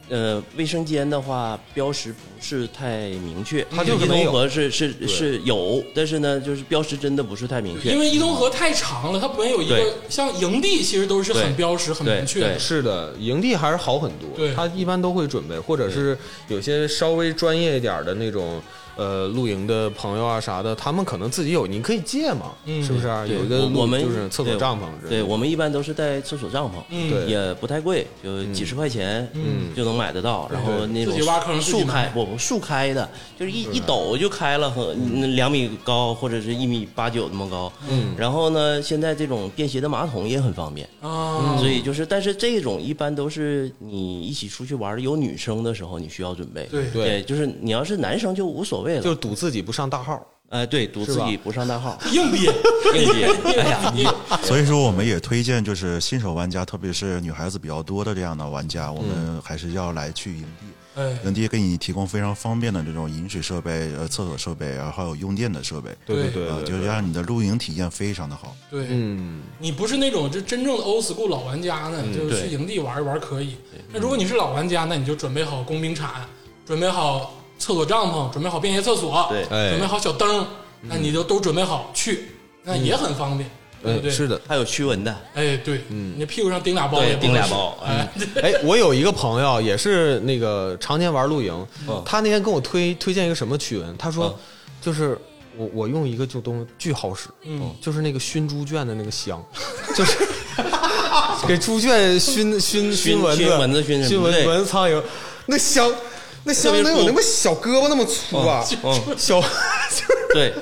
Speaker 4: 呃，卫生间的话标识不是太明确，
Speaker 3: 它就是
Speaker 4: 伊
Speaker 3: 没有
Speaker 4: 通河是是是有，但是呢，就是标识真的不是太明确，
Speaker 1: 因为伊通河太长了，它没有一个
Speaker 4: 对
Speaker 1: 像营地，其实都是很
Speaker 4: 对
Speaker 1: 标识、很明确的
Speaker 4: 对。
Speaker 3: 是的，营地还是好很多。
Speaker 1: 对
Speaker 3: 他一般都会准备，或者是有些稍微专业一点的那种，呃，露营的朋友啊啥的，他们可能自己有，你可以借嘛，是不是、啊？
Speaker 4: 嗯对
Speaker 3: 有一个
Speaker 4: 我
Speaker 3: 露
Speaker 4: 我们
Speaker 3: 就是厕所
Speaker 4: 对
Speaker 3: 帐篷之类
Speaker 4: 对
Speaker 3: 的，
Speaker 4: 我们一般都是带厕所帐篷，
Speaker 1: 嗯
Speaker 3: 对
Speaker 4: 也不太贵，就几十块钱，嗯，就能买得到。然后那种
Speaker 1: 自己挖坑自己
Speaker 4: 树开
Speaker 1: 埋
Speaker 4: 不不树开的，就是一一抖就开了，很两米高或者是一米八九那么高。嗯，然后呢，现在这种便携的马桶也很方便。
Speaker 1: 啊，
Speaker 4: 嗯所以就是，但是这种一般都是你一起出去玩儿，有女生的时候你需要准备。
Speaker 1: 对
Speaker 3: 对
Speaker 4: 就是你要是男生就无所谓了。
Speaker 3: 就是堵自己不上大号。
Speaker 4: 哎，对，独
Speaker 3: 是
Speaker 4: 自
Speaker 3: 吧
Speaker 4: 己不上大号，
Speaker 1: (laughs) 硬憋，
Speaker 4: 硬憋。哎呀，你
Speaker 5: 所以说，我们也推荐就是新手玩家，特别是女孩子比较多的这样的玩家，我
Speaker 3: 嗯
Speaker 5: 们还是要来去营地。
Speaker 1: 哎，
Speaker 5: 营地给你提供非常方便的这种饮水设备、呃厕所设备，然后还有用电的设备，
Speaker 1: 对
Speaker 3: 对
Speaker 5: 呃，
Speaker 3: 对
Speaker 5: 就是让你的露营体验非常的好。
Speaker 1: 对，
Speaker 3: 嗯，
Speaker 1: 你不是那种就真正的 old school 老玩家呢，
Speaker 4: 嗯
Speaker 1: 就是去营地玩一玩可以。那如果你是老玩家，那你就准备好工兵铲，准备好厕所帐篷，准备好便携厕所，
Speaker 4: 对嗯
Speaker 3: 哎
Speaker 1: 准备好小灯，那你就都准备好去，那也很方便，对不
Speaker 3: 哎，
Speaker 1: 对？
Speaker 3: 是的。
Speaker 4: 还有驱蚊的，
Speaker 1: 哎，对，你屁股上顶俩包也
Speaker 4: 嗯对，
Speaker 1: 不
Speaker 4: 顶俩
Speaker 1: 合适，
Speaker 4: 包，哎，
Speaker 3: 哎，我有一个朋友也是那个常年玩露营，他那天跟我推推荐一个什么驱蚊，他说
Speaker 4: 嗯
Speaker 3: 就是我我用一个就东西巨好使，
Speaker 1: 嗯，
Speaker 3: 就是那个熏猪圈的那个香， (laughs) 就是给猪圈熏熏
Speaker 4: 熏
Speaker 3: 蚊子
Speaker 4: 熏蚊子熏什么
Speaker 3: 熏蚊
Speaker 4: 对
Speaker 3: 蚊子苍蝇，那香那香
Speaker 4: 特别
Speaker 3: 能有
Speaker 4: 粗
Speaker 3: 那么小胳膊那么粗啊，(laughs)
Speaker 4: 嗯
Speaker 3: 小就是
Speaker 4: (laughs) 对，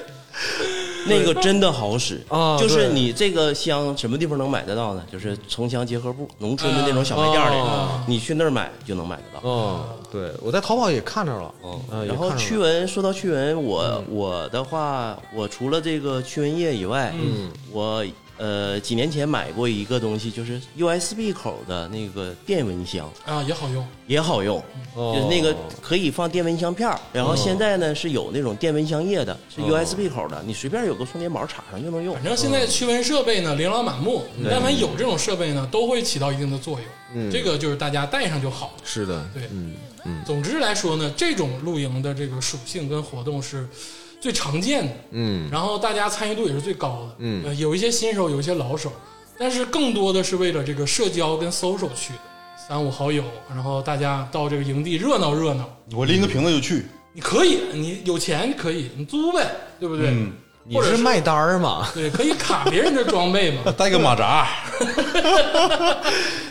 Speaker 4: 那个真的好使
Speaker 3: 啊
Speaker 4: 就是
Speaker 3: 对
Speaker 4: 你这个香什么地方能买得到呢？就是城乡结合部、农村的那种小卖店
Speaker 3: 啊
Speaker 4: 里，你去那儿买就能买得到。
Speaker 3: 嗯，对我在淘宝也看着了，嗯，
Speaker 4: 然后驱
Speaker 3: 蚊
Speaker 4: 蚊，说到驱蚊，我我的话，我除了这个驱蚊液以外，嗯，我呃几年前买过一个东西，就是 USB 口的那个电蚊香，
Speaker 1: 啊，也好用，
Speaker 4: 也好用，
Speaker 3: 哦
Speaker 4: 就是那个可以放电蚊香片儿。然后现在呢是有那种电蚊香液的，
Speaker 3: 哦
Speaker 4: 是 USB 口的，你随便有个充电宝插上就能用
Speaker 1: 反。正现在驱蚊设备呢琳琅满目，
Speaker 3: 嗯
Speaker 1: 但凡有这种设备呢，都会起到一定的作用。这个就是大家带上就好。
Speaker 3: 是的，
Speaker 1: 对，嗯嗯。总之来说呢，这种露营的这个属性跟活动是最常见的，
Speaker 3: 嗯，
Speaker 1: 然后大家参与度也是最高的，嗯、有一些新手，有一些老手，但是更多的是为了这个社交跟 social 去的，三五好友，然后大家到这个营地热闹热闹。
Speaker 6: 我拎个瓶子就去，
Speaker 1: 你可以，你有钱可以，你租呗，对不对？
Speaker 3: 嗯你
Speaker 1: 或者
Speaker 3: 是
Speaker 1: 是
Speaker 3: 卖单儿嘛？
Speaker 1: 对，可以卡别人的装备嘛。
Speaker 6: 带个马扎，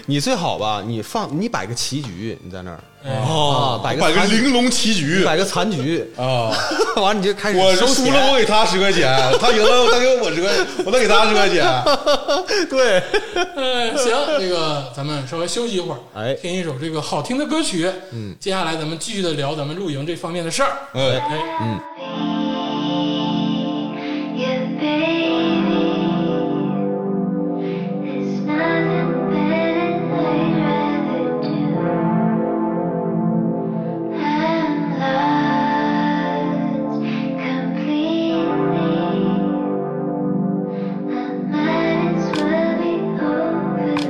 Speaker 3: 你最好吧，你放你摆个棋局，你在那儿啊，摆个
Speaker 6: 摆个
Speaker 3: 残
Speaker 6: 玲珑棋局
Speaker 3: 摆个残局， (laughs)
Speaker 6: 啊。
Speaker 3: 完你就开始
Speaker 6: 我
Speaker 3: 收
Speaker 6: 输
Speaker 3: 钱
Speaker 6: 了，我给他十块钱；他赢了，他给我十块，我再给他十块钱。
Speaker 3: 对，
Speaker 1: 呃， (laughs) 行，这个咱们稍微休息一会儿，
Speaker 3: 哎
Speaker 1: 听一首这个好听的歌曲。嗯，接下来咱们继续的聊咱们露营这方面的事儿。
Speaker 6: 哎，
Speaker 1: 哎，
Speaker 7: Your baby There's nothing better I'd rather do I'm lost completely I might as well be over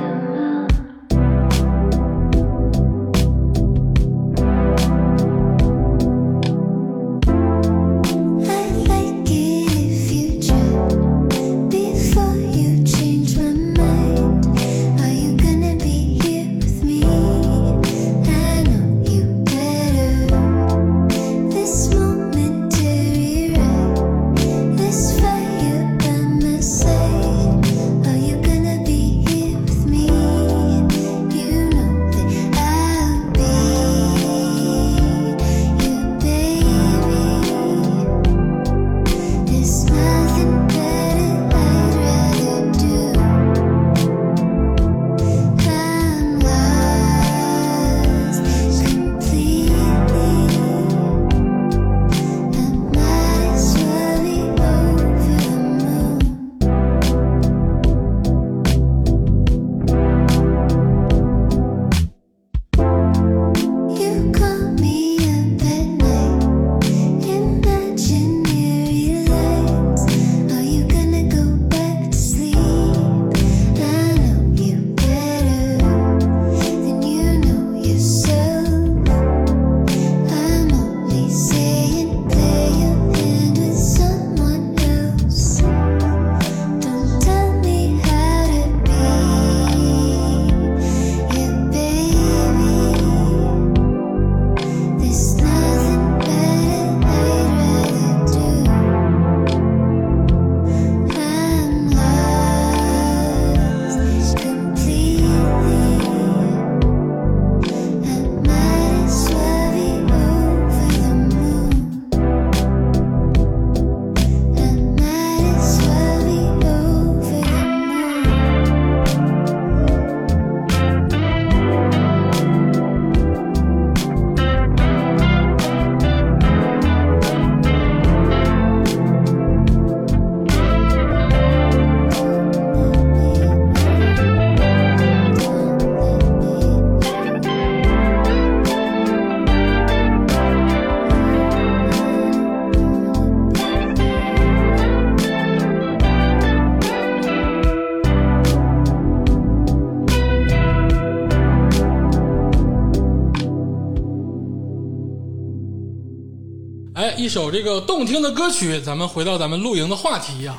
Speaker 1: 哎一首这个动听的歌曲，咱们回到咱们露营的话题呀、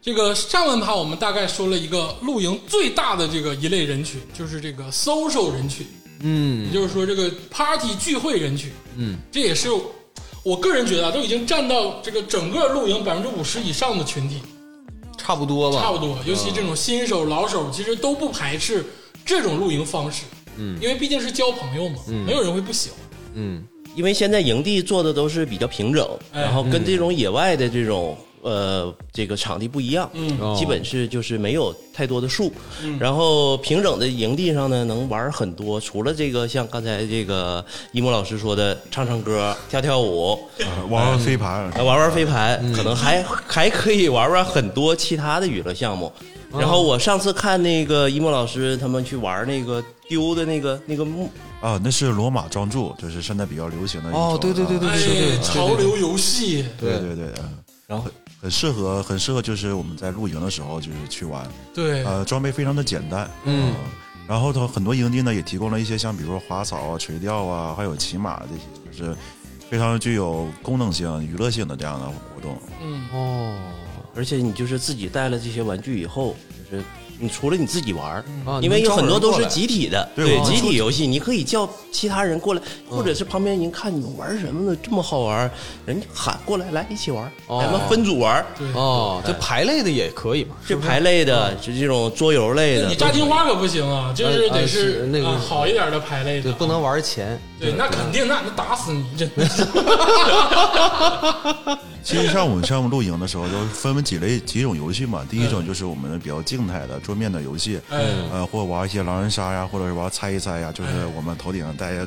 Speaker 1: 这个上半趴我们大概说了一个露营最大的这个一类人群，就是这个 social 人群，嗯，也就是说这个 party 聚会人群，嗯，这也是我个人觉得啊，都已经占到这个整个露营百分之五十以上的群体，
Speaker 3: 差不多吧，
Speaker 1: 差不多。尤其这种新手、老手，其实都不排斥这种露营方式，嗯，因为毕竟是交朋友嘛，
Speaker 3: 嗯
Speaker 1: 没有人会不喜欢。
Speaker 4: 因为现在营地做的都是比较平整，
Speaker 1: 哎
Speaker 4: 然后跟这种野外的这种呃这个场地不一样，
Speaker 1: 嗯
Speaker 4: 基本是就是没有太多的树，然后平整的营地上呢能玩很多，除了这个像刚才这个一木老师说的唱唱歌、跳
Speaker 1: (laughs)
Speaker 4: 跳舞、
Speaker 3: 啊
Speaker 5: 玩玩飞盘，
Speaker 4: 玩玩飞盘，
Speaker 1: 嗯
Speaker 4: 可能还 (laughs) 还可以玩玩很多其他的娱乐项目。
Speaker 1: 嗯
Speaker 4: 然后我上次看那个一木老师他们去玩那个丢的那个那个木
Speaker 5: 啊，那是罗马专注，就是现在比较流行的一种。啊
Speaker 3: 哦，对对对对
Speaker 1: 哎
Speaker 3: 对对，，
Speaker 1: 潮流游戏，
Speaker 5: 对对对，嗯
Speaker 4: 然后
Speaker 5: 很很适合，很适合，就是我们在露营的时候就是去玩，
Speaker 1: 对，
Speaker 3: 啊
Speaker 5: 呃，装备非常的简单，嗯。然后它很多营地呢也提供了一些像比如说滑草啊、垂钓啊，还有骑马这些，就是非常具有功能性、娱乐性的这样的活动。
Speaker 4: 而且你就是自己带了这些玩具以后，就是你除了你自己玩儿，
Speaker 3: 啊
Speaker 4: 因为有很多都是
Speaker 3: 你能招人过来
Speaker 4: 集体的，
Speaker 5: 对我们
Speaker 4: 集体游戏，你可以叫其他人过来，或者是旁边人看你们玩什么呢，这么好玩，人家喊过来来一起玩，
Speaker 3: 哦
Speaker 4: 咱们分组玩，
Speaker 1: 对
Speaker 3: 哦，这排类的也可以嘛，
Speaker 4: 这排类的，就这种桌游类的
Speaker 1: 你，炸金花可不行啊，就是得
Speaker 3: 呃啊是那个
Speaker 1: 啊好一点的排类的
Speaker 3: 对，
Speaker 1: 啊，
Speaker 3: 不能玩钱，
Speaker 1: 对，那肯定，那那打死你，真
Speaker 3: (laughs)
Speaker 1: 的是
Speaker 5: 其实像我们像我们露营的时候，都分为几类几种游戏嘛。第一种就是我们的比较静态的桌面的游戏，
Speaker 1: 哎
Speaker 5: 呃，或者玩一些狼人杀呀，或者是玩猜一猜呀，就是我们头顶上戴一个
Speaker 3: 哎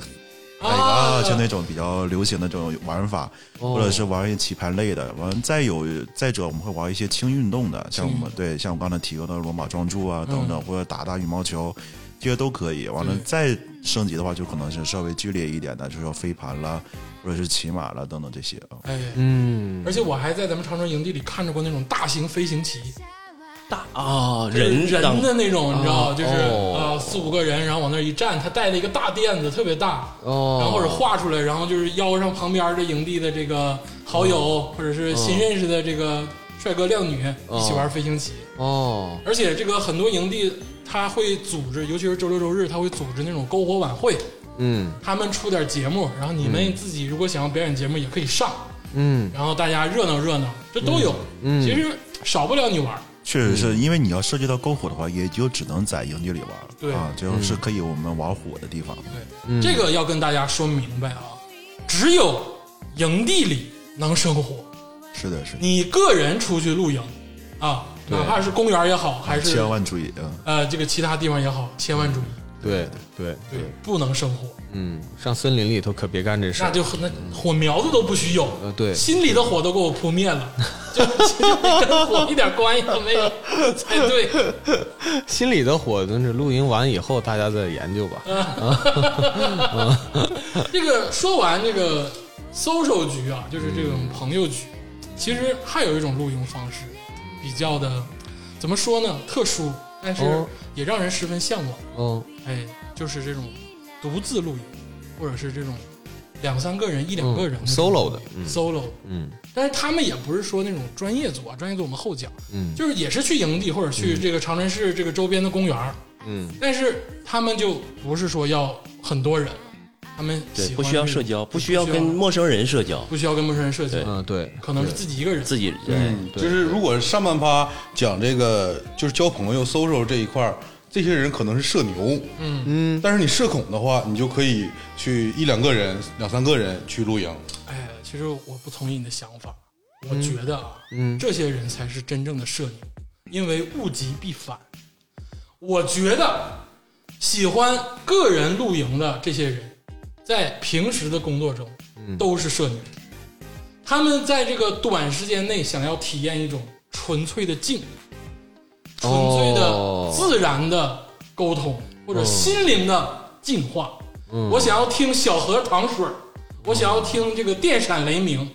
Speaker 5: 戴一个
Speaker 1: 啊
Speaker 5: 啊，就那种比较流行的这种玩法，
Speaker 1: 哦
Speaker 5: 或者是玩一些棋盘类的。完，再有再者，我们会玩一些轻运动的，像我们对像我刚才提到的罗马撞柱
Speaker 1: 嗯
Speaker 5: 啊等等，或者打打羽毛球。这些都可以，完了再升级的话，就可能是稍微剧烈一点的，就是说飞盘啦，或者是骑马啦等等这些啊。
Speaker 1: 哎，嗯，而且我还在咱们长春营地里看着过那种大型飞行棋，
Speaker 4: 大啊
Speaker 1: 就是
Speaker 4: 人当
Speaker 1: 人的那种，你知道，就是
Speaker 3: 哦
Speaker 1: 呃四五个人，然后往那儿一站，他带了一个大垫子，特别大，
Speaker 3: 哦
Speaker 1: 然后或者画出来，然后就是邀上旁边的营地的这个好友
Speaker 3: 嗯
Speaker 1: 或者是新认识的这个帅哥靓女一起玩飞行棋，
Speaker 3: 哦，
Speaker 1: 而且这个很多营地他会组织，尤其是周六周日，他会组织那种篝火晚会，
Speaker 3: 嗯
Speaker 1: 他们出点节目，然后你们自己如果想要表演节目也可以上，
Speaker 3: 嗯，
Speaker 1: 然后大家热闹热闹，这都有。
Speaker 3: 嗯
Speaker 1: 其实少不了你玩儿。
Speaker 5: 确实是因为你要涉及到篝火的话，也就只能在营地里玩了。
Speaker 1: 对嗯
Speaker 5: 啊，就是可以我们玩火的地方。
Speaker 1: 对，
Speaker 3: 嗯
Speaker 1: 这个要跟大家说明白啊，只有营地里能生活，
Speaker 5: 是的，是的，
Speaker 1: 你个人出去露营啊，哪怕是公园也好，还是
Speaker 5: 千万注意啊！
Speaker 1: 呃这个其他地方也好，千万注意，
Speaker 3: 对对
Speaker 1: 对，，不能生火，
Speaker 3: 嗯，上森林里头可别干这事
Speaker 1: 那
Speaker 3: 儿，
Speaker 1: 就那火苗子都不许有。
Speaker 3: 呃，对，
Speaker 1: 心里的火都给我扑灭了，就就跟火一点关系都没有，才对。
Speaker 3: 心里的火，等着露营完以后大家再研究吧。
Speaker 1: 这个说完这个 social 局啊，就是这种朋友局，其实还有一种露营方式，比较的怎么说呢，特殊，但是
Speaker 3: 哦
Speaker 1: 也让人十分向往。
Speaker 3: 嗯
Speaker 1: 哎，就是这种独自露营，或者是这种两三个人、一两个人、
Speaker 3: 嗯 solo 的嗯
Speaker 1: solo。
Speaker 3: 嗯
Speaker 1: 但是他们也不是说那种专业组啊，专业组我们后讲，
Speaker 3: 嗯
Speaker 1: 就是也是去营地或者去这个长春市这个周边的公园儿，
Speaker 3: 嗯，
Speaker 1: 但是他们就不是说要很多人，他们
Speaker 4: 对，
Speaker 1: 喜欢
Speaker 4: 不需要
Speaker 1: 这种
Speaker 4: 社交，不需要跟陌生人社交，
Speaker 1: 不需要跟陌生人社交，
Speaker 3: 嗯对，
Speaker 1: 可能是自己一个人。
Speaker 4: 自己
Speaker 6: 嗯，就是如果上半趴讲这个就是交朋友、social 这一块儿，这些人可能是社牛，嗯嗯，但是你社恐的话，你就可以去一两个人、两三个人去露营。
Speaker 1: 哎，其实我不同意你的想法，
Speaker 3: 嗯
Speaker 1: 我觉得啊，这些人才是真正的社牛，因为物极必反。我觉得喜欢个人露营的这些人，在平时的工作中
Speaker 3: 嗯
Speaker 1: 都是社牛，他们在这个短时间内想要体验一种纯粹的静，纯粹的
Speaker 3: 哦
Speaker 1: 自然的沟通，或者心灵的净化。
Speaker 3: 嗯
Speaker 1: 我想要听小河淌水儿，我想要听这个电闪雷鸣。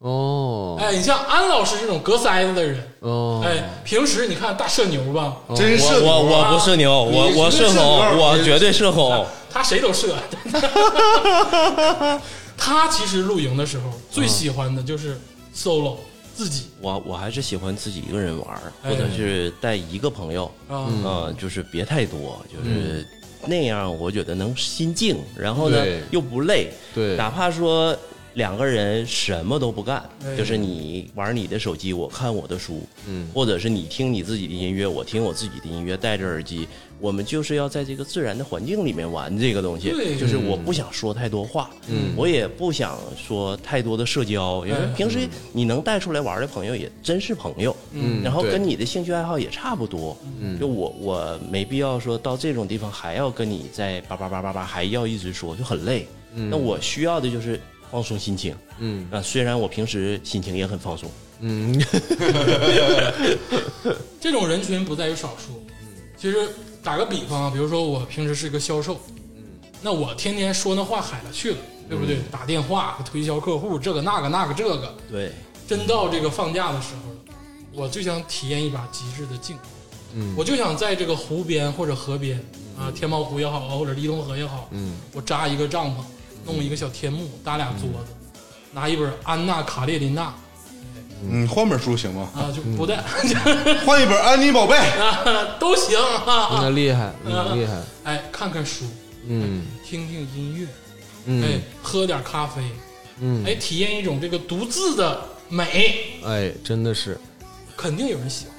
Speaker 3: 哦
Speaker 1: 哎，你像安老师这种隔腮子的人，
Speaker 3: 哦，
Speaker 1: 哎，平时你看大社牛吧，
Speaker 6: 真是
Speaker 4: 我
Speaker 6: 社牛啊
Speaker 4: 我我不社牛，我
Speaker 1: 你
Speaker 4: 我
Speaker 1: 是
Speaker 4: 社
Speaker 1: 社
Speaker 4: 恐，
Speaker 1: 牛
Speaker 4: 我
Speaker 1: 你
Speaker 4: 绝对社恐。
Speaker 1: 他谁都社，啊 (laughs) 他其实露营的时候最喜欢的就是 solo 自己
Speaker 4: 我我还是喜欢自己一个人玩儿，
Speaker 1: 哎
Speaker 4: 或者是带一个朋友，
Speaker 1: 啊，
Speaker 4: 嗯、就是别太多，就是那样，我觉得能心静，然后呢
Speaker 3: 对
Speaker 4: 又不累，
Speaker 3: 对
Speaker 4: 哪怕说两个人什么都不干
Speaker 1: 哎，
Speaker 4: 就是你玩你的手机，我看我的书，嗯，或者是你听你自己的音乐，我听我自己的音乐，戴着耳机，我们就是要在这个自然的环境里面玩这个东西
Speaker 1: 对，
Speaker 4: 就是我不想说太多话，嗯，我也不想说太多的社交，因为
Speaker 1: 哎
Speaker 4: 平时你能带出来玩的朋友也真是朋友，嗯，然后
Speaker 3: 对
Speaker 4: 跟你的兴趣爱好也差不多，嗯，就我我没必要说到这种地方还要跟你在叭叭叭叭叭还要一直说，就很累。那我需要的就是放松心情，嗯啊，虽然我平时心情也很放松，
Speaker 1: 这种人群不在于少数。其实打个比方啊，比如说我平时是一个销售，那我天天说那话海了去了，对不对？打电话推销客户，这个那个那个这个，
Speaker 4: 对，
Speaker 1: 真到这个放假的时候了，我就想体验一把极致的静。嗯，我就想在这个湖边或者河边
Speaker 3: 嗯
Speaker 1: 啊，天猫湖也好，或者黎东河也好，嗯，我扎一个帐篷，弄一个小天幕，
Speaker 3: 嗯
Speaker 1: 搭俩桌子，拿一本《安娜·卡列琳娜》
Speaker 6: 嗯，换本书行吗？
Speaker 1: 啊，
Speaker 3: 嗯
Speaker 1: 就不带、
Speaker 6: 换一本《安妮宝贝》。
Speaker 3: 嗯
Speaker 1: (laughs) 都行啊。
Speaker 3: 那厉害，嗯，厉害，
Speaker 1: 哎，看看书，
Speaker 3: 嗯
Speaker 1: 听听音乐，哎
Speaker 3: 嗯，
Speaker 1: 喝点咖啡，
Speaker 3: 嗯，
Speaker 1: 哎，体验一种这个独自的美，
Speaker 3: 哎，真的是，
Speaker 1: 肯定有人喜欢。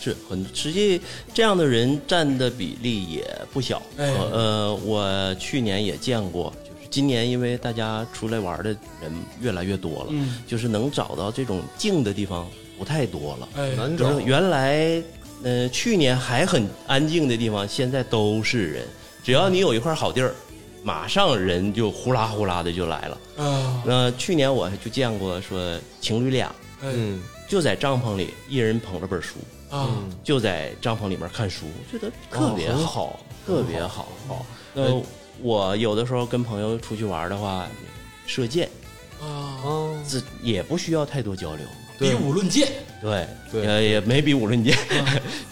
Speaker 4: 是很实际，这样的人占的比例也不小。
Speaker 1: 哎
Speaker 4: 呃，我去年也见过，就是今年因为大家出来玩的人越来越多了，
Speaker 1: 嗯
Speaker 4: 就是能找到这种静的地方不太多了。
Speaker 1: 哎，
Speaker 3: 难找
Speaker 4: 原原来，呃，去年还很安静的地方，现在都是人。只要你有一块好地儿，马上人就呼啦呼啦的就来了。
Speaker 1: 啊，
Speaker 4: 那去年我就见过说情侣俩
Speaker 1: 哎
Speaker 3: 嗯，
Speaker 4: 就在帐篷里，一人捧着本书，
Speaker 1: 啊，
Speaker 4: 就在帐篷里面看书，觉得特别
Speaker 3: 很
Speaker 4: 好，
Speaker 3: 好，
Speaker 4: 特别好。好，那我有的时候跟朋友出去玩的话，射箭，
Speaker 1: 啊，
Speaker 3: 哦，
Speaker 4: 这也不需要太多交流。
Speaker 1: 比武论剑
Speaker 4: 对，
Speaker 3: 对
Speaker 4: 呃，也没比武论 (laughs) 剑，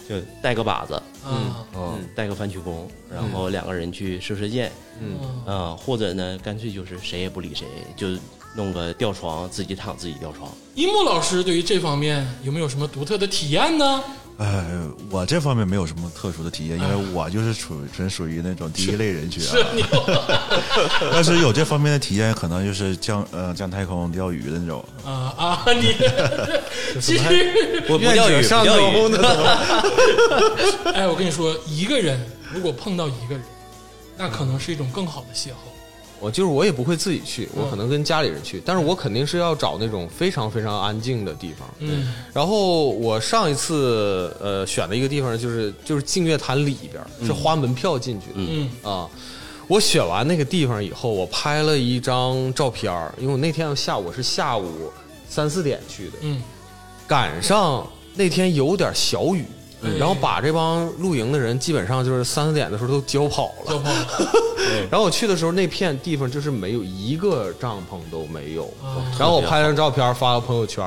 Speaker 4: 就带个靶子，
Speaker 1: 啊，
Speaker 4: 嗯，带个番茄弓，然后两个人去射射箭，
Speaker 1: 嗯
Speaker 4: 啊，或者呢，干脆就是谁也不理谁，就弄个吊床，自己躺自己吊床。
Speaker 1: 一木老师对于这方面有没有什么独特的体验呢？ (laughs)
Speaker 5: 呃，我这方面没有什么特殊的体验，因为我就是属纯属于那种第一类人群啊。
Speaker 1: 是你
Speaker 5: (laughs) 但是有这方面的体验，可能就是江呃江太空钓鱼的那种。
Speaker 1: 啊啊，你 (laughs) 其实，
Speaker 4: 我不钓鱼，
Speaker 3: 愿者上
Speaker 4: 不钓
Speaker 3: 钩
Speaker 4: 鱼，
Speaker 3: 呢，怎么
Speaker 1: 哎，我跟你说，一个人如果碰到一个人，那可能是一种更好的邂逅。
Speaker 3: (laughs) 我就是我也不会自己去，我可能跟家里人去，但是我肯定是要找那种非常非常安静的地方。
Speaker 1: 嗯，
Speaker 3: 然后我上一次呃选的一个地方就是就是净月潭里边儿，是花门票进去的。
Speaker 1: 嗯
Speaker 3: 啊，我选完那个地方以后，我拍了一张照片儿，因为我那天下午我是下午三四点去的，
Speaker 1: 嗯，
Speaker 3: 赶上那天有点小雨。
Speaker 1: 嗯
Speaker 3: 然后把这帮露营的人基本上就是三四点的时候都浇跑了，
Speaker 1: 小朋友
Speaker 3: 然后我去的时候，那片地方就是没有一个帐篷都没有
Speaker 1: 哦。
Speaker 3: 然后我拍张照片发到朋友圈，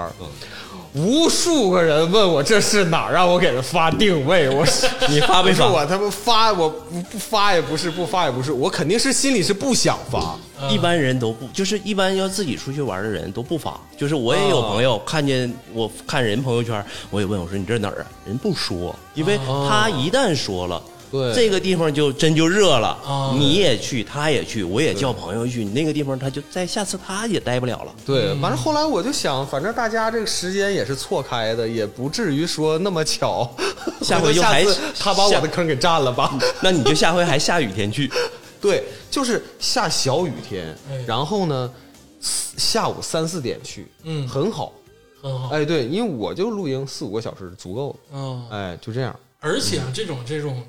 Speaker 3: 无数个人问我这是哪儿，让我给他发定位。我 (laughs) 是
Speaker 4: 你发没
Speaker 3: 不是
Speaker 4: 发？
Speaker 3: 我他妈发，我不不发也不是，不发也不是，我肯定是心里是不想发。
Speaker 4: 一般人都不，就是一般要自己出去玩的人都不发。就是我也有朋友看见我看人朋友圈，我也问我说你这哪儿啊？人不说，因为他一旦说了。
Speaker 3: 对
Speaker 4: 这个地方就真就热了，
Speaker 1: 啊
Speaker 4: 你也去，他也去，我也叫朋友去。你那个地方，他就在下次他也待不了了。
Speaker 3: 对，反正后来我就想，反正大家这个时间也是错开的，也不至于说那么巧。 (laughs)
Speaker 4: 下
Speaker 3: 回
Speaker 4: 回
Speaker 3: 头
Speaker 4: 就
Speaker 3: 下
Speaker 4: 还
Speaker 3: 次他把我
Speaker 4: 下
Speaker 3: 的坑给占了吧。
Speaker 4: 那你就下回还下雨天去，
Speaker 3: 对，就是下小雨天
Speaker 1: 哎，
Speaker 3: 然后呢，四下午三四点去，
Speaker 1: 嗯哦
Speaker 3: 很好。
Speaker 1: 很好，
Speaker 3: 哎，对，因为我就露营四五个小时足够了，
Speaker 1: 嗯，
Speaker 3: 哎，就这样。
Speaker 1: 而且啊，这种这种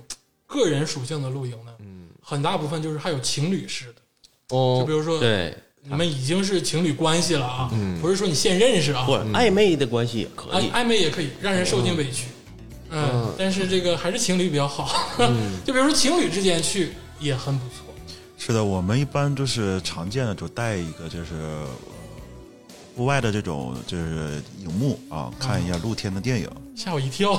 Speaker 1: 个人属性的露营呢，很大部分就是还有情侣式的，就
Speaker 3: 哦
Speaker 1: 比，如说
Speaker 4: 对，
Speaker 1: 你们已经是情侣关系了啊，不是说你现认识啊，
Speaker 4: 不暧昧的关系也可
Speaker 1: 暧
Speaker 4: 以。
Speaker 1: 暧昧也可以让人受尽委屈，嗯，但是这个还是情侣比较好， (laughs) 就比如说情侣之间去也很不错，
Speaker 5: 是的，我们一般就是常见的就带一个就是呃户外的这种就是荧幕啊，看一下露天的电影。
Speaker 1: 吓我一 (laughs) 跳，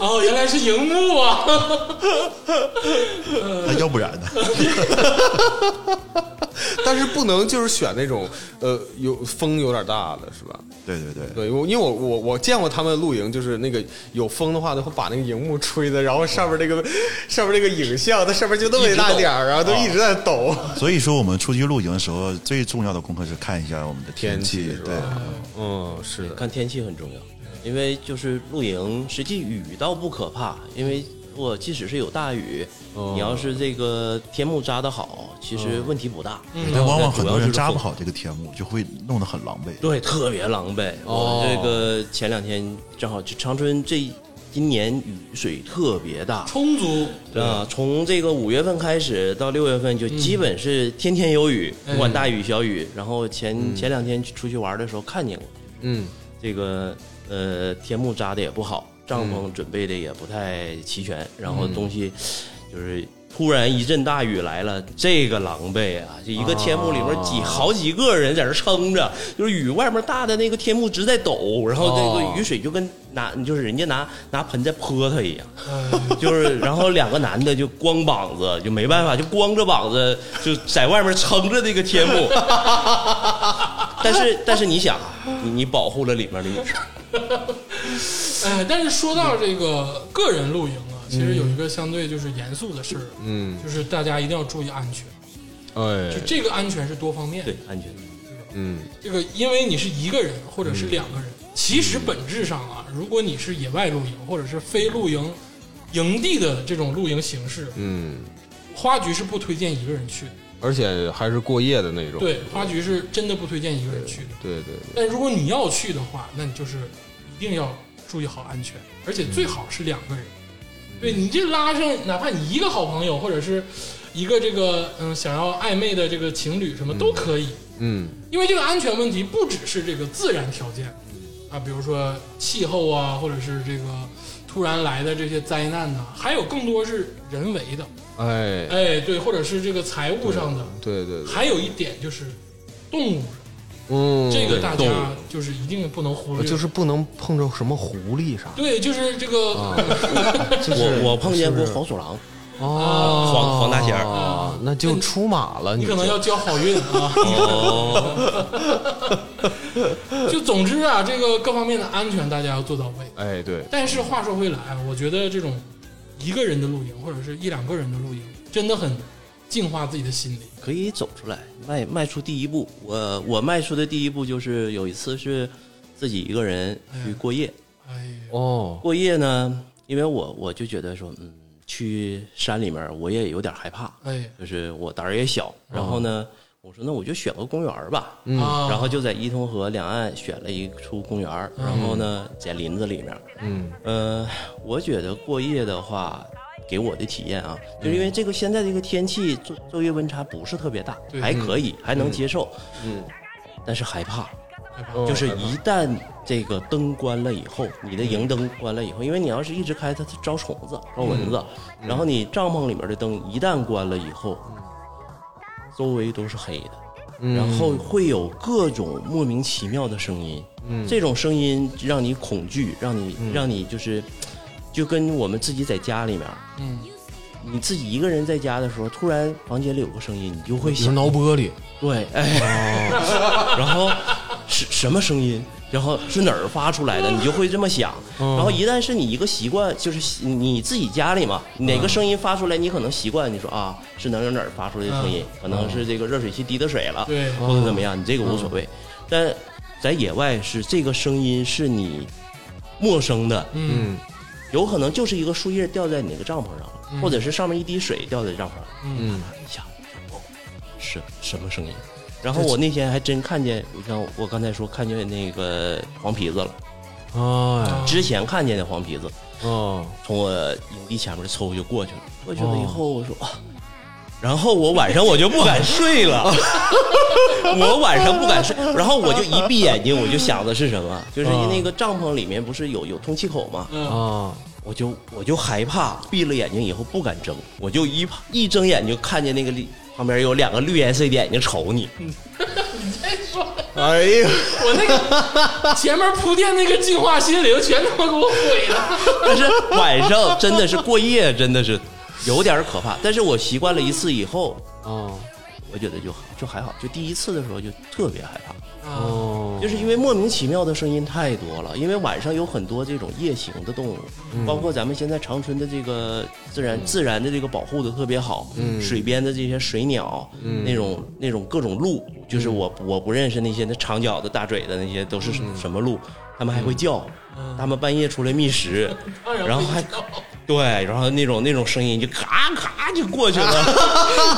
Speaker 1: 哦，原来是荧幕啊！
Speaker 5: 那呃要不然呢？ (laughs)
Speaker 3: 但是不能就是选那种呃有风有点大的是吧？
Speaker 5: 对对对，
Speaker 3: 对，我因为我我我见过他们露营，就是那个有风的话，他会把那个荧幕吹的，然后上面这
Speaker 1: 哦
Speaker 3: 个上面这个影像，它上面就那么一大点儿，然后都一直在抖。
Speaker 5: 所以说我们出去露营的时候，最重要的功课是看一下我们的天气。对，
Speaker 3: 嗯，是的，
Speaker 4: 看天气很重要，因为就是露营，实际雨倒不可怕，因为如果即使是有大雨，你要是这个天幕扎得好，其实问题不大。
Speaker 5: 但往往
Speaker 4: 主要
Speaker 5: 很多人
Speaker 4: 就是
Speaker 5: 扎不
Speaker 4: 风
Speaker 5: 好这个天幕，就会弄得很狼狈。
Speaker 4: 对，特别狼狈。我这个前两天正好，就长春这今年雨水特别大。
Speaker 1: 充 (laughs) 足，
Speaker 4: 啊，从这个五月份开始到六月份，就基本是天天有雨，不管大雨小雨。然后前、前两天去出去玩的时候看见过，
Speaker 3: 嗯，
Speaker 4: 这个呃天幕扎的也不好，帐篷准备的也不太齐全，然后东西就是突然一阵大雨来了，这个狼狈啊！就一个天幕里面几好几个人在那撑着，就是雨外面大的那个天幕直在抖，然后这个雨水就跟拿就是人家拿拿盆在泼他一样。
Speaker 1: 呃
Speaker 4: 就是，然后两个男的就光膀子，就没办法，就光着膀子就在外面撑着那个天幕。但是，但是你想，啊你你保护了里面的女生，
Speaker 1: 哎，但是说到这个个人露营啊，其实有一个相对就是严肃的事儿，嗯，就是大家一定要注意安全，
Speaker 3: 哎嗯
Speaker 1: 就这个安全是多方面的
Speaker 4: 对，安全。
Speaker 1: 这个因为你是一个人或者是两个人，其实本质上啊，
Speaker 3: 嗯
Speaker 1: 如果你是野外露营或者是非露营营地的这种露营形式，
Speaker 3: 嗯，
Speaker 1: 花局是不推荐一个人去的。
Speaker 3: 而且还是过夜的那种。
Speaker 1: 对，花局是真的不推荐一个人去的。
Speaker 3: 对对对，
Speaker 1: 但如果你要去的话，那你就是一定要注意好安全，而且最好是两个人。
Speaker 3: 嗯
Speaker 1: 对你这拉上，哪怕你一个好朋友，或者是一个这个嗯想要暧昧的这个情侣，什么都可以。
Speaker 3: 嗯，
Speaker 1: 因为这个安全问题不只是这个自然条件啊，比如说气候啊，或者是这个突然来的这些灾难呐、还有更多是人为的，
Speaker 3: 哎，
Speaker 1: 哎，对，或者是这个财务上的，
Speaker 3: 对对对，
Speaker 1: 还有一点就是动物，
Speaker 3: 嗯，
Speaker 1: 这个大家就是一定不能忽略，
Speaker 3: 啊就是不能碰着什么狐狸啥
Speaker 1: 对，就是这个、
Speaker 4: 我我碰见过黄鼠狼，
Speaker 3: 哦
Speaker 4: 黄黄大仙儿
Speaker 3: 啊，那就出马了，
Speaker 1: 你可能
Speaker 3: 就
Speaker 1: 要交好运啊。
Speaker 3: 哦
Speaker 1: (laughs) 就总之啊，这个各方面的安全大家要做到位。
Speaker 3: 哎对，
Speaker 1: 但是话说回来啊，我觉得这种一个人的露营或者是一两个人的露营，真的很净化自己的心灵。
Speaker 4: 可以走出来，迈迈出第一步。我我迈出的第一步就是有一次是自己一个人去过夜，
Speaker 1: 哎呀，
Speaker 3: 哦，
Speaker 4: 过夜呢，因为我我就觉得说，嗯，去山里面我也有点害怕，
Speaker 1: 哎
Speaker 4: 就是我胆儿也小，然后呢，我说那我就选个公园儿吧，嗯，
Speaker 1: 啊，
Speaker 4: 然后就在伊通河两岸选了一处公园儿，然后呢，在林子里面，嗯，呃，我觉得过夜的话，给我的体验啊，就是因为这个现在这个天气昼昼夜温差不是特别大，
Speaker 1: 对
Speaker 4: 还可以，还能接受，嗯，但是害怕，
Speaker 3: 哦
Speaker 4: 就是一旦这个灯关了以后，你的营灯关了以后，因为你要是一直开它，它招虫子、招蚊子，然后你帐篷里面的灯一旦关了以后，周围都是黑的。
Speaker 3: 嗯
Speaker 1: 嗯
Speaker 4: 然后会有各种莫名其妙的声音，
Speaker 1: 嗯
Speaker 4: 这种声音让你恐惧，让你、让你就是，就跟我们自己在家里面，
Speaker 1: 嗯，
Speaker 4: 你自己一个人在家的时候，突然房间里有个声音，你就会
Speaker 3: 比如
Speaker 4: 想，
Speaker 3: 挠玻璃，
Speaker 4: 对，哎，
Speaker 1: 哦
Speaker 4: (laughs) 然后是什么声音？然后是哪儿发出来的？你就会这么想。
Speaker 1: 嗯
Speaker 4: 然后一旦是你一个习惯，就是你自己家里嘛，哪
Speaker 1: 嗯
Speaker 4: 个声音发出来，你可能习惯，你说啊，是哪儿哪儿哪儿发出来的声音，可能是这个热水器滴的水了，
Speaker 1: 嗯对
Speaker 4: 或者怎么样，你这个无所谓。但在野外是这个声音是你陌生的，
Speaker 1: 嗯
Speaker 4: 有可能就是一个树叶掉在你那个帐篷上了，或者是上面一滴水掉在帐篷上，
Speaker 1: 嗯，
Speaker 4: 一下哦是什么声音？然后我那天还真看见，你看我刚才说看见那个黄皮子了，
Speaker 1: 啊
Speaker 3: 哎，
Speaker 4: 之前看见的黄皮子
Speaker 3: 哦，
Speaker 4: 从我营地前面抽就过去了，过去了以后我说，啊然后我晚上我就不敢睡了， (laughs) 我晚上不敢睡，然后我就一闭眼睛我就想的是什么，就是那个帐篷里面不是有有通气口吗？
Speaker 3: 啊，
Speaker 4: 我就我就害怕，闭了眼睛以后不敢睁，我就一一睁眼就看见那个里旁边有两个绿颜色眼睛瞅你，
Speaker 3: 哎呀，
Speaker 1: 我那个前面铺垫那个净化心灵全他妈给我毁
Speaker 4: (laughs)
Speaker 1: 了。
Speaker 4: 但是晚上真的是过夜，真的是有点可怕。但是我习惯了一次以后，
Speaker 3: 哦
Speaker 4: 我觉得就就还好。就第一次的时候就特别害怕，
Speaker 1: 嗯
Speaker 3: 哦，
Speaker 4: 就是因为莫名其妙的声音太多了，因为晚上有很多这种夜行的动物，
Speaker 1: 嗯
Speaker 4: 包括咱们现在长春的这个自然自然的这个保护的特别好，
Speaker 1: 嗯
Speaker 4: 水边的这些水鸟，那种那种各种鹿，
Speaker 1: 嗯
Speaker 4: 就是我我不认识那些那长脚的、大嘴的那些都是什
Speaker 1: 嗯
Speaker 4: 什么鹿，它们还会叫，它们半夜出来
Speaker 1: (laughs)
Speaker 4: 觅食，
Speaker 1: 当
Speaker 4: 然后
Speaker 1: 不
Speaker 4: 还
Speaker 1: 知道
Speaker 4: 对，然后那种那种声音就咔咔就过去了，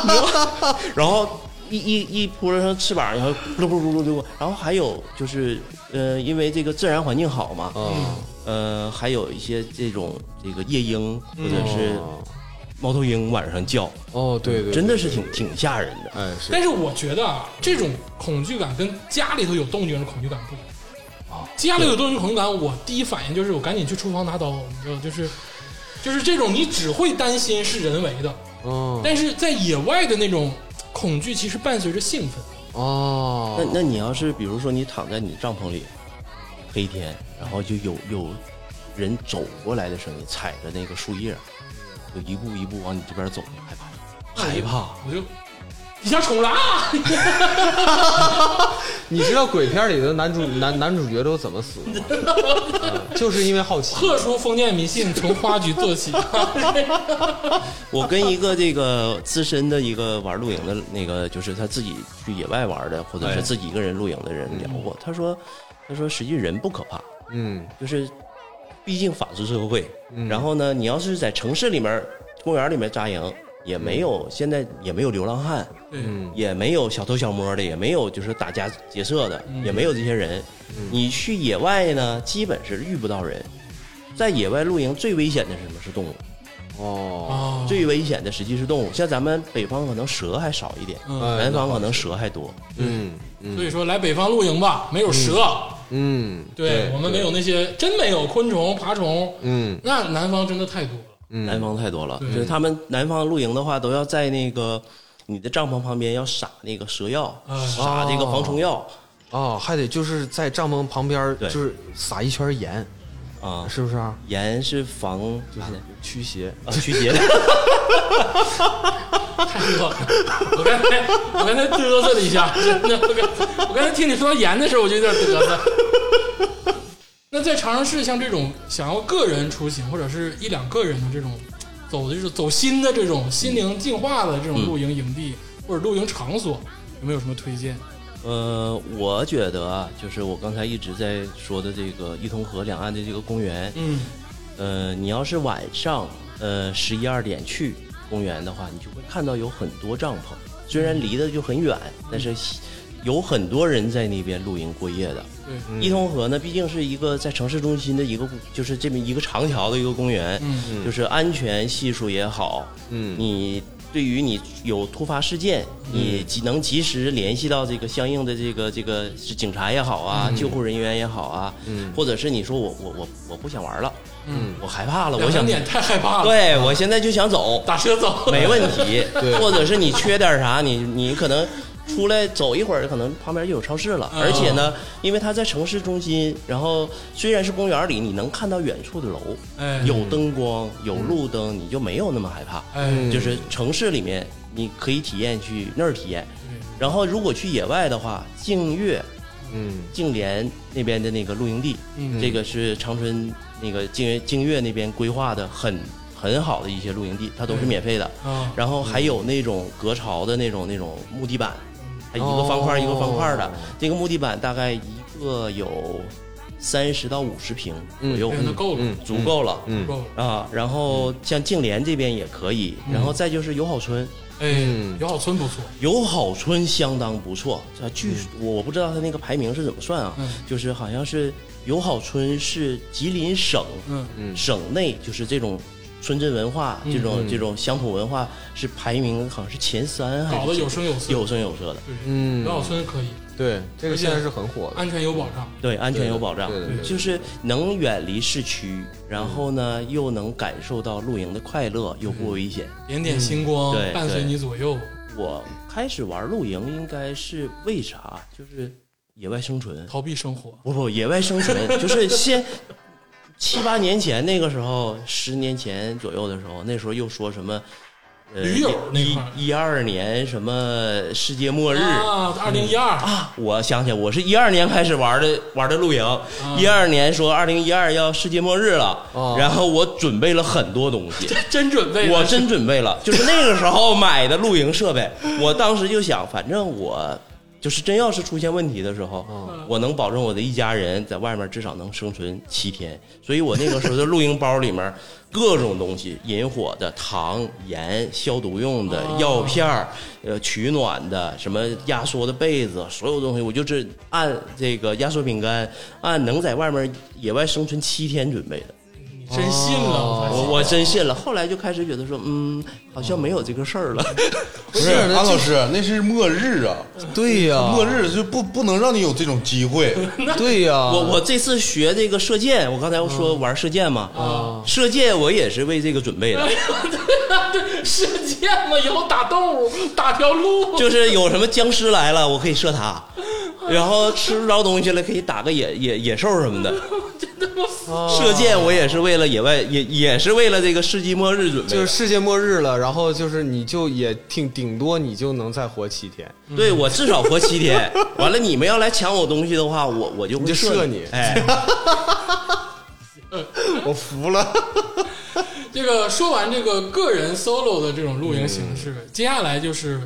Speaker 4: 你知
Speaker 3: (laughs)
Speaker 4: 道然后一一一扑上翅膀，然后噜噜噜噜就过。然后还有就是，呃，因为这个自然环境好嘛，
Speaker 3: 嗯
Speaker 4: 呃，还有一些这种这个夜鹰或者是猫头鹰晚上叫，
Speaker 3: 哦，嗯对对对，
Speaker 4: 真的是挺挺吓人的。
Speaker 3: 哎是
Speaker 1: 但是我觉得啊，这种恐惧感跟家里头有动静的恐惧感不一样。家里有动静恐惧感，我第一反应就是我赶紧去厨房拿刀，你知道，就是就是这种你只会担心是人为的，
Speaker 3: 哦
Speaker 1: 但是在野外的那种恐惧其实伴随着兴奋。
Speaker 4: 那
Speaker 3: 哦，
Speaker 4: 那你要是比如说你躺在你帐篷里，黑天，然后就有有人走过来的声音，踩着那个树叶，就一步一步往你这边走，你害怕，害怕。
Speaker 1: 我就一下冲了啊！ (laughs)
Speaker 3: 你知道鬼片里的男主男男主角都怎么死
Speaker 1: (laughs)
Speaker 3: 的吗？嗯就是因为好奇，
Speaker 1: 破除封建迷信，从花局做起。
Speaker 4: 我跟一个这个资深的一个玩露营的那个，就是他自己去野外玩的，或者是自己一个人露营的人聊过，他说，他说实际人不可怕，
Speaker 3: 嗯
Speaker 4: 就是毕竟法治社会，然后呢，你要是在城市里面、公园里面扎营，也没有、现在也没有流浪汉，
Speaker 1: 对，
Speaker 4: 也没有小偷小摸的，也没有就是打家劫舍的，也没有这些人。你去野外呢，基本是遇不到人。在野外露营最危险的是什么？是动物。
Speaker 3: (laughs) 哦
Speaker 1: 啊，
Speaker 4: 最危险的实际是动物，像咱们北方可能蛇还少一点，
Speaker 1: 嗯
Speaker 4: 南方可能蛇还多。
Speaker 3: 嗯
Speaker 1: 所以说来北方露营吧，没有蛇，
Speaker 3: 嗯
Speaker 1: 对我们没有那些真没有昆虫、爬虫，
Speaker 3: 嗯
Speaker 1: 那南方真的太多了。
Speaker 4: 南方太多了，就是他们南方露营的话，都要在那个你的帐篷旁边要撒那个蛇药，
Speaker 1: 哎
Speaker 4: 撒这个防虫药
Speaker 3: 哦，还得就是在帐篷旁边儿
Speaker 4: 对
Speaker 3: 就是撒一圈盐，
Speaker 4: 啊，
Speaker 3: 是不是啊？
Speaker 4: 盐是防就是
Speaker 3: 驱邪。
Speaker 4: (laughs) 啊驱邪的。
Speaker 1: 太饿了，我刚才我刚才嘚瑟了一下， (laughs) 真的，我刚我刚才听你说到盐的时候，我就有点嘚瑟。那在长沙市，像这种想要个人出行或者是一两个人的这种走的就是走新的这种心灵净化的这种露营营地、或者露营场所，有没有什么推荐？
Speaker 4: 呃，我觉得啊，就是我刚才一直在说的这个伊通河两岸的这个公园，
Speaker 1: 嗯，
Speaker 4: 呃，你要是晚上呃十一二点去公园的话，你就会看到有很多帐篷，虽然离得就很远，但是有很多人在那边露营过夜的。
Speaker 1: 对，
Speaker 4: 伊通河呢，毕竟是一个在城市中心的一个，就是这么一个长条的一个公园，
Speaker 1: 嗯
Speaker 4: 就是安全系数也好，嗯，你对于你有突发事件，
Speaker 1: 嗯
Speaker 4: 你及能及时联系到这个相应的这个这个是警察也好
Speaker 1: 嗯
Speaker 4: 啊，救护人员也好啊，嗯，或者是你说我我我我不想玩了，嗯，我害怕了，我
Speaker 1: 两三
Speaker 4: 想，
Speaker 1: 点太害怕了，，
Speaker 4: 对我现在就想走，
Speaker 1: 打车走，
Speaker 4: (laughs) 没问题。或者是你缺点啥，你你可能出来走一会儿，可能旁边就有超市了。
Speaker 1: 嗯
Speaker 4: 而且呢，因为它在城市中心，然后虽然是公园里，你能看到远处的楼，
Speaker 1: 哎
Speaker 4: 有灯光，有路灯，你就没有那么害怕。
Speaker 1: 哎，
Speaker 4: 就是城市里面，你可以体验去那儿体验。然后如果去野外的话，净月
Speaker 3: 嗯
Speaker 4: 净莲那边的那个露营地，
Speaker 1: 嗯
Speaker 4: 这个是长春那个净月净月那边规划的很很好的一些露营地，它都是免费的。
Speaker 1: 啊，
Speaker 4: 然后还有那种隔潮的那种那种木地板，它一个方块儿一个方块儿
Speaker 1: 哦
Speaker 4: 的，这个木地板大概一个有三十到五十平左右
Speaker 1: 哎，那够了，
Speaker 4: 足够了。
Speaker 3: 嗯
Speaker 1: 够了，
Speaker 4: 啊，然后像净莲这边也可以，
Speaker 1: 嗯
Speaker 4: 然后再就是友好村，嗯
Speaker 1: 哎，友好村不错，
Speaker 4: 友好村相当不错。啊，据我我不知道它那个排名是怎么算啊
Speaker 1: 嗯，
Speaker 4: 就是好像是友好村是吉林省
Speaker 1: 嗯，
Speaker 4: 省内就是这种村镇文化、这
Speaker 3: 嗯
Speaker 4: 种这种乡土文化是排名好像是前三还是
Speaker 1: 搞得有声有色，
Speaker 4: 有声有色的，
Speaker 1: 对，
Speaker 3: 嗯
Speaker 1: 友好村可以，
Speaker 3: 对，这个现在是很火的。
Speaker 1: 安全有保障，
Speaker 4: 对，安全有保障
Speaker 3: 对的对的，
Speaker 4: 就是能远离市区，然后
Speaker 3: 嗯
Speaker 4: 呢又能感受到露营的快乐，又不危险。
Speaker 1: 点点星光
Speaker 4: 嗯对
Speaker 1: 伴随你左右，
Speaker 3: 嗯
Speaker 4: 我开始玩露营应该是为啥？就是野外生存，
Speaker 1: 逃避生活，
Speaker 4: 不不，野外生存 (laughs) 就是先七八年前那个时候，十年前左右的时候，那时候又说什么。呃
Speaker 1: 驴友那
Speaker 4: 一
Speaker 1: 块儿
Speaker 4: 一二年什么世界末日
Speaker 1: 啊，二零一
Speaker 3: 嗯
Speaker 1: 二，
Speaker 4: 啊我想起来，我是一二年开始玩的玩的露营，
Speaker 1: 啊
Speaker 4: 一二、年说二零一二要世界末日了，
Speaker 3: 哦
Speaker 4: 然后我准备了很多东西，
Speaker 1: 真准备了，
Speaker 4: 我真准备了，就是那个时候买的露
Speaker 1: (laughs)
Speaker 4: 营设备，我当时就想，反正我就是真要是出现问题的时候，
Speaker 1: 嗯
Speaker 4: 我能保证我的一家人在外面至少能生存七天，所以我那个时候的露营包里面各种东西，引火的、糖、盐、消毒用的、
Speaker 1: 啊
Speaker 4: 药片儿、呃取暖的、什么压缩的被子，所有东西，我就是按这个压缩饼干，按能在外面野外生存七天准备的。
Speaker 1: 你真信 (laughs) 了，我发
Speaker 3: 哦
Speaker 4: 我
Speaker 1: 现
Speaker 4: 哦我真信了，后来就开始觉得说，嗯，好像没有这个事儿了。
Speaker 6: 不是安老师，那是末日啊，
Speaker 3: 对呀、
Speaker 6: 末日就不不能让你有这种机 (laughs) 会。啊
Speaker 3: 对呀、
Speaker 4: (laughs) 我我这次学这个射箭，我刚才说玩射箭嘛，射箭我也是为这个准
Speaker 1: (laughs)
Speaker 4: 备的，
Speaker 1: 对射箭嘛，以后打动物，打条路，
Speaker 4: 就是有什么僵尸来了，我可以射它，然后吃不着东西了，可以打个野野野兽什么的。
Speaker 3: 哦
Speaker 4: 射箭我也是为了野外，也也是为了这个世纪末日准备
Speaker 3: 就是
Speaker 4: 的。
Speaker 3: 世界末日了，然后就是你就也挺顶多你就能再活七天，
Speaker 4: 对我至少活
Speaker 3: (laughs)
Speaker 4: 七天，完了你们要来抢我东西的话，我我就
Speaker 3: 你
Speaker 4: 会
Speaker 3: 就射
Speaker 4: 你
Speaker 3: 你，
Speaker 4: 哎，
Speaker 3: 我服了。
Speaker 1: 这个说完这个个人 solo 的这种露营形式，接下来就是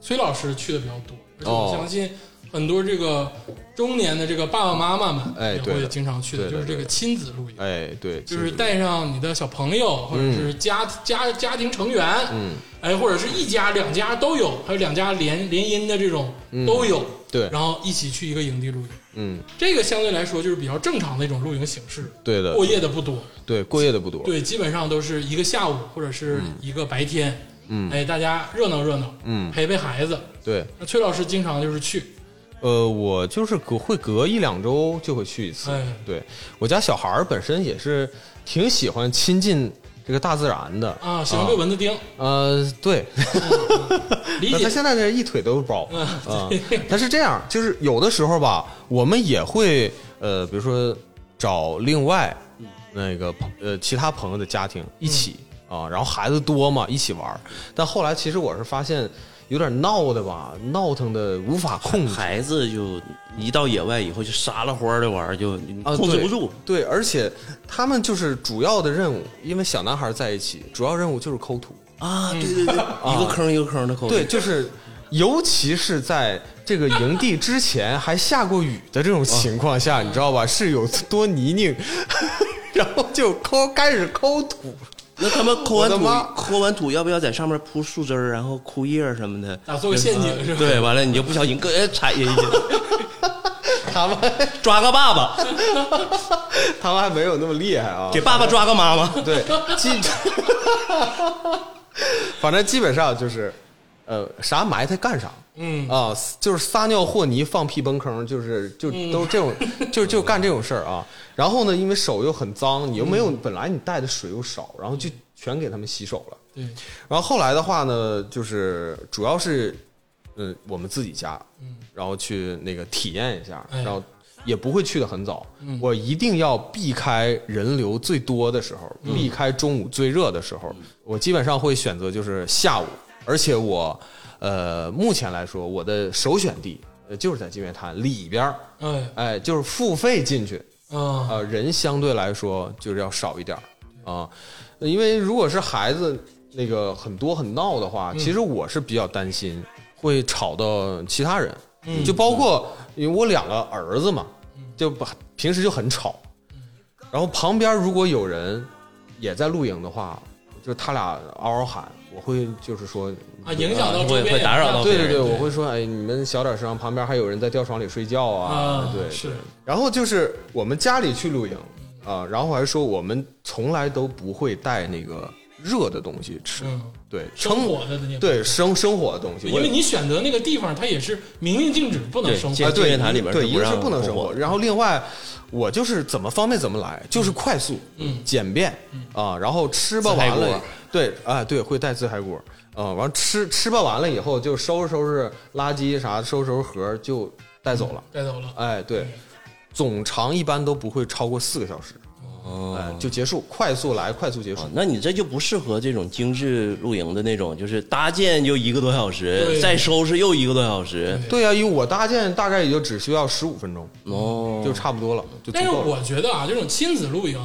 Speaker 1: 崔老师去的比较多，而且我
Speaker 3: 哦
Speaker 1: 相信很多这个中年的这个爸爸妈妈们
Speaker 3: 哎
Speaker 1: 也
Speaker 3: 对
Speaker 1: 会
Speaker 3: 的
Speaker 1: 经常去
Speaker 3: 对的
Speaker 1: 就是这个亲子露营，
Speaker 3: 哎，对，
Speaker 1: 就是带上你的小朋友或者是
Speaker 3: 嗯
Speaker 1: 家、家家庭成员，嗯，哎，或者是一家两家都有，还有两家联联姻的这种都有，
Speaker 3: 嗯对
Speaker 1: 然后一起去一个营地露营，
Speaker 3: 嗯，
Speaker 1: 这个相对来说就是比较正常的一种露营形式，
Speaker 3: 对的
Speaker 1: 过夜的不多，
Speaker 3: 对过夜的不多，
Speaker 1: 对，基本上都是一个下午或者是一个白天，嗯，哎，大家热闹热闹，
Speaker 3: 嗯
Speaker 1: 陪陪孩子。
Speaker 3: 对，
Speaker 1: 那崔老师经常就是去，
Speaker 3: 呃，我就是隔会隔一两周就会去一次。
Speaker 1: 哎
Speaker 3: 对我家小孩儿本身也是挺喜欢亲近这个大自然的
Speaker 1: 啊，喜欢被蚊子叮，
Speaker 3: 呃，对，
Speaker 1: 理
Speaker 3: 那他
Speaker 1: 解，
Speaker 3: 现在这一腿都是包
Speaker 1: 嗯
Speaker 3: 啊。他是这样，就是有的时候吧，我们也会呃，比如说找另外那个朋呃其他朋友的家庭一起
Speaker 4: 嗯
Speaker 3: 啊，然后孩子多嘛，一起玩儿。但后来其实我是发现有点闹的吧，闹腾的无法控制。
Speaker 4: 孩子就一到野外以后就撒了欢儿的玩儿，就你
Speaker 3: 啊，
Speaker 4: 控制
Speaker 3: 对
Speaker 4: 不住。
Speaker 3: 对，而且他们就是主要的任务，因为小男孩在一起，主要任务就是抠图。
Speaker 4: 啊，对对对，
Speaker 3: (laughs)
Speaker 4: 一个坑一个坑的口
Speaker 3: 嗯对，就是尤其是在这个营地之前还下过雨的这种情况下，
Speaker 4: 嗯
Speaker 3: 你知道吧？是有多泥泞， (laughs) 然后就抠开始抠土。
Speaker 4: 那他们抠完
Speaker 3: (laughs) 我的妈
Speaker 4: 土，抠完土要不要在上面铺树枝儿，然后枯叶儿什
Speaker 3: (laughs)
Speaker 4: 么的？
Speaker 1: 打做个陷
Speaker 3: 嗯
Speaker 1: 阱是吧？
Speaker 4: 对，完了你就不小心搁哎踩下一脚，
Speaker 3: 他们
Speaker 4: 抓个爸
Speaker 3: (laughs)
Speaker 4: 爸，
Speaker 3: 他们还没有那么厉害啊，
Speaker 4: 给爸爸抓个妈妈。
Speaker 3: (laughs)
Speaker 4: (laughs)
Speaker 3: 对，基， (laughs) 反正基本上就是，呃，啥埋汰干啥。
Speaker 1: 嗯
Speaker 3: 啊，就是撒尿和泥、放屁崩坑，就是就都这种，就就干这种事儿啊。然后呢，因为手又很脏，你又没有、本来你带的水又少，然后就全给他们洗手了。
Speaker 1: 对，
Speaker 3: 然后后来的话呢，就是主要是，嗯，我们自己家，然后去那个体验一下，
Speaker 1: 哎
Speaker 3: 然后也不会去的很早，我一定要避开人流最多的时候，避开中午最热的时候，我基本上会选择就是下午，而且我，呃，目前来说我的首选地。呃就是在金月潭里边儿
Speaker 1: 哎，
Speaker 3: 哎，就是付费进去，
Speaker 1: 嗯，
Speaker 3: 呃，人相对来说就是要少一点儿啊，因为如果是孩子那个很多很闹的话，其实我是比较担心会吵到其他人，
Speaker 1: 嗯
Speaker 3: 就包括因为我两个儿子嘛，就把平时就很吵，
Speaker 1: 嗯
Speaker 3: 然后旁边如果有人也在露营的话，就是他俩嗷嗷喊，我会就是说
Speaker 1: 啊，
Speaker 3: 呃
Speaker 1: 影响
Speaker 3: 嗯
Speaker 1: 到周
Speaker 4: 会
Speaker 1: 边
Speaker 4: 会打扰到
Speaker 1: 对
Speaker 3: 对对
Speaker 4: 别
Speaker 3: 对，我会说，哎，你们小点声，旁边还有人在吊床里睡觉啊
Speaker 1: 啊，，
Speaker 3: 对，
Speaker 1: 是
Speaker 3: 然后就是我们家里去露营啊，然后还说我们从来都不会带那个热的东西吃，
Speaker 1: 嗯，
Speaker 3: 对，
Speaker 1: 生
Speaker 3: 撑
Speaker 1: 火的那个
Speaker 3: 对生生火的东西，
Speaker 1: 对，
Speaker 3: 我
Speaker 1: 因为你选择那个地方，它也是明令禁止不能
Speaker 4: 对
Speaker 1: 生
Speaker 4: 见
Speaker 1: 火
Speaker 3: 啊，
Speaker 4: 金
Speaker 3: 对
Speaker 4: 月潭里边
Speaker 3: 对，
Speaker 4: 是不
Speaker 3: 一个是
Speaker 4: 让
Speaker 3: 不能生
Speaker 4: 生火
Speaker 3: 火，
Speaker 4: 的
Speaker 3: 然后另外我就是怎么方便怎么来，就是快速、
Speaker 1: 嗯
Speaker 3: 简便啊，然后吃吧
Speaker 4: 自嗨
Speaker 3: 完了
Speaker 4: 锅，
Speaker 3: 对啊，对，会带自嗨锅，嗯，完了吃吃吧完了以后就收拾收拾垃圾啥，收拾收拾盒儿就带走了。
Speaker 1: 带走了。
Speaker 3: 哎，对，总长一般都不会超过四个小时，
Speaker 4: 哦
Speaker 3: 哎，就结束，快速来，快速结束
Speaker 4: 啊。那你这就不适合这种精致露营的那种，就是搭建就一个多小时
Speaker 1: 对，
Speaker 4: 再收拾又一个多小时。
Speaker 3: 对呀、因为我搭建大概也就只需要十五分钟，
Speaker 4: 哦，
Speaker 3: 就差不多了，就足
Speaker 1: 但是
Speaker 3: 够了。
Speaker 1: 我觉得啊，这种亲子露营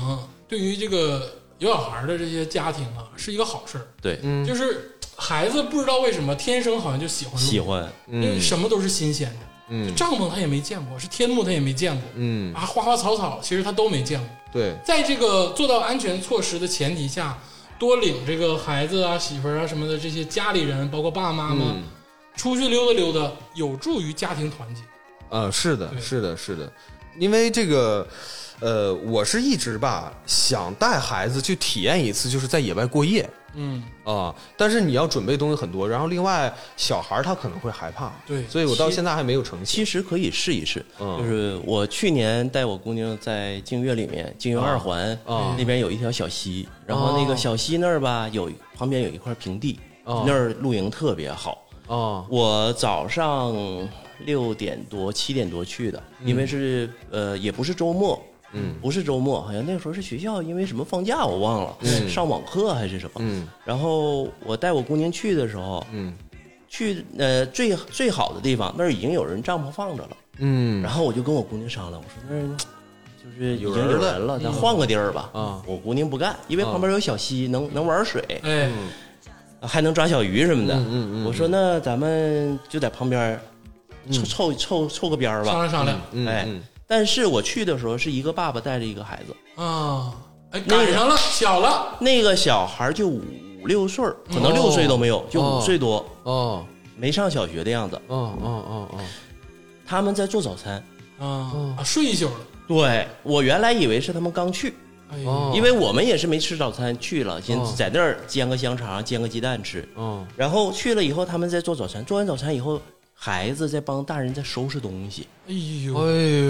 Speaker 1: 对于这个有小孩的这些家庭啊，是一个好事儿。
Speaker 4: 对，
Speaker 3: 嗯
Speaker 1: 就是孩子不知道为什么天生好像就喜欢露营
Speaker 4: 喜，欢。
Speaker 3: 嗯
Speaker 1: 因为什么都是新鲜的。嗯，帐篷他也没见过，是天幕他也没见过。
Speaker 3: 嗯，
Speaker 1: 啊，花花草草其实他都没见过。
Speaker 3: 对，
Speaker 1: 在这个做到安全措施的前提下，多领这个孩子啊、媳妇儿啊什么的这些家里人，包括爸妈妈，
Speaker 4: 嗯
Speaker 1: 出去溜达溜达，有助于家庭团结。
Speaker 3: 呃，是的，
Speaker 1: 对
Speaker 3: 是的，是的，因为这个，呃，我是一直吧想带孩子去体验一次，就是在野外过夜
Speaker 1: 嗯，
Speaker 3: 啊、但是你要准备东西很多，然后另外小孩儿他可能会害怕，
Speaker 1: 对
Speaker 3: 所以我到现在还没有成型。
Speaker 4: 其实可以试一试，
Speaker 3: 嗯
Speaker 4: 就是我去年带我姑娘在净月里面，净月二环、
Speaker 3: 啊
Speaker 4: 那边有一条小溪，然后那个小溪那儿吧，有旁边有一块平地，
Speaker 3: 哦
Speaker 4: 那儿露营特别好。
Speaker 3: 啊
Speaker 4: 我早上六点多七点多去的，
Speaker 3: 嗯
Speaker 4: 因为是呃也不是周末，嗯，不是周末，好像那时候是学校因为什么放假我忘了，上网课还是什么，
Speaker 3: 嗯，
Speaker 4: 然后我带我姑娘去的时候，
Speaker 3: 嗯，
Speaker 4: 去呃最最好的地方那儿已经有人帐篷放着了，
Speaker 3: 嗯
Speaker 4: 然后我就跟我姑娘商量，我说那儿就是已经
Speaker 3: 有
Speaker 4: 有
Speaker 3: 人了嗯
Speaker 4: 人了，咱换个地儿吧，
Speaker 3: 啊
Speaker 4: 我姑娘不干，因为旁
Speaker 3: 嗯
Speaker 4: 边有小溪，能能玩水，
Speaker 1: 哎，
Speaker 4: 还能抓小鱼什么
Speaker 3: 嗯
Speaker 4: 的。我说那咱们就在旁边儿凑凑凑凑个边儿
Speaker 1: 商
Speaker 4: 吧。
Speaker 1: 量商量、
Speaker 3: 嗯
Speaker 4: 哎
Speaker 3: 嗯，
Speaker 4: 但是我去的时候是一个爸爸带着一个孩子，
Speaker 1: 啊，哎，
Speaker 4: 嗯那个
Speaker 1: 赶上了，巧了，
Speaker 4: 那个小孩儿就五六岁儿，可能六岁都没有，就
Speaker 3: 哦
Speaker 4: 五岁多，
Speaker 3: 哦
Speaker 4: 没上小学的样子。
Speaker 3: 哦哦哦哦，
Speaker 4: 他们在做早餐。嗯
Speaker 1: 啊啊，睡一宿了。
Speaker 4: 对我原来以为是他们刚去，
Speaker 1: 哎呀，
Speaker 3: 哦
Speaker 4: 因为我们也是没吃早餐去了，先
Speaker 3: 哦
Speaker 4: 在那儿煎个香肠，煎个鸡蛋吃。
Speaker 3: 哦
Speaker 4: 然后去了以后，他们在做早餐，做完早餐以后，孩子在帮大人在收拾东西。
Speaker 1: 哎呦，
Speaker 3: 哎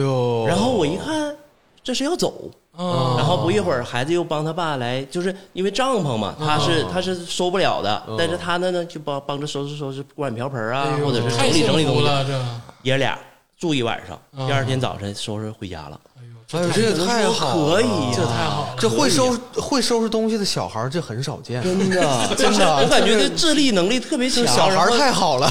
Speaker 1: 哦
Speaker 3: 呦，
Speaker 4: 然后我一看，这是要走，
Speaker 1: 啊，
Speaker 4: 然后不一会儿孩子又帮他爸来，就是因为帐篷嘛，
Speaker 1: 哦
Speaker 4: 他是他是收不了的，但是他呢呢就帮帮着收拾收拾锅碗瓢盆啊
Speaker 1: 哎，呦
Speaker 4: 或者是整
Speaker 1: 太
Speaker 4: 理
Speaker 1: 幸
Speaker 4: 整理东
Speaker 1: 福
Speaker 4: 西。
Speaker 1: 了，这，
Speaker 4: 爷俩住一晚上，
Speaker 1: 啊
Speaker 4: 第二天早晨收拾回家了，
Speaker 1: 哎呦，
Speaker 3: 哎呦，这也太好了，
Speaker 4: 可以呀
Speaker 1: 这太好了，
Speaker 3: 这会收会收拾东西的小孩儿，这很少见，
Speaker 4: 真
Speaker 3: (laughs)
Speaker 4: 的
Speaker 3: 真的
Speaker 1: 啊
Speaker 4: (laughs) 我感觉这智力能力特别
Speaker 3: 这
Speaker 4: 强，
Speaker 3: 小孩
Speaker 4: 然
Speaker 3: 儿
Speaker 4: 后
Speaker 3: 太好了。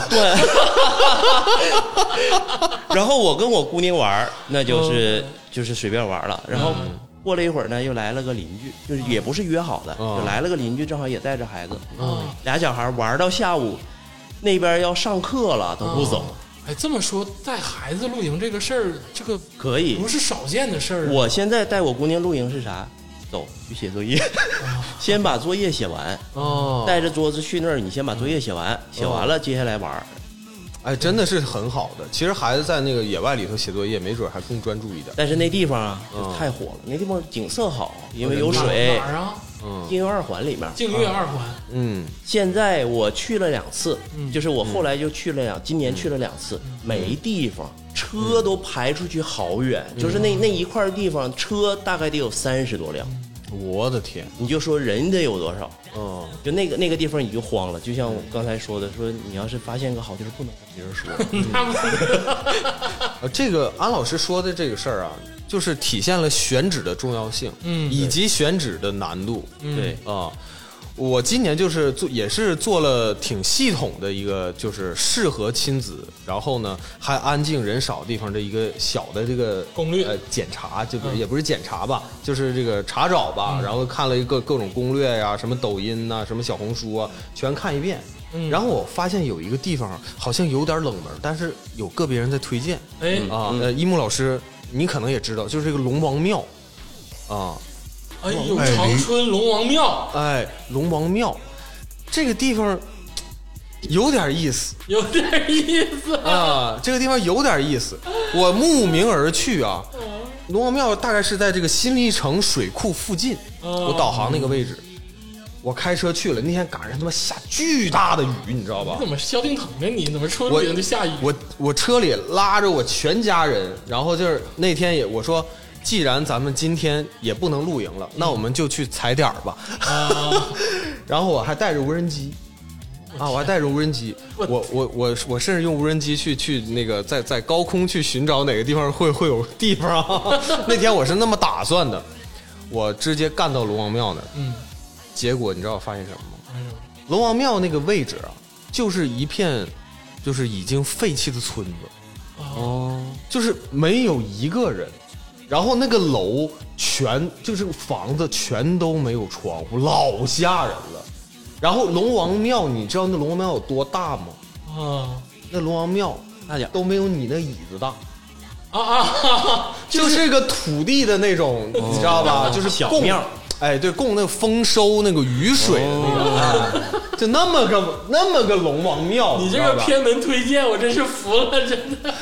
Speaker 4: 然后我跟我姑娘玩儿，那就是就是随便玩儿了。然后过了一会儿呢，又来了个邻居，就是也不是约好的，
Speaker 3: 嗯
Speaker 4: 就来了个邻居，正好也带着孩子，俩小孩玩到下午，那边要上课了都不走，
Speaker 1: 哎，这么说，带孩子露营这个事儿，这个
Speaker 4: 可以
Speaker 1: 不。是少见的事儿啊。
Speaker 4: 我现在带我姑娘露营是啥？走去写作业，先把作业写完，
Speaker 3: (laughs) 哦，
Speaker 4: 带着桌子去那儿，你先把作业写完，写完了接下来玩儿。
Speaker 3: 哎，真的是很好的。其实孩子在那个野外里头写作业，没准还更专注一点。
Speaker 4: 但是那地方啊，
Speaker 3: 嗯
Speaker 4: 就太火了，那地方景色好，因为有水
Speaker 1: 哪，儿啊？
Speaker 4: 金融二环里面。
Speaker 1: 净月二环，
Speaker 3: 嗯，
Speaker 4: 现在我去了两次，
Speaker 1: 嗯
Speaker 4: 就是我后来就去了两，今年去了两次，没地方，车都排出去好远，就是那那一块地方，车大概得有三十多辆，
Speaker 3: 我的天，
Speaker 4: 你就说人得有多少？
Speaker 3: 嗯，
Speaker 4: 就那个那个地方你就慌了，就像我刚才说的，说你要是发现个好地儿，不能跟别人说，
Speaker 1: 那不
Speaker 3: 呃，这个安老师说的这个事儿啊，就是体现了选址的重要性，
Speaker 1: 嗯
Speaker 3: 以及选址的难度，
Speaker 4: 对，
Speaker 3: 啊、我今年就是做，也是做了挺系统的一个，就是适合亲子，然后呢还安静人少地方的一个小的这个
Speaker 1: 攻略嗯
Speaker 3: 呃，检查就不是、也不是检查吧，就是这个查找吧，然后看了一个各种攻略呀、什么抖音呐、什么小红书啊，全看一遍。
Speaker 1: 嗯
Speaker 3: 然后我发现有一个地方好像有点冷门，但是有个别人在推荐，
Speaker 1: 哎
Speaker 3: 啊，呃，一木老师，你可能也知道，就是这个龙王庙，啊，
Speaker 1: 哎呦，长春龙王庙
Speaker 3: 哎，龙王庙这个地方有点意思
Speaker 1: 有点意思 (laughs)
Speaker 3: 啊，这个地方有点意思，我慕名而去啊。龙王庙大概是在这个新立城水库附近，
Speaker 1: 哦
Speaker 3: 我导航那个位置，我开车去了。那天赶上他妈下巨大的雨，你知道吧
Speaker 1: 你？怎么萧敬腾呢？你怎么出
Speaker 3: 我
Speaker 1: 露营就下雨？
Speaker 3: 我我车里拉着我全家人，然后就是那天也我说，既然咱们今天也不能露营了，那我们就去踩点儿吧。
Speaker 1: 啊，
Speaker 3: 然后我还带着无人机，啊，我还带着无人机，
Speaker 1: 我
Speaker 3: 我我我我甚至用无人机去去那个在在高空去寻找哪个地方会会有地方、啊。 (laughs) 那天我是那么打算的，我直接干到龙王庙那儿，
Speaker 1: 嗯，
Speaker 3: 结果你知道我发现什么吗？
Speaker 1: 哎呦
Speaker 3: 龙王庙那个位置啊，就是一片就是已经废弃的村子，哦，就是没有一个人，然后那个楼全就是房子全都没有窗户，老吓人了。然后龙王庙，你知道那龙王庙有多大吗？
Speaker 1: 啊
Speaker 3: 那龙王庙
Speaker 4: 大点儿
Speaker 3: 都没有你那椅子大，
Speaker 1: 啊啊！
Speaker 3: 就是个土地的那种，你知道吧？就是
Speaker 4: 小
Speaker 3: 供
Speaker 4: 庙，
Speaker 3: 哎，对，供那个丰收那个雨水的那个，哎就那么个那么个龙王庙，
Speaker 1: 你
Speaker 3: 你
Speaker 1: 这
Speaker 3: 知道
Speaker 1: 个
Speaker 3: 吧
Speaker 1: 偏门推荐，我真是服了，真的。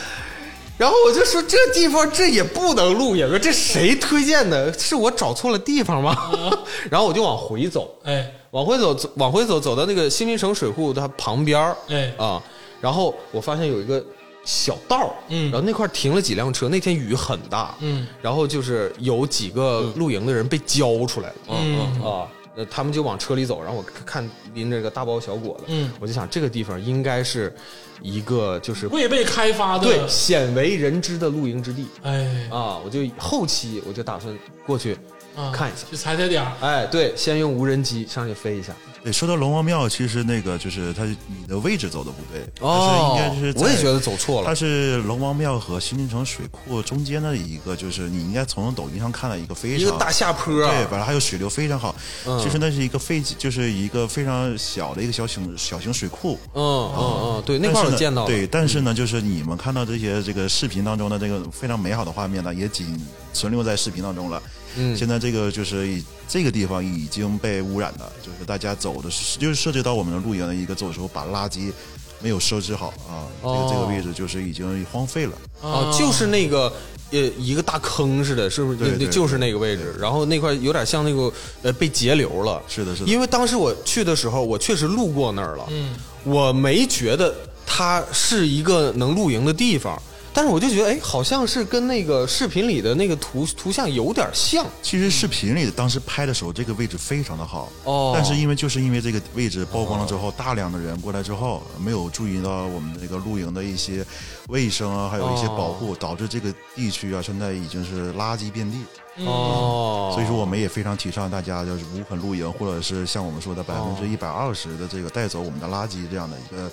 Speaker 3: 然后我就说这地方这也不能露营啊，这谁推荐的？是我找错了地方吗？
Speaker 1: 嗯
Speaker 3: (laughs) 然后我就往回走，
Speaker 1: 哎
Speaker 3: 往回走，走往回走，走到那个新民城水库它旁边儿
Speaker 1: 哎
Speaker 3: 啊，然后我发现有一个小道儿
Speaker 1: 嗯
Speaker 3: 然后那块儿停了几辆车，那天雨很大，
Speaker 1: 嗯，
Speaker 3: 然后就是有几个露营的人被浇出来了，
Speaker 1: 嗯
Speaker 3: 啊。那他们就往车里走，然后我看拎着个大包小裹的，
Speaker 1: 嗯
Speaker 3: 我就想这个地方应该是一个就是
Speaker 1: 未被开发的，
Speaker 3: 对，鲜为人知的露营之地
Speaker 1: 哎
Speaker 3: 啊！我就后期我就打算过去
Speaker 1: 啊，
Speaker 3: 看一下，
Speaker 1: 去踩踩点儿。
Speaker 3: 哎，对，先用无人机上去飞一下。
Speaker 5: 对，说到龙王庙，其实那个就是它你的位置走的不对，
Speaker 3: 哦
Speaker 5: 它是应该是在
Speaker 3: 我也觉得走错了
Speaker 5: 它是龙王庙和新民城水库中间的一个，就是你应该从抖音上看到一个非常
Speaker 3: 一个大下坡啊嗯
Speaker 5: 对，完了还有水流非常好。其实那是一个废，就是一个非常小的一个小型小型水库。
Speaker 3: 嗯嗯嗯，对，那
Speaker 5: 但
Speaker 3: 块
Speaker 5: 是
Speaker 3: 儿我
Speaker 5: 呢
Speaker 3: 见到了，
Speaker 5: 对，但是呢，就是你们看到这些这个视频当中的这个非常美好的画面呢，也仅存留在视频当中了。嗯，现在这个就是以这个地方已经被污染了，就是大家走的是，就是涉及到我们的露营的一个走的时候，把垃圾没有收拾好啊，这个、
Speaker 3: 哦
Speaker 5: 这个位置就是已经荒废了。
Speaker 3: 哦，就是那个呃一个大坑似的，是不是？
Speaker 5: 对对对
Speaker 3: 就是那个位置。然后那块有点像那个呃被截流了。
Speaker 5: 是的是的
Speaker 3: 因为当时我去的时候，我确实路过那儿了，嗯，我没觉得它是一个能露营的地方。但是我就觉得，哎，好像是跟那个视频里的那个图图像有点像，
Speaker 5: 其实视频里当时拍的时候，这个位置非常的好，
Speaker 3: 哦
Speaker 5: 但是因为就是因为这个位置曝光了之后，大量的人过来之后，没有注意到我们这个露营的一些卫生啊，还有一些保护，导致这个地区啊现在已经是垃圾遍地。
Speaker 1: 嗯
Speaker 3: 哦
Speaker 5: 嗯所以说，我们也非常提倡大家就是无痕露营，或者是像我们说的百分之一百二十的这个带走我们的垃圾这样的一个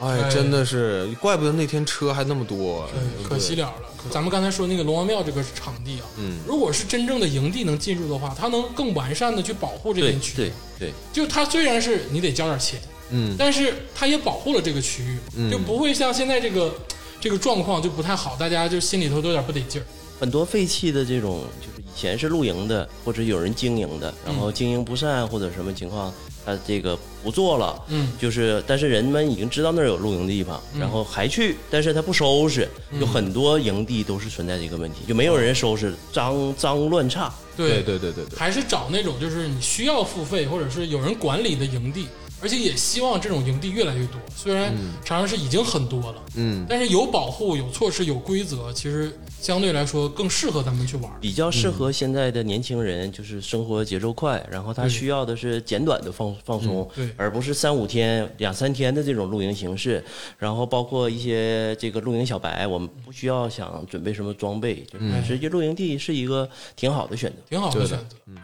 Speaker 3: 哎，真的是，怪不得那天车还那么多。
Speaker 1: 哎可惜了了。咱们刚才说那个龙王庙这个场地啊，嗯，如果是真正的营地能进入的话，它能更完善的去保护这
Speaker 4: 对
Speaker 1: 片区。
Speaker 4: 对对，
Speaker 1: 就它虽然是你得交点钱，
Speaker 3: 嗯
Speaker 1: 但是它也保护了这个区域，就不会像现在这个这个状况就不太好，大家就心里头都有点不得劲儿。
Speaker 4: 很多废弃的这种，就是以前是露营的，或者有人经营的，然后经营不善或者什么情况，他这个不做了，
Speaker 1: 嗯
Speaker 4: 就是但是人们已经知道那儿有露营地方，然后还去，但是他不收拾，有很多营地都是存在这个问题，就没有人收拾，脏脏乱差，
Speaker 1: 对
Speaker 3: 对对对对，
Speaker 1: 还是找那种就是你需要付费或者是有人管理的营地，而且也希望这种营地越来越多。虽然长安市已经很多了，
Speaker 3: 嗯，
Speaker 1: 但是有保护、有措施、有规则，其实相对来说更适合咱们去玩。
Speaker 4: 比较适合现在的年轻人，就是生活节奏快，然后他需要的是简短的放放松
Speaker 1: 对，
Speaker 4: 而不是三五天、两三天的这种露营形式。然后包括一些这个露营小白，我们不需要想准备什么装备，就是直接露营地是一个挺好的选择。
Speaker 1: (laughs) 挺好的嗯选择。对，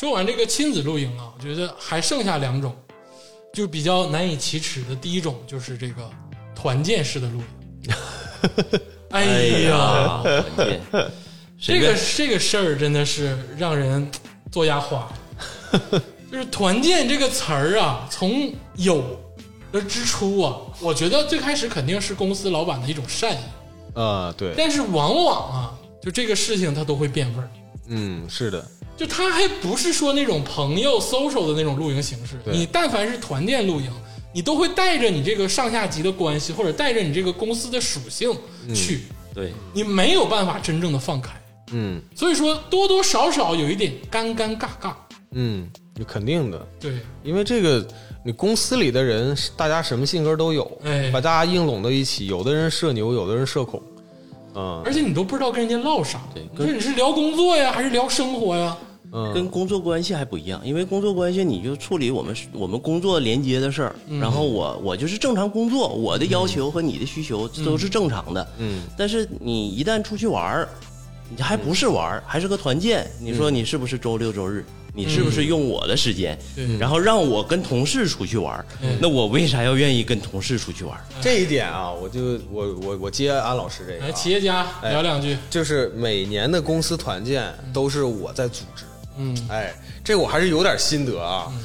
Speaker 1: 说完这个亲子露营啊，我觉得还剩下两种，就比较难以启齿的。第一种就是这个团建式的 (laughs) 露营。哎呀，
Speaker 4: 啊，关键
Speaker 1: 这
Speaker 4: 随
Speaker 1: 个
Speaker 4: 便
Speaker 1: 这个事儿真的是让人做牙 (laughs) 花。就是“团建”这个词儿啊，从有的之初啊，我觉得最开始肯定是公司老板的一种善意，
Speaker 3: 啊对，
Speaker 1: 但是往往啊，就这个事情它都会变味儿。
Speaker 3: 嗯，是的，
Speaker 1: 就它还不是说那种朋友 social 的那种露营形式，
Speaker 3: 对
Speaker 1: 你但凡是团建露营，你都会带着你这个上下级的关系，或者带着你这个公司的属性去，
Speaker 4: 对，
Speaker 1: 你没有办法真正的放开。
Speaker 3: 嗯
Speaker 1: 所以说，多多少少有一点尴尴尬尬。
Speaker 3: 嗯，你肯定的，
Speaker 1: 对，
Speaker 3: 因为这个，你公司里的人，大家什么性格都有，
Speaker 1: 哎
Speaker 3: 把大家硬拢到一起，有的人社牛，有的人社恐，嗯，
Speaker 4: 哎
Speaker 1: 而且你都不知道跟人家唠啥，
Speaker 4: 对
Speaker 1: 你说你是聊工作呀，还是聊生活呀？
Speaker 3: 嗯
Speaker 4: 跟工作关系还不一样，因为工作关系你就处理我们我们工作连接的事儿，然后我我就是正常工作，我的要求和你的需求都是正常的。
Speaker 3: 嗯，
Speaker 4: 但是你一旦出去玩儿，你还不是玩儿，还是个团建，你说你是不是周六周日？嗯嗯你是不是用我的时间，然后让我跟同事出去玩儿？那我为啥要愿意跟同事出去玩儿？
Speaker 3: 这一点啊，我就我我我接安老师这个、
Speaker 4: 哎
Speaker 1: 来，
Speaker 3: 啊，
Speaker 1: 哎企业家聊两句，
Speaker 3: 就是每年的公司团建都是我在组织，
Speaker 1: 嗯
Speaker 3: 哎，这我还是有点心得啊。
Speaker 4: 嗯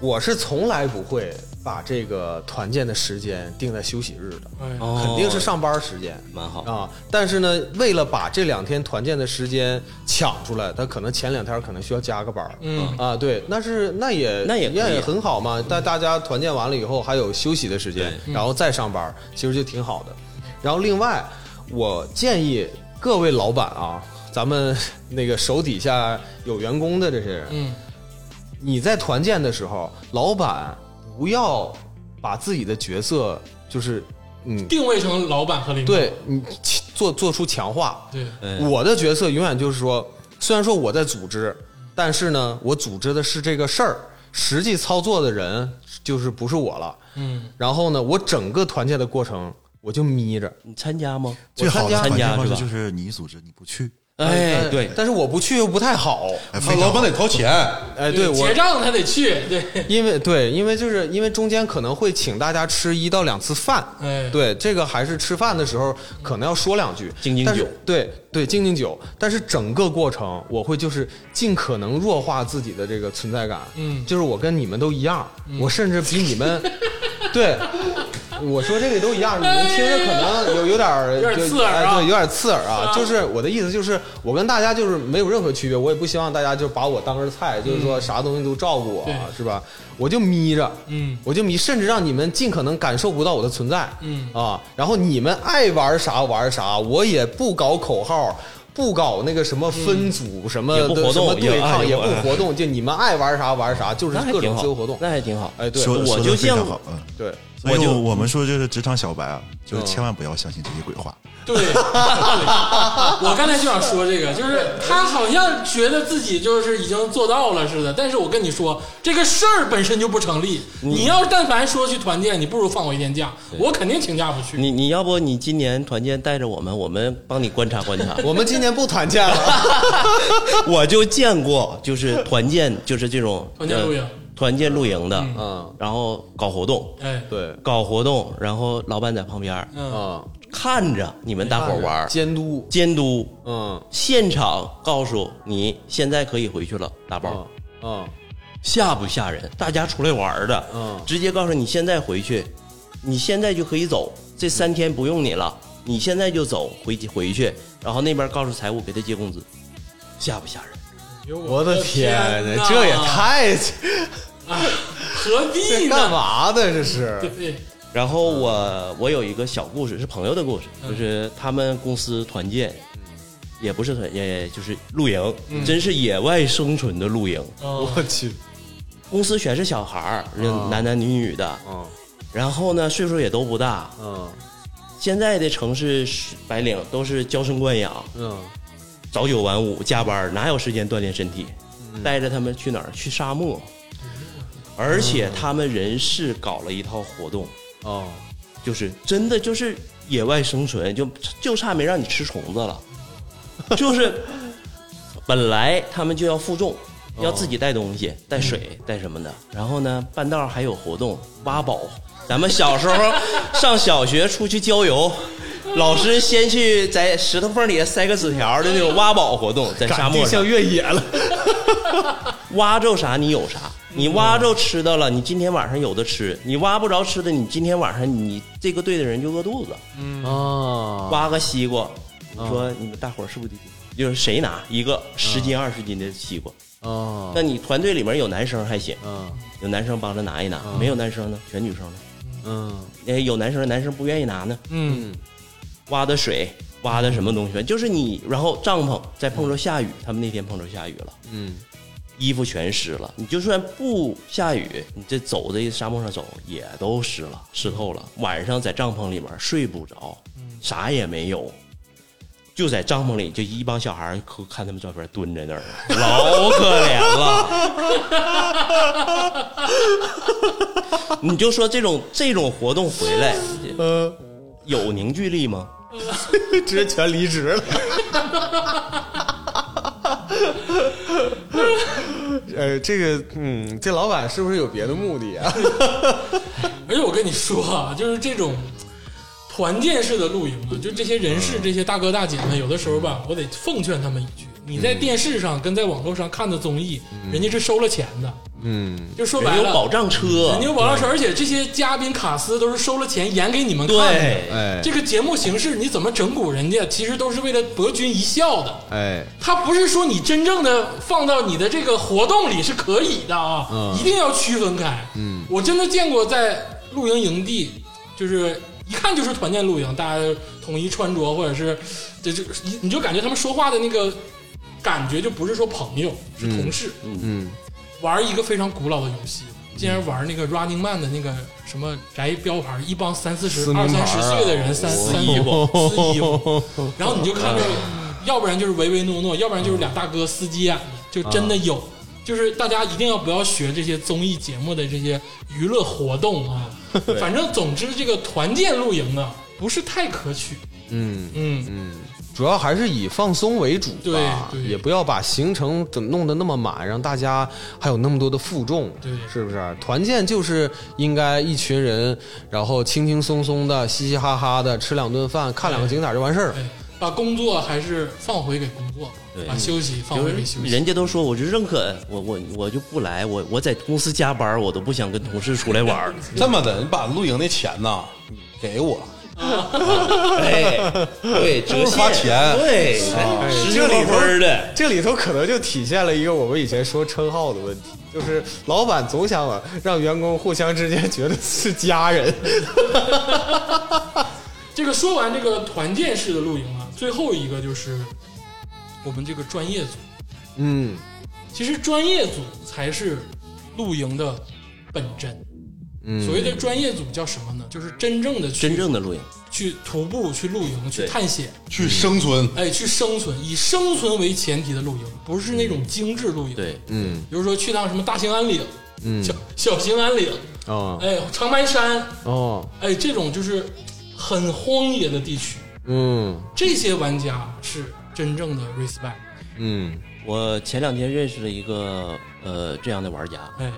Speaker 3: 我是从来不会把这个团建的时间定在休息日的，
Speaker 1: 哎
Speaker 4: 哦
Speaker 3: 肯定是上班时间。
Speaker 4: 蛮好。
Speaker 3: 啊，但是呢，为了把这两天团建的时间抢出来，他可能前两天可能需要加个班儿
Speaker 1: 嗯
Speaker 3: 啊，对，那是那也
Speaker 4: 那也可以
Speaker 3: 也很好嘛。但大家团建完了以后还有休息的时间，
Speaker 4: 嗯
Speaker 3: 然后再上班儿，其实就挺好的。然后另外，我建议各位老板啊，咱们那个手底下有员工的这些人，
Speaker 1: 嗯
Speaker 3: 你在团建的时候，老板不要把自己的角色就是嗯，
Speaker 1: 定位成老板和领导，
Speaker 3: 对你起做做出强化，
Speaker 1: 对，
Speaker 4: 哎
Speaker 3: 我的角色永远就是说，虽然说我在组织，但是呢，我组织的是这个事儿，实际操作的人就是不是我了。
Speaker 1: 嗯
Speaker 3: 然后呢，我整个团建的过程我就眯着，
Speaker 4: 你参加吗？
Speaker 5: 最好的
Speaker 4: 参
Speaker 5: 团
Speaker 4: 加
Speaker 5: 建方
Speaker 4: 是
Speaker 5: 式
Speaker 4: 吧
Speaker 5: 就是你组织你不去，
Speaker 4: 哎，
Speaker 3: 但
Speaker 4: 对，
Speaker 3: 但是我不去又不太好。
Speaker 6: 他
Speaker 5: 哎，非
Speaker 6: 老
Speaker 4: 哦
Speaker 5: 常
Speaker 6: 板得掏钱，
Speaker 3: 哎，对我
Speaker 1: 结账他得去，对，
Speaker 3: 因为对，因为就是因为中间可能会请大家吃一到两次饭，
Speaker 1: 哎
Speaker 3: 对，这个还是吃饭的时候可能要说两句，
Speaker 4: 敬敬
Speaker 3: 但是
Speaker 4: 酒
Speaker 3: 对对，敬敬酒。但是整个过程我会就是尽可能弱化自己的这个存在感，
Speaker 1: 嗯
Speaker 3: 就是我跟你们都一样，我甚至比
Speaker 1: (laughs)
Speaker 3: 你们，对。我说这个都一样，你们听着可能有有点儿
Speaker 1: 有点
Speaker 3: 就
Speaker 1: 刺耳啊
Speaker 3: 哎对，有点刺耳啊
Speaker 1: 啊。
Speaker 3: 就是我的意思就是，我跟大家就是没有任何区别，我也不希望大家就把我当成菜，就是说啥东西都照顾我
Speaker 1: 对，
Speaker 3: 是吧？我就眯着，
Speaker 1: 嗯
Speaker 3: 我就迷，甚至让你们尽可能感受不到我的存在，
Speaker 1: 嗯
Speaker 3: 啊，然后你们爱玩啥玩啥，我也不搞口号，不搞那个什么分组、什么
Speaker 4: 也不活动
Speaker 3: 什么对抗，
Speaker 4: 也
Speaker 3: 也
Speaker 4: 不
Speaker 3: 不活动，就你们爱玩啥玩啥，就是
Speaker 4: 那还
Speaker 3: 各
Speaker 4: 挺
Speaker 3: 种
Speaker 4: 好
Speaker 3: 自由活动。
Speaker 4: 那还挺好。
Speaker 3: 哎，对，
Speaker 5: (laughs) 说
Speaker 4: 我
Speaker 5: 说
Speaker 4: 就
Speaker 5: 的非常
Speaker 4: 像
Speaker 5: 好，嗯。
Speaker 3: 对，。
Speaker 5: 所以
Speaker 4: 我就
Speaker 5: 我们说就是职场小白啊，就是千万不要相信这些鬼话。
Speaker 1: 对，对我刚才就想说这个，就是他好像觉得自己就是已经做到了似的，但是我跟你说，这个事儿本身就不成立。你要但凡说去团建，你不如放我一天假，我肯定请假不去。
Speaker 4: 你你要不你今年团建带着我们，我们帮你观察观察
Speaker 3: (laughs) 我们今年不团建
Speaker 4: (laughs)
Speaker 3: 了，
Speaker 4: 我就见过，就是团建，就是这种
Speaker 1: 团建露营
Speaker 4: 呃团建露营的，
Speaker 3: 嗯，
Speaker 4: 然后搞活动，
Speaker 1: 哎，
Speaker 3: (laughs) 对，
Speaker 4: 搞活动，然后老板在旁边儿
Speaker 1: 嗯，
Speaker 3: 啊，
Speaker 4: 看着你们大伙儿玩儿，
Speaker 3: 监督，
Speaker 4: 监督，
Speaker 3: 嗯
Speaker 4: 现场告诉你现在可以回去了，打包
Speaker 3: 嗯。嗯，
Speaker 4: 吓不吓人？大家出来玩儿的，
Speaker 3: 嗯
Speaker 4: 直接告诉你现在回去，你现在就可以走，这三天不用你了，你现在就走回回去，然后那边告诉财务给他结工资，吓不吓人？
Speaker 3: 我的天
Speaker 1: 呐
Speaker 3: 呐，这也太
Speaker 1: 何必
Speaker 3: 这
Speaker 1: 呢？
Speaker 3: 干嘛的这是？
Speaker 1: 对，
Speaker 4: 然后
Speaker 3: 嗯
Speaker 4: 我我有一个小故事，是朋友的故事，就是他们公司团建，
Speaker 3: 嗯
Speaker 4: 也不是团建，也就是露营，真是野外生存的露营。
Speaker 1: 哦
Speaker 3: 我去，
Speaker 4: 公司全是小孩儿，人男男女女的，
Speaker 3: 嗯
Speaker 4: 然后呢岁数也都不大。
Speaker 3: 嗯
Speaker 4: 现在的城市是白领都是娇生惯养，
Speaker 3: 嗯，
Speaker 4: 早九晚五加班，哪有时间锻炼身体？带着他们去哪儿？去沙漠，而且他们人事搞了一套活动，
Speaker 3: 哦，
Speaker 4: 就是真的就是野外生存，就就差没让你吃虫子了。就是本来他们就要负重，要自己
Speaker 3: 哦
Speaker 4: 带东西、带
Speaker 3: 嗯
Speaker 4: 水、带什么的。然后呢，半道还有活动挖宝。咱们
Speaker 3: (laughs)
Speaker 4: 小时候上小学出去郊游，老师先去在石头缝里塞个纸条的那种挖宝活动，在沙漠上
Speaker 3: 越野了，
Speaker 4: 挖着啥你有啥，你挖着吃的了，你今天晚上有的吃；你挖不着吃的，你今天晚上你这个队的人就饿肚子。
Speaker 3: 啊，
Speaker 4: 挖个西瓜，你说你们大伙儿是不是得就是谁拿一个十斤二十斤的西瓜？
Speaker 3: 啊，
Speaker 4: 那你团队里面有男生还行，
Speaker 3: 嗯
Speaker 4: 有男生帮着拿一拿，没有男生呢，全女生呢。
Speaker 3: 嗯
Speaker 4: 哎，有男生，男生不愿意拿呢，
Speaker 1: 嗯
Speaker 4: 挖的水，挖的什么东西，就是你，然后帐篷再碰着下雨，他们那天碰着下雨了，
Speaker 3: 嗯，
Speaker 4: 衣服全湿了。你就算不下雨，你这走这沙漠上走也都湿了，
Speaker 1: 嗯
Speaker 4: 湿透了。晚上在帐篷里面睡不着，啥也没有，就在帐篷里，就一帮小孩儿可看他们照片蹲在那
Speaker 1: (laughs)
Speaker 4: 儿，老可怜了。
Speaker 1: (laughs)
Speaker 4: 你就说这种这种活动回来，呃，有凝聚力吗？
Speaker 3: 直接全离职 (laughs) 了。呃，这个，嗯，这老板是不是有别的目的啊？
Speaker 1: 而且我跟你说啊，就是这种团建式的露营啊，就这些人
Speaker 4: 嗯
Speaker 1: 士、这些大哥大姐们，有的时候吧，我得奉劝他们一句：你
Speaker 4: 嗯
Speaker 1: 在电视上跟在网络上看的综艺，人家是收了钱的，嗯，就说白
Speaker 4: 人有
Speaker 1: 了，
Speaker 4: 保障车
Speaker 1: 人，家有保障车，而且这些嘉宾卡司都是收了钱演给你们看的。
Speaker 4: 对，
Speaker 3: 哎
Speaker 1: 这个节目形式你怎么整蛊人家，其实都是为了博君一笑的。
Speaker 3: 哎，
Speaker 1: 他不是说你真正的放到你的这个活动里是可以的啊，一定要区分开。嗯，我真的见过在露营营地，就是一看就是团建露营，大家统一穿着，或者是这就你你就感觉他们说话的那个感觉就不是说朋友，是同事。嗯，玩一个非常古老的游戏。竟然玩那个 Running Man 的那个什么摘标牌，一帮三四十、
Speaker 3: 名牌
Speaker 1: 二三
Speaker 3: 啊
Speaker 1: 十岁的人，三三
Speaker 4: 衣服
Speaker 1: 撕衣服，然后你就看着，要不然就是唯唯诺诺，要不然就是俩大哥司机演的，就真的有。就是大家一定要不要学这些综艺节目的这些娱乐活动啊，反正总之这个团建露营啊，不是太可取。
Speaker 3: 嗯，
Speaker 1: 嗯，
Speaker 3: 主要还是以放松为主吧，
Speaker 1: 对对
Speaker 3: 也不要把行程怎么弄得那么满，让大家还有那么多的负重，
Speaker 1: 对
Speaker 3: 是不是？团建就是应该一群人，然后轻轻松松的、嘻嘻哈哈的吃两顿饭，看两个景点就完事儿。
Speaker 1: 对，哎把工作还是放回给工作吧，把休息放
Speaker 4: 就
Speaker 1: 回
Speaker 4: 是
Speaker 1: 给休息。
Speaker 4: 人家都说，我就认可，我我我就不来，我我在公司加班，我都不想跟同事出来玩儿。
Speaker 6: 这么的，你把露营的钱呐给我，
Speaker 4: 哎，对，折
Speaker 6: 是花钱
Speaker 4: 对，哎实行高分儿的，
Speaker 3: 这里头可能就体现了一个我们以前说称号的问题，就是老板总想让员工互相之间觉得是家人。
Speaker 1: 这个说完这个团建式的露营啊，最后一个就是我们这个专业组。
Speaker 3: 嗯，
Speaker 1: 其实专业组才是露营的本真。
Speaker 3: 嗯
Speaker 1: 所谓的专业组叫什么呢？就是真正的去
Speaker 4: 真正的露营，
Speaker 1: 去徒步、去露营、去
Speaker 4: 对
Speaker 1: 探险，
Speaker 6: 去生存，
Speaker 1: 哎，去生存，以生存为前提的露营，不是那种精致露营。，
Speaker 4: 对，
Speaker 3: 嗯
Speaker 1: 比如说去趟什么大兴安岭、
Speaker 3: 嗯
Speaker 1: 小小兴安岭，
Speaker 3: 哦
Speaker 1: 哎，长白山，
Speaker 3: 哦
Speaker 1: 哎，这种就是很荒野的地区，
Speaker 3: 嗯
Speaker 1: 这些玩家是真正的 respect。
Speaker 3: 嗯
Speaker 4: 我前两天认识了一个呃这样的玩家，
Speaker 1: 哎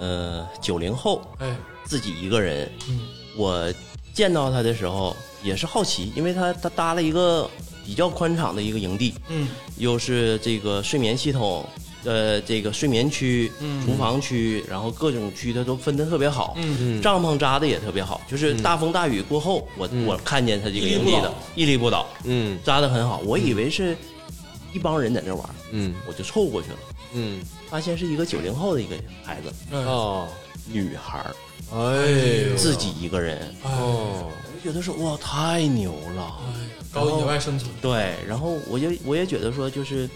Speaker 4: 呃，九零后
Speaker 1: 哎，
Speaker 4: 自己一个人，
Speaker 1: 嗯
Speaker 4: 我见到他的时候也是好奇，因为他他搭了一个比较宽敞的一个营地，
Speaker 1: 嗯
Speaker 4: 又是这个睡眠系统，呃，这个睡眠区、厨房区，然后各种区它都分得特别好，
Speaker 1: 嗯
Speaker 4: 帐篷扎的也特别好，就是大风大雨过后，我、我看见他这个营地的嗯屹立不倒，
Speaker 3: 嗯
Speaker 4: 扎的很好，我以为是一帮人在那玩儿，
Speaker 3: 嗯
Speaker 4: 我就凑过去了，
Speaker 3: 嗯
Speaker 4: 发现是一个九零后的一个孩子，
Speaker 1: 哎
Speaker 3: 哦，
Speaker 4: 女孩儿
Speaker 3: 哎呦
Speaker 4: 自己一个人，
Speaker 3: 哦
Speaker 4: 我就觉得说哇太牛了，
Speaker 1: 哎，搞野外生存。
Speaker 4: 对，然后我就我也觉得说就是。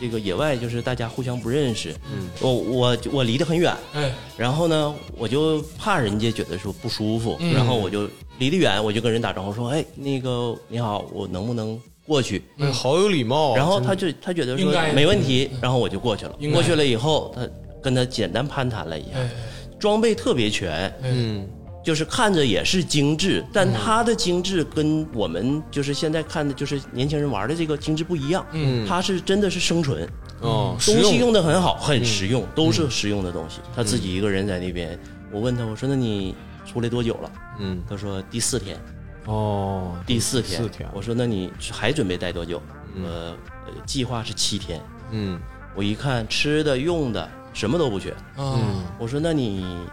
Speaker 4: 这个野外就是大家互相不认识，嗯，我我我离得很远，
Speaker 1: 哎，
Speaker 4: 然后呢，我就怕人家觉得说不舒服，
Speaker 1: 嗯
Speaker 4: 然后我就离得远，我就跟人打招呼说：“哎，那个你好，我能不能过去？”
Speaker 3: 哎好有礼貌。
Speaker 4: 然后他就他觉得
Speaker 1: 哦应
Speaker 4: 说
Speaker 1: 该的
Speaker 4: 没问题
Speaker 1: 嗯，
Speaker 4: 然后我就过去了
Speaker 1: 应。该
Speaker 4: 过去了以后，他跟他简单攀谈了一下，
Speaker 1: 哎，
Speaker 4: 装备特别全，
Speaker 3: 嗯
Speaker 4: 就是看着也是精致，但他的精致跟我们就是现在看的就是年轻人玩的这个精致不一样。
Speaker 1: 嗯
Speaker 4: 他是真的是生存，
Speaker 3: 哦，实
Speaker 4: 嗯东西
Speaker 3: 用嗯
Speaker 4: 用的很好，很实用，都是实用的东西。他自己一个人在那边，我问他，我说那你出来多久了？
Speaker 3: 嗯
Speaker 4: 他说第四天，
Speaker 3: 哦
Speaker 4: 第四天。
Speaker 3: 四天
Speaker 4: 我说那你还准备待多久？呃，呃计划是七天。
Speaker 3: 嗯
Speaker 4: 我一看吃的用的什么都不缺，
Speaker 1: 嗯
Speaker 4: 我说那你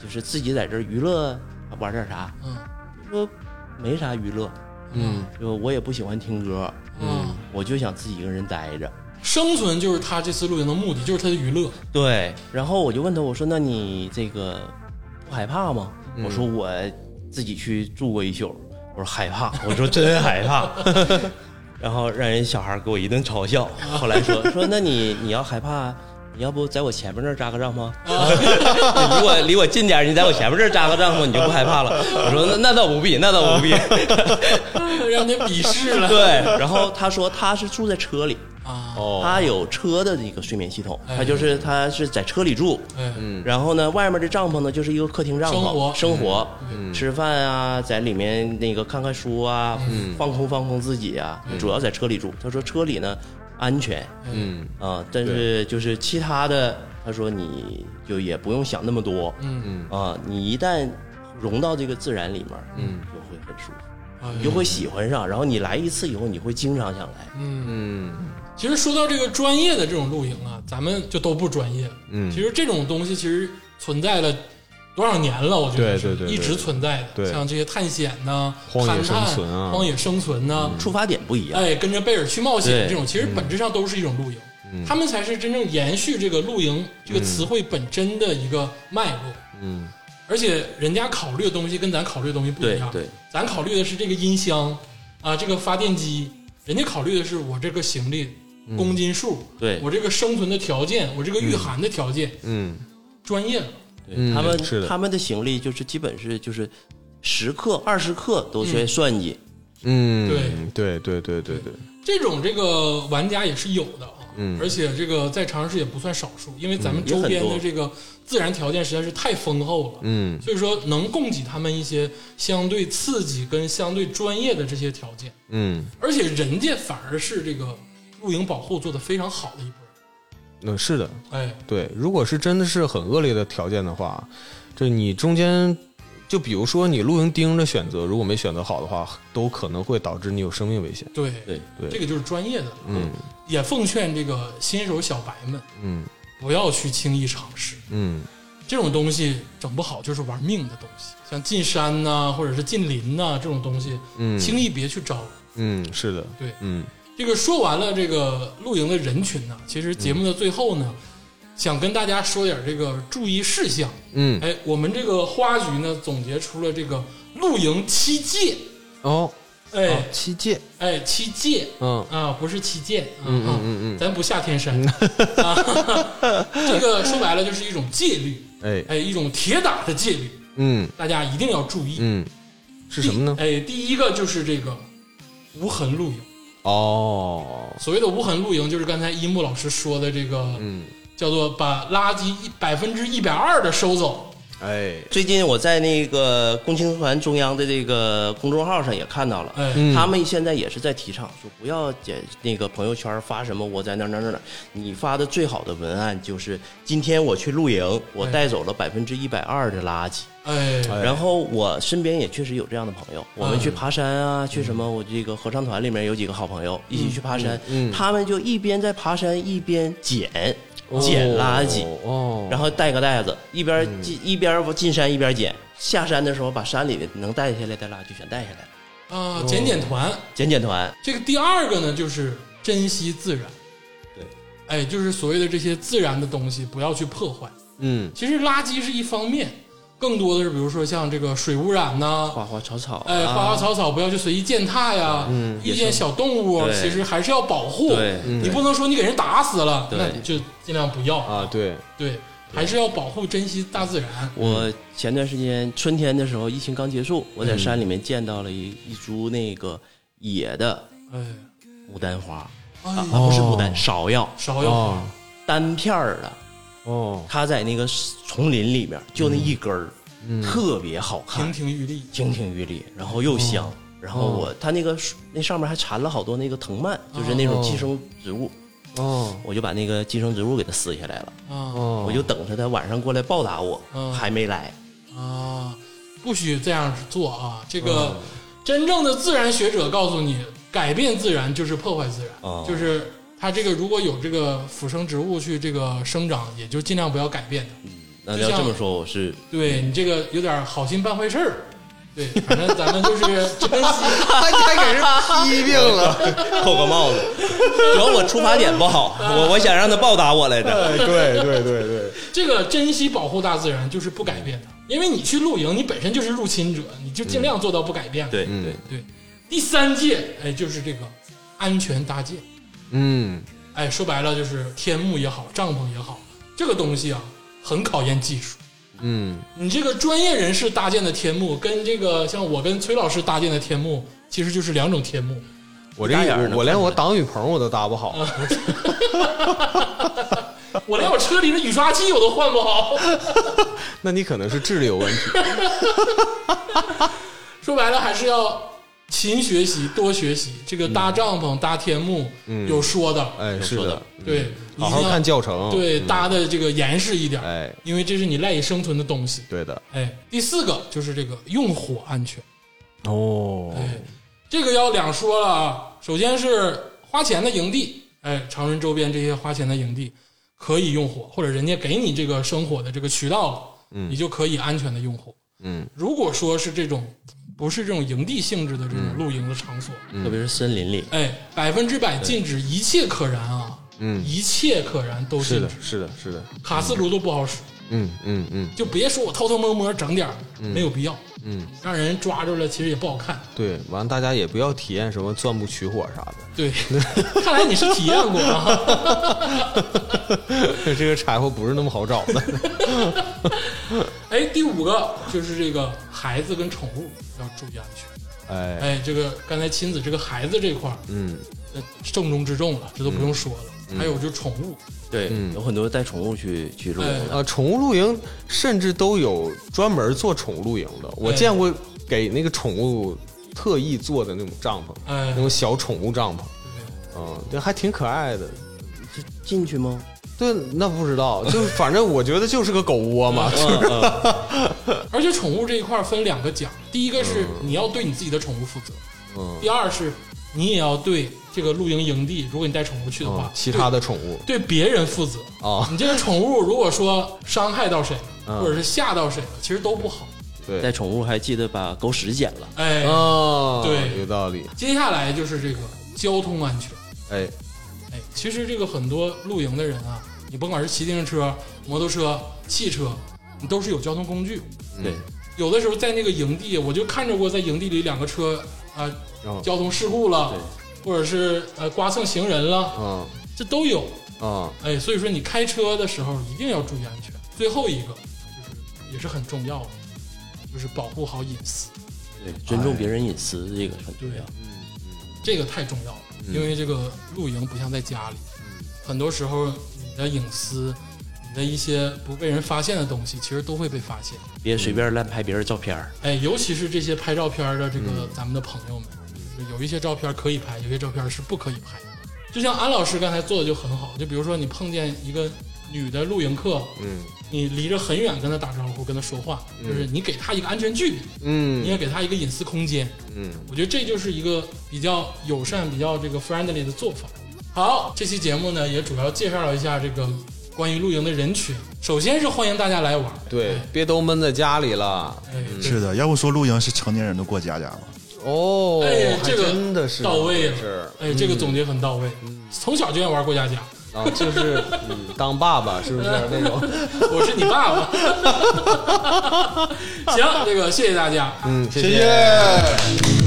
Speaker 4: 就是自己在这儿娱乐玩点啥？
Speaker 1: 嗯
Speaker 4: 他说没啥娱乐，
Speaker 3: 嗯
Speaker 4: 就我也不喜欢听歌，
Speaker 1: 嗯，
Speaker 4: 我就想自己一个人待着。
Speaker 1: 生存就是他这次露营的目的，就是他的娱乐。 (laughs)
Speaker 4: 对，然后我就问他，我说：“那你这个不害怕吗？”我说：“我自己去住过一宿。”我说：“害怕。”我说：“真害怕。” (laughs) 然后让人小孩给我一顿嘲笑。后来说说：“那你你要害怕，你要不在我前面那儿扎个帐吗？ (laughs) 你离我离我近点儿，你在我前面这儿扎个帐篷，你就不害怕了。我说那那倒不必，那倒不必。 (laughs)
Speaker 1: 让你鄙视
Speaker 3: (laughs)
Speaker 1: 了
Speaker 4: 对，然后他说他是住在车里，
Speaker 1: 啊！
Speaker 4: 他有车的那个睡眠系统，
Speaker 1: 哎
Speaker 4: 他就是他是在车里住，
Speaker 1: 哎，
Speaker 4: 然后呢，外面这帐篷呢就是一个客厅帐篷，
Speaker 1: 生活
Speaker 4: 活吃饭啊，在里面那个看看书啊，放空放空自己啊，主要在车里住。他说车里呢安全，嗯啊，但是就是其他的，他说你就也不用想那么多，嗯啊，你一旦融到这个自然里面，嗯，就会很舒服，你就会喜欢上，然后你来一次以后，你会经常想来。
Speaker 3: 嗯
Speaker 1: 其实说到这个专业的这种露营啊，咱们就都不专业。嗯，其实这种东西其实存在了多少年了，我觉得
Speaker 3: 对
Speaker 1: 是
Speaker 3: 对对对
Speaker 1: 一直存在的。
Speaker 3: 对
Speaker 1: 像这些探险呐、
Speaker 3: 荒野
Speaker 1: 勘探
Speaker 3: 生存啊嗯
Speaker 1: 荒野生存呐、
Speaker 4: 出发点不一样，
Speaker 1: 哎，跟着贝尔去冒险
Speaker 4: 对嗯
Speaker 1: 这种，其实本质上都是一种露营，他们才是真正延续这个露营这个
Speaker 4: 嗯
Speaker 1: 词汇本身的一个脉络。嗯，而且人家考虑的东西跟咱考虑的东西不一样，
Speaker 4: 对对
Speaker 1: 咱考虑的是这个音箱啊，这个发电机，人家考虑的是我这个行李公斤数，
Speaker 4: 嗯对
Speaker 1: 我这个生存的条件，我这个御寒的条件，
Speaker 3: 嗯，
Speaker 1: 专业了，
Speaker 3: 嗯
Speaker 4: 他们
Speaker 3: 是的
Speaker 4: 他们的行李就是基本是就是十克二十克都在算计，
Speaker 3: 嗯，对对对对对，
Speaker 1: 这种这个玩家也是有的啊，嗯，而且这个在长春市也不算少数，因为咱们周边
Speaker 4: 也很
Speaker 1: 的
Speaker 4: 多
Speaker 1: 这个自然条件实在是太丰厚了，
Speaker 3: 嗯
Speaker 1: 所以说能供给他们一些相对刺激跟相对专业的这些条件，
Speaker 3: 嗯，
Speaker 1: 而且人家反而是这个露营保护做得非常好的一波，
Speaker 3: 那是的，
Speaker 1: 哎，
Speaker 3: 对，如果是真的是很恶劣的条件的话，这你中间就比如说你露营钉的选择，如果没选择好的话，都可能会导致你有生命危险。
Speaker 1: 对
Speaker 4: 对
Speaker 3: 对
Speaker 1: 这个就是专业的，嗯，也奉劝这个新手小白们，
Speaker 3: 嗯
Speaker 1: 不要去轻易尝试，
Speaker 3: 嗯，
Speaker 1: 这种东西整不好就是玩命的东西，像进山呐、或者是进林呐、这种东西，
Speaker 3: 嗯
Speaker 1: 轻易别去招。
Speaker 3: 嗯，是的，
Speaker 1: 对
Speaker 3: 嗯
Speaker 1: 这个说完了这个露营的人群呢、其实节目的最后呢，想跟大家说点这个注意事项。
Speaker 3: 嗯，
Speaker 1: 哎，我们这个花局呢总结出了这个露营七戒，
Speaker 3: 哦，
Speaker 1: 哎、
Speaker 3: 哦七戒，
Speaker 1: 哎七戒。
Speaker 3: 嗯
Speaker 1: 啊，不是七戒，啊
Speaker 3: 嗯嗯嗯嗯
Speaker 1: 咱不下天山，啊、 (laughs) 这个说白了就是一种戒律，
Speaker 3: 哎
Speaker 1: 哎，一种铁打的戒律，
Speaker 3: 嗯
Speaker 1: 大家一定要注意。
Speaker 3: 嗯，是什么呢
Speaker 1: (laughs) 第？哎，第一个就是这个无痕露营。
Speaker 3: 哦，
Speaker 1: 所谓的无痕露营，就是刚才一木老师说的这个，嗯，叫做把垃圾一百分之一百二的收走。
Speaker 3: 哎，
Speaker 4: 最近我在那个共青团中央的这个公众号上也看到了，
Speaker 1: 哎
Speaker 4: 他们现在也是在提倡说不要在那个朋友圈发什么我在哪儿哪儿哪儿哪儿，你发的最好的文案就是今天我去露营，我带走了百分之一百二的垃圾。
Speaker 1: 哎，
Speaker 4: 然后我身边也确实有这样的朋友，我们去爬山啊，去什么？我这个合唱团里面有几个好朋友一起去爬山，他们就一边在爬山一边捡捡垃圾，
Speaker 3: 哦，
Speaker 4: 然后带个袋子，一边进一边进山一边捡，下山的时候把山里的能带下来的垃圾全带下来了，
Speaker 1: 啊，减减团。
Speaker 4: 捡捡团。
Speaker 1: 这个第二个呢，就是珍惜自然。
Speaker 4: 对，
Speaker 1: 哎，就是所谓的这些自然的东西，不要去破坏。
Speaker 3: 嗯
Speaker 1: 其实垃圾是一方面，更多的是比如说像这个水污染呐、
Speaker 4: 花花草草，啊
Speaker 1: 哎，花花草草不要去随意践踏呀，遇见小动物
Speaker 4: 嗯
Speaker 1: 啊
Speaker 4: 对
Speaker 1: 其实还是要保护，
Speaker 4: 对嗯
Speaker 1: 你不能说你给人打死了，
Speaker 4: 对
Speaker 1: 那你就尽量不要，
Speaker 3: 啊，对，
Speaker 1: 对，还是要保护珍惜大自然。
Speaker 4: 我前段时间春天的时候，疫情刚结束，我在山里面见到了一一株那个野的
Speaker 1: 哎，
Speaker 4: 牡丹花，
Speaker 1: 哎
Speaker 4: 啊，
Speaker 1: 呦
Speaker 4: 啊不是牡丹，芍药，
Speaker 1: 芍药
Speaker 3: 哦
Speaker 1: 花，
Speaker 4: 单片儿的，
Speaker 3: 哦，
Speaker 4: 它在那个丛林里面，就那一根儿，特别好
Speaker 1: 亭
Speaker 4: 看，
Speaker 1: 亭玉立，
Speaker 4: 亭亭玉立，然后又香。然后我它那个树那上面还缠了好多那个藤蔓，就是那种寄生植物，
Speaker 3: 哦，
Speaker 4: 我就把那个寄生植物给它撕下来了，
Speaker 1: 啊
Speaker 3: 哦，
Speaker 4: 我就等着它晚上过来报答我
Speaker 1: 嗯，
Speaker 4: 还没来。
Speaker 1: 啊，不许这样做啊！这
Speaker 4: 哦
Speaker 1: 个真正的自然学者告诉你，改变自然就是破坏自然，
Speaker 4: 哦
Speaker 1: 就是它这个如果有这个腐生植物去这个生长，也就尽量不要改变它。
Speaker 4: 那
Speaker 1: 就
Speaker 4: 要
Speaker 1: 像
Speaker 4: 这么说，我是
Speaker 1: 对你这个有点好心办坏事儿。对，反正咱们就是珍惜。
Speaker 3: 还还给人批评了，
Speaker 4: 扣个帽子， (laughs) 主要我出发点不好，我我想让他报答我来着。
Speaker 3: 哎，对对对对，
Speaker 1: 这个珍惜保护大自然就是不改变它，因为你去露营，你本身就是入侵者，你就尽量做到不改变。
Speaker 4: 对对，
Speaker 1: 对，第三届哎就是这个安全搭建，
Speaker 3: 嗯，
Speaker 1: 哎，说白了就是天幕也好，帐篷也好，这个东西啊，很考验技术。
Speaker 3: 嗯，
Speaker 1: 你这个专业人士搭建的天幕，跟这个像我跟崔老师搭建的天幕，其实就是两种天幕。
Speaker 3: 我
Speaker 4: 大眼儿
Speaker 3: 这
Speaker 4: 呢
Speaker 3: 我连
Speaker 4: 看
Speaker 3: 我
Speaker 4: 着
Speaker 3: 挡雨棚我都搭不好，
Speaker 1: 我连我车里的雨刷机我都换不好。
Speaker 3: (laughs) 那你可能是智力有问题。
Speaker 1: 说白了还是要勤学习，多学习。这个
Speaker 3: 嗯
Speaker 1: 搭帐篷、搭天幕，有说的，
Speaker 3: 哎，
Speaker 4: 有
Speaker 3: 是
Speaker 4: 说
Speaker 3: 的
Speaker 4: 的，
Speaker 1: 对，
Speaker 3: 好
Speaker 1: 一
Speaker 3: 好
Speaker 1: 定要
Speaker 3: 看教程。
Speaker 1: 对，
Speaker 3: 嗯
Speaker 1: 搭的这个严实一点，
Speaker 3: 哎，
Speaker 1: 因为这是你赖以生存的东西。
Speaker 3: 对的。
Speaker 1: 哎，第四个就是这个用火安全，
Speaker 3: 哦，
Speaker 1: 这个要两说了啊。首先是花钱的营地，哎，长春周边这些花钱的营地可以用火，或者人家给你这个生火的这个渠道了，你就可以安全的用火。
Speaker 3: 嗯，
Speaker 1: 如果说是这种不是这种营地性质的这种露营的场所，
Speaker 4: 特别是森林里，
Speaker 1: 哎，百分之百禁止一切可燃啊，
Speaker 3: 嗯
Speaker 1: 一切可燃都
Speaker 3: 是
Speaker 1: 禁
Speaker 3: 的，
Speaker 1: 止，
Speaker 3: 是的，是的。
Speaker 1: 卡式炉都不好使。
Speaker 3: 嗯嗯嗯，
Speaker 1: 就别说我偷偷摸摸整点儿，没有必要。嗯，让人抓住了，其实也不好看。
Speaker 3: 对。完，大家也不要体验什么钻木取火啥的，
Speaker 1: 对， (laughs) 看来你是体验过啊。
Speaker 3: (laughs) 这个柴火不是那么好找的。 (laughs)
Speaker 1: 哎，第五个就是这个孩子跟宠物要注意安全。
Speaker 3: 哎，
Speaker 1: 哎，这个刚才亲子这个孩子这块儿，
Speaker 3: 嗯，
Speaker 1: 呃，重中之重了，这都不用说了。还有就是宠物，
Speaker 4: 对，有很多带宠物去去露营的，
Speaker 3: 呃，宠物露营甚至都有专门做宠物露营的，我
Speaker 1: 哎
Speaker 3: 见过给那个宠物特意做的那种帐篷，
Speaker 1: 哎
Speaker 3: 那，种小宠物帐篷，嗯，这还挺可爱的。
Speaker 4: 进去吗？
Speaker 3: 对，那不知道，就反正我觉得就是个狗窝嘛，
Speaker 1: 嗯而且宠物这一块儿分两个讲，第一个是你要对你自己的宠物负责，
Speaker 3: 嗯
Speaker 1: 第二是你也要对这个露营营地，如果你带宠物去的话
Speaker 3: 嗯，，其他的宠物
Speaker 1: 对别人负责。
Speaker 3: 啊，
Speaker 1: 你这个宠物如果说伤害到谁了，
Speaker 3: 嗯
Speaker 1: 或者是吓到谁了，其实都不好。
Speaker 4: 带
Speaker 3: 对，
Speaker 4: 宠物还记得把狗屎捡了，
Speaker 1: 哎，
Speaker 3: 啊，
Speaker 1: 对
Speaker 3: 有道理，
Speaker 1: 接下来就是这个交通安全。
Speaker 3: 哎，
Speaker 1: 哎，其实这个很多露营的人啊，你甭管是骑自行车、摩托车、汽车，你都是有交通工具。
Speaker 3: 嗯
Speaker 4: 对，
Speaker 1: 有的时候在那个营地，我就看着过在营地里两个车啊、
Speaker 3: 然后
Speaker 1: 交通事故了，或者是呃刮蹭行人了，
Speaker 3: 嗯
Speaker 1: 这都有。
Speaker 3: 嗯，
Speaker 1: 哎，所以说你开车的时候一定要注意安全。最后一个就是也是很重要的，就是保护好隐私，
Speaker 4: 对，尊重别人隐私这个很重要。
Speaker 1: 啊这个太重要了。因为这个露营不像在家里，很多时候你的隐私、你的一些不被人发现的东西，其实都会被发现。
Speaker 4: 别随便乱拍别人照片儿，
Speaker 1: 哎，尤其是这些拍照片的这个咱们的朋友们，就是有一些照片可以拍，有些照片是不可以拍的。就像安老师刚才做的就很好，就比如说你碰见一个女的露营客，
Speaker 3: 嗯，
Speaker 1: 你离着很远跟她打招呼，跟她说话，就是你给她一个安全距离，
Speaker 3: 嗯
Speaker 1: 你也给她一个隐私空间。
Speaker 3: 嗯，
Speaker 1: 我觉得这就是一个比较友善、比较这个 friendly 的做法。好，这期节目呢也主要介绍了一下这个关于露营的人群。首先是欢迎大家来玩儿，
Speaker 3: 对，嗯别都闷在家里了，
Speaker 1: 哎，这
Speaker 5: 是的，要不说露营是成年人的过家家嘛。
Speaker 3: 哦，
Speaker 1: 哎，
Speaker 3: 还
Speaker 1: 这个
Speaker 3: 真的是
Speaker 1: 到位
Speaker 3: 是
Speaker 1: 了，哎，这个
Speaker 3: 嗯
Speaker 1: 总结很到位。从小就爱玩过家家，
Speaker 3: 啊，就是嗯当爸爸是不是那种？
Speaker 1: 我是你爸爸。
Speaker 3: (laughs)
Speaker 1: 行，这个谢谢大家，
Speaker 3: 嗯，谢
Speaker 6: 谢谢。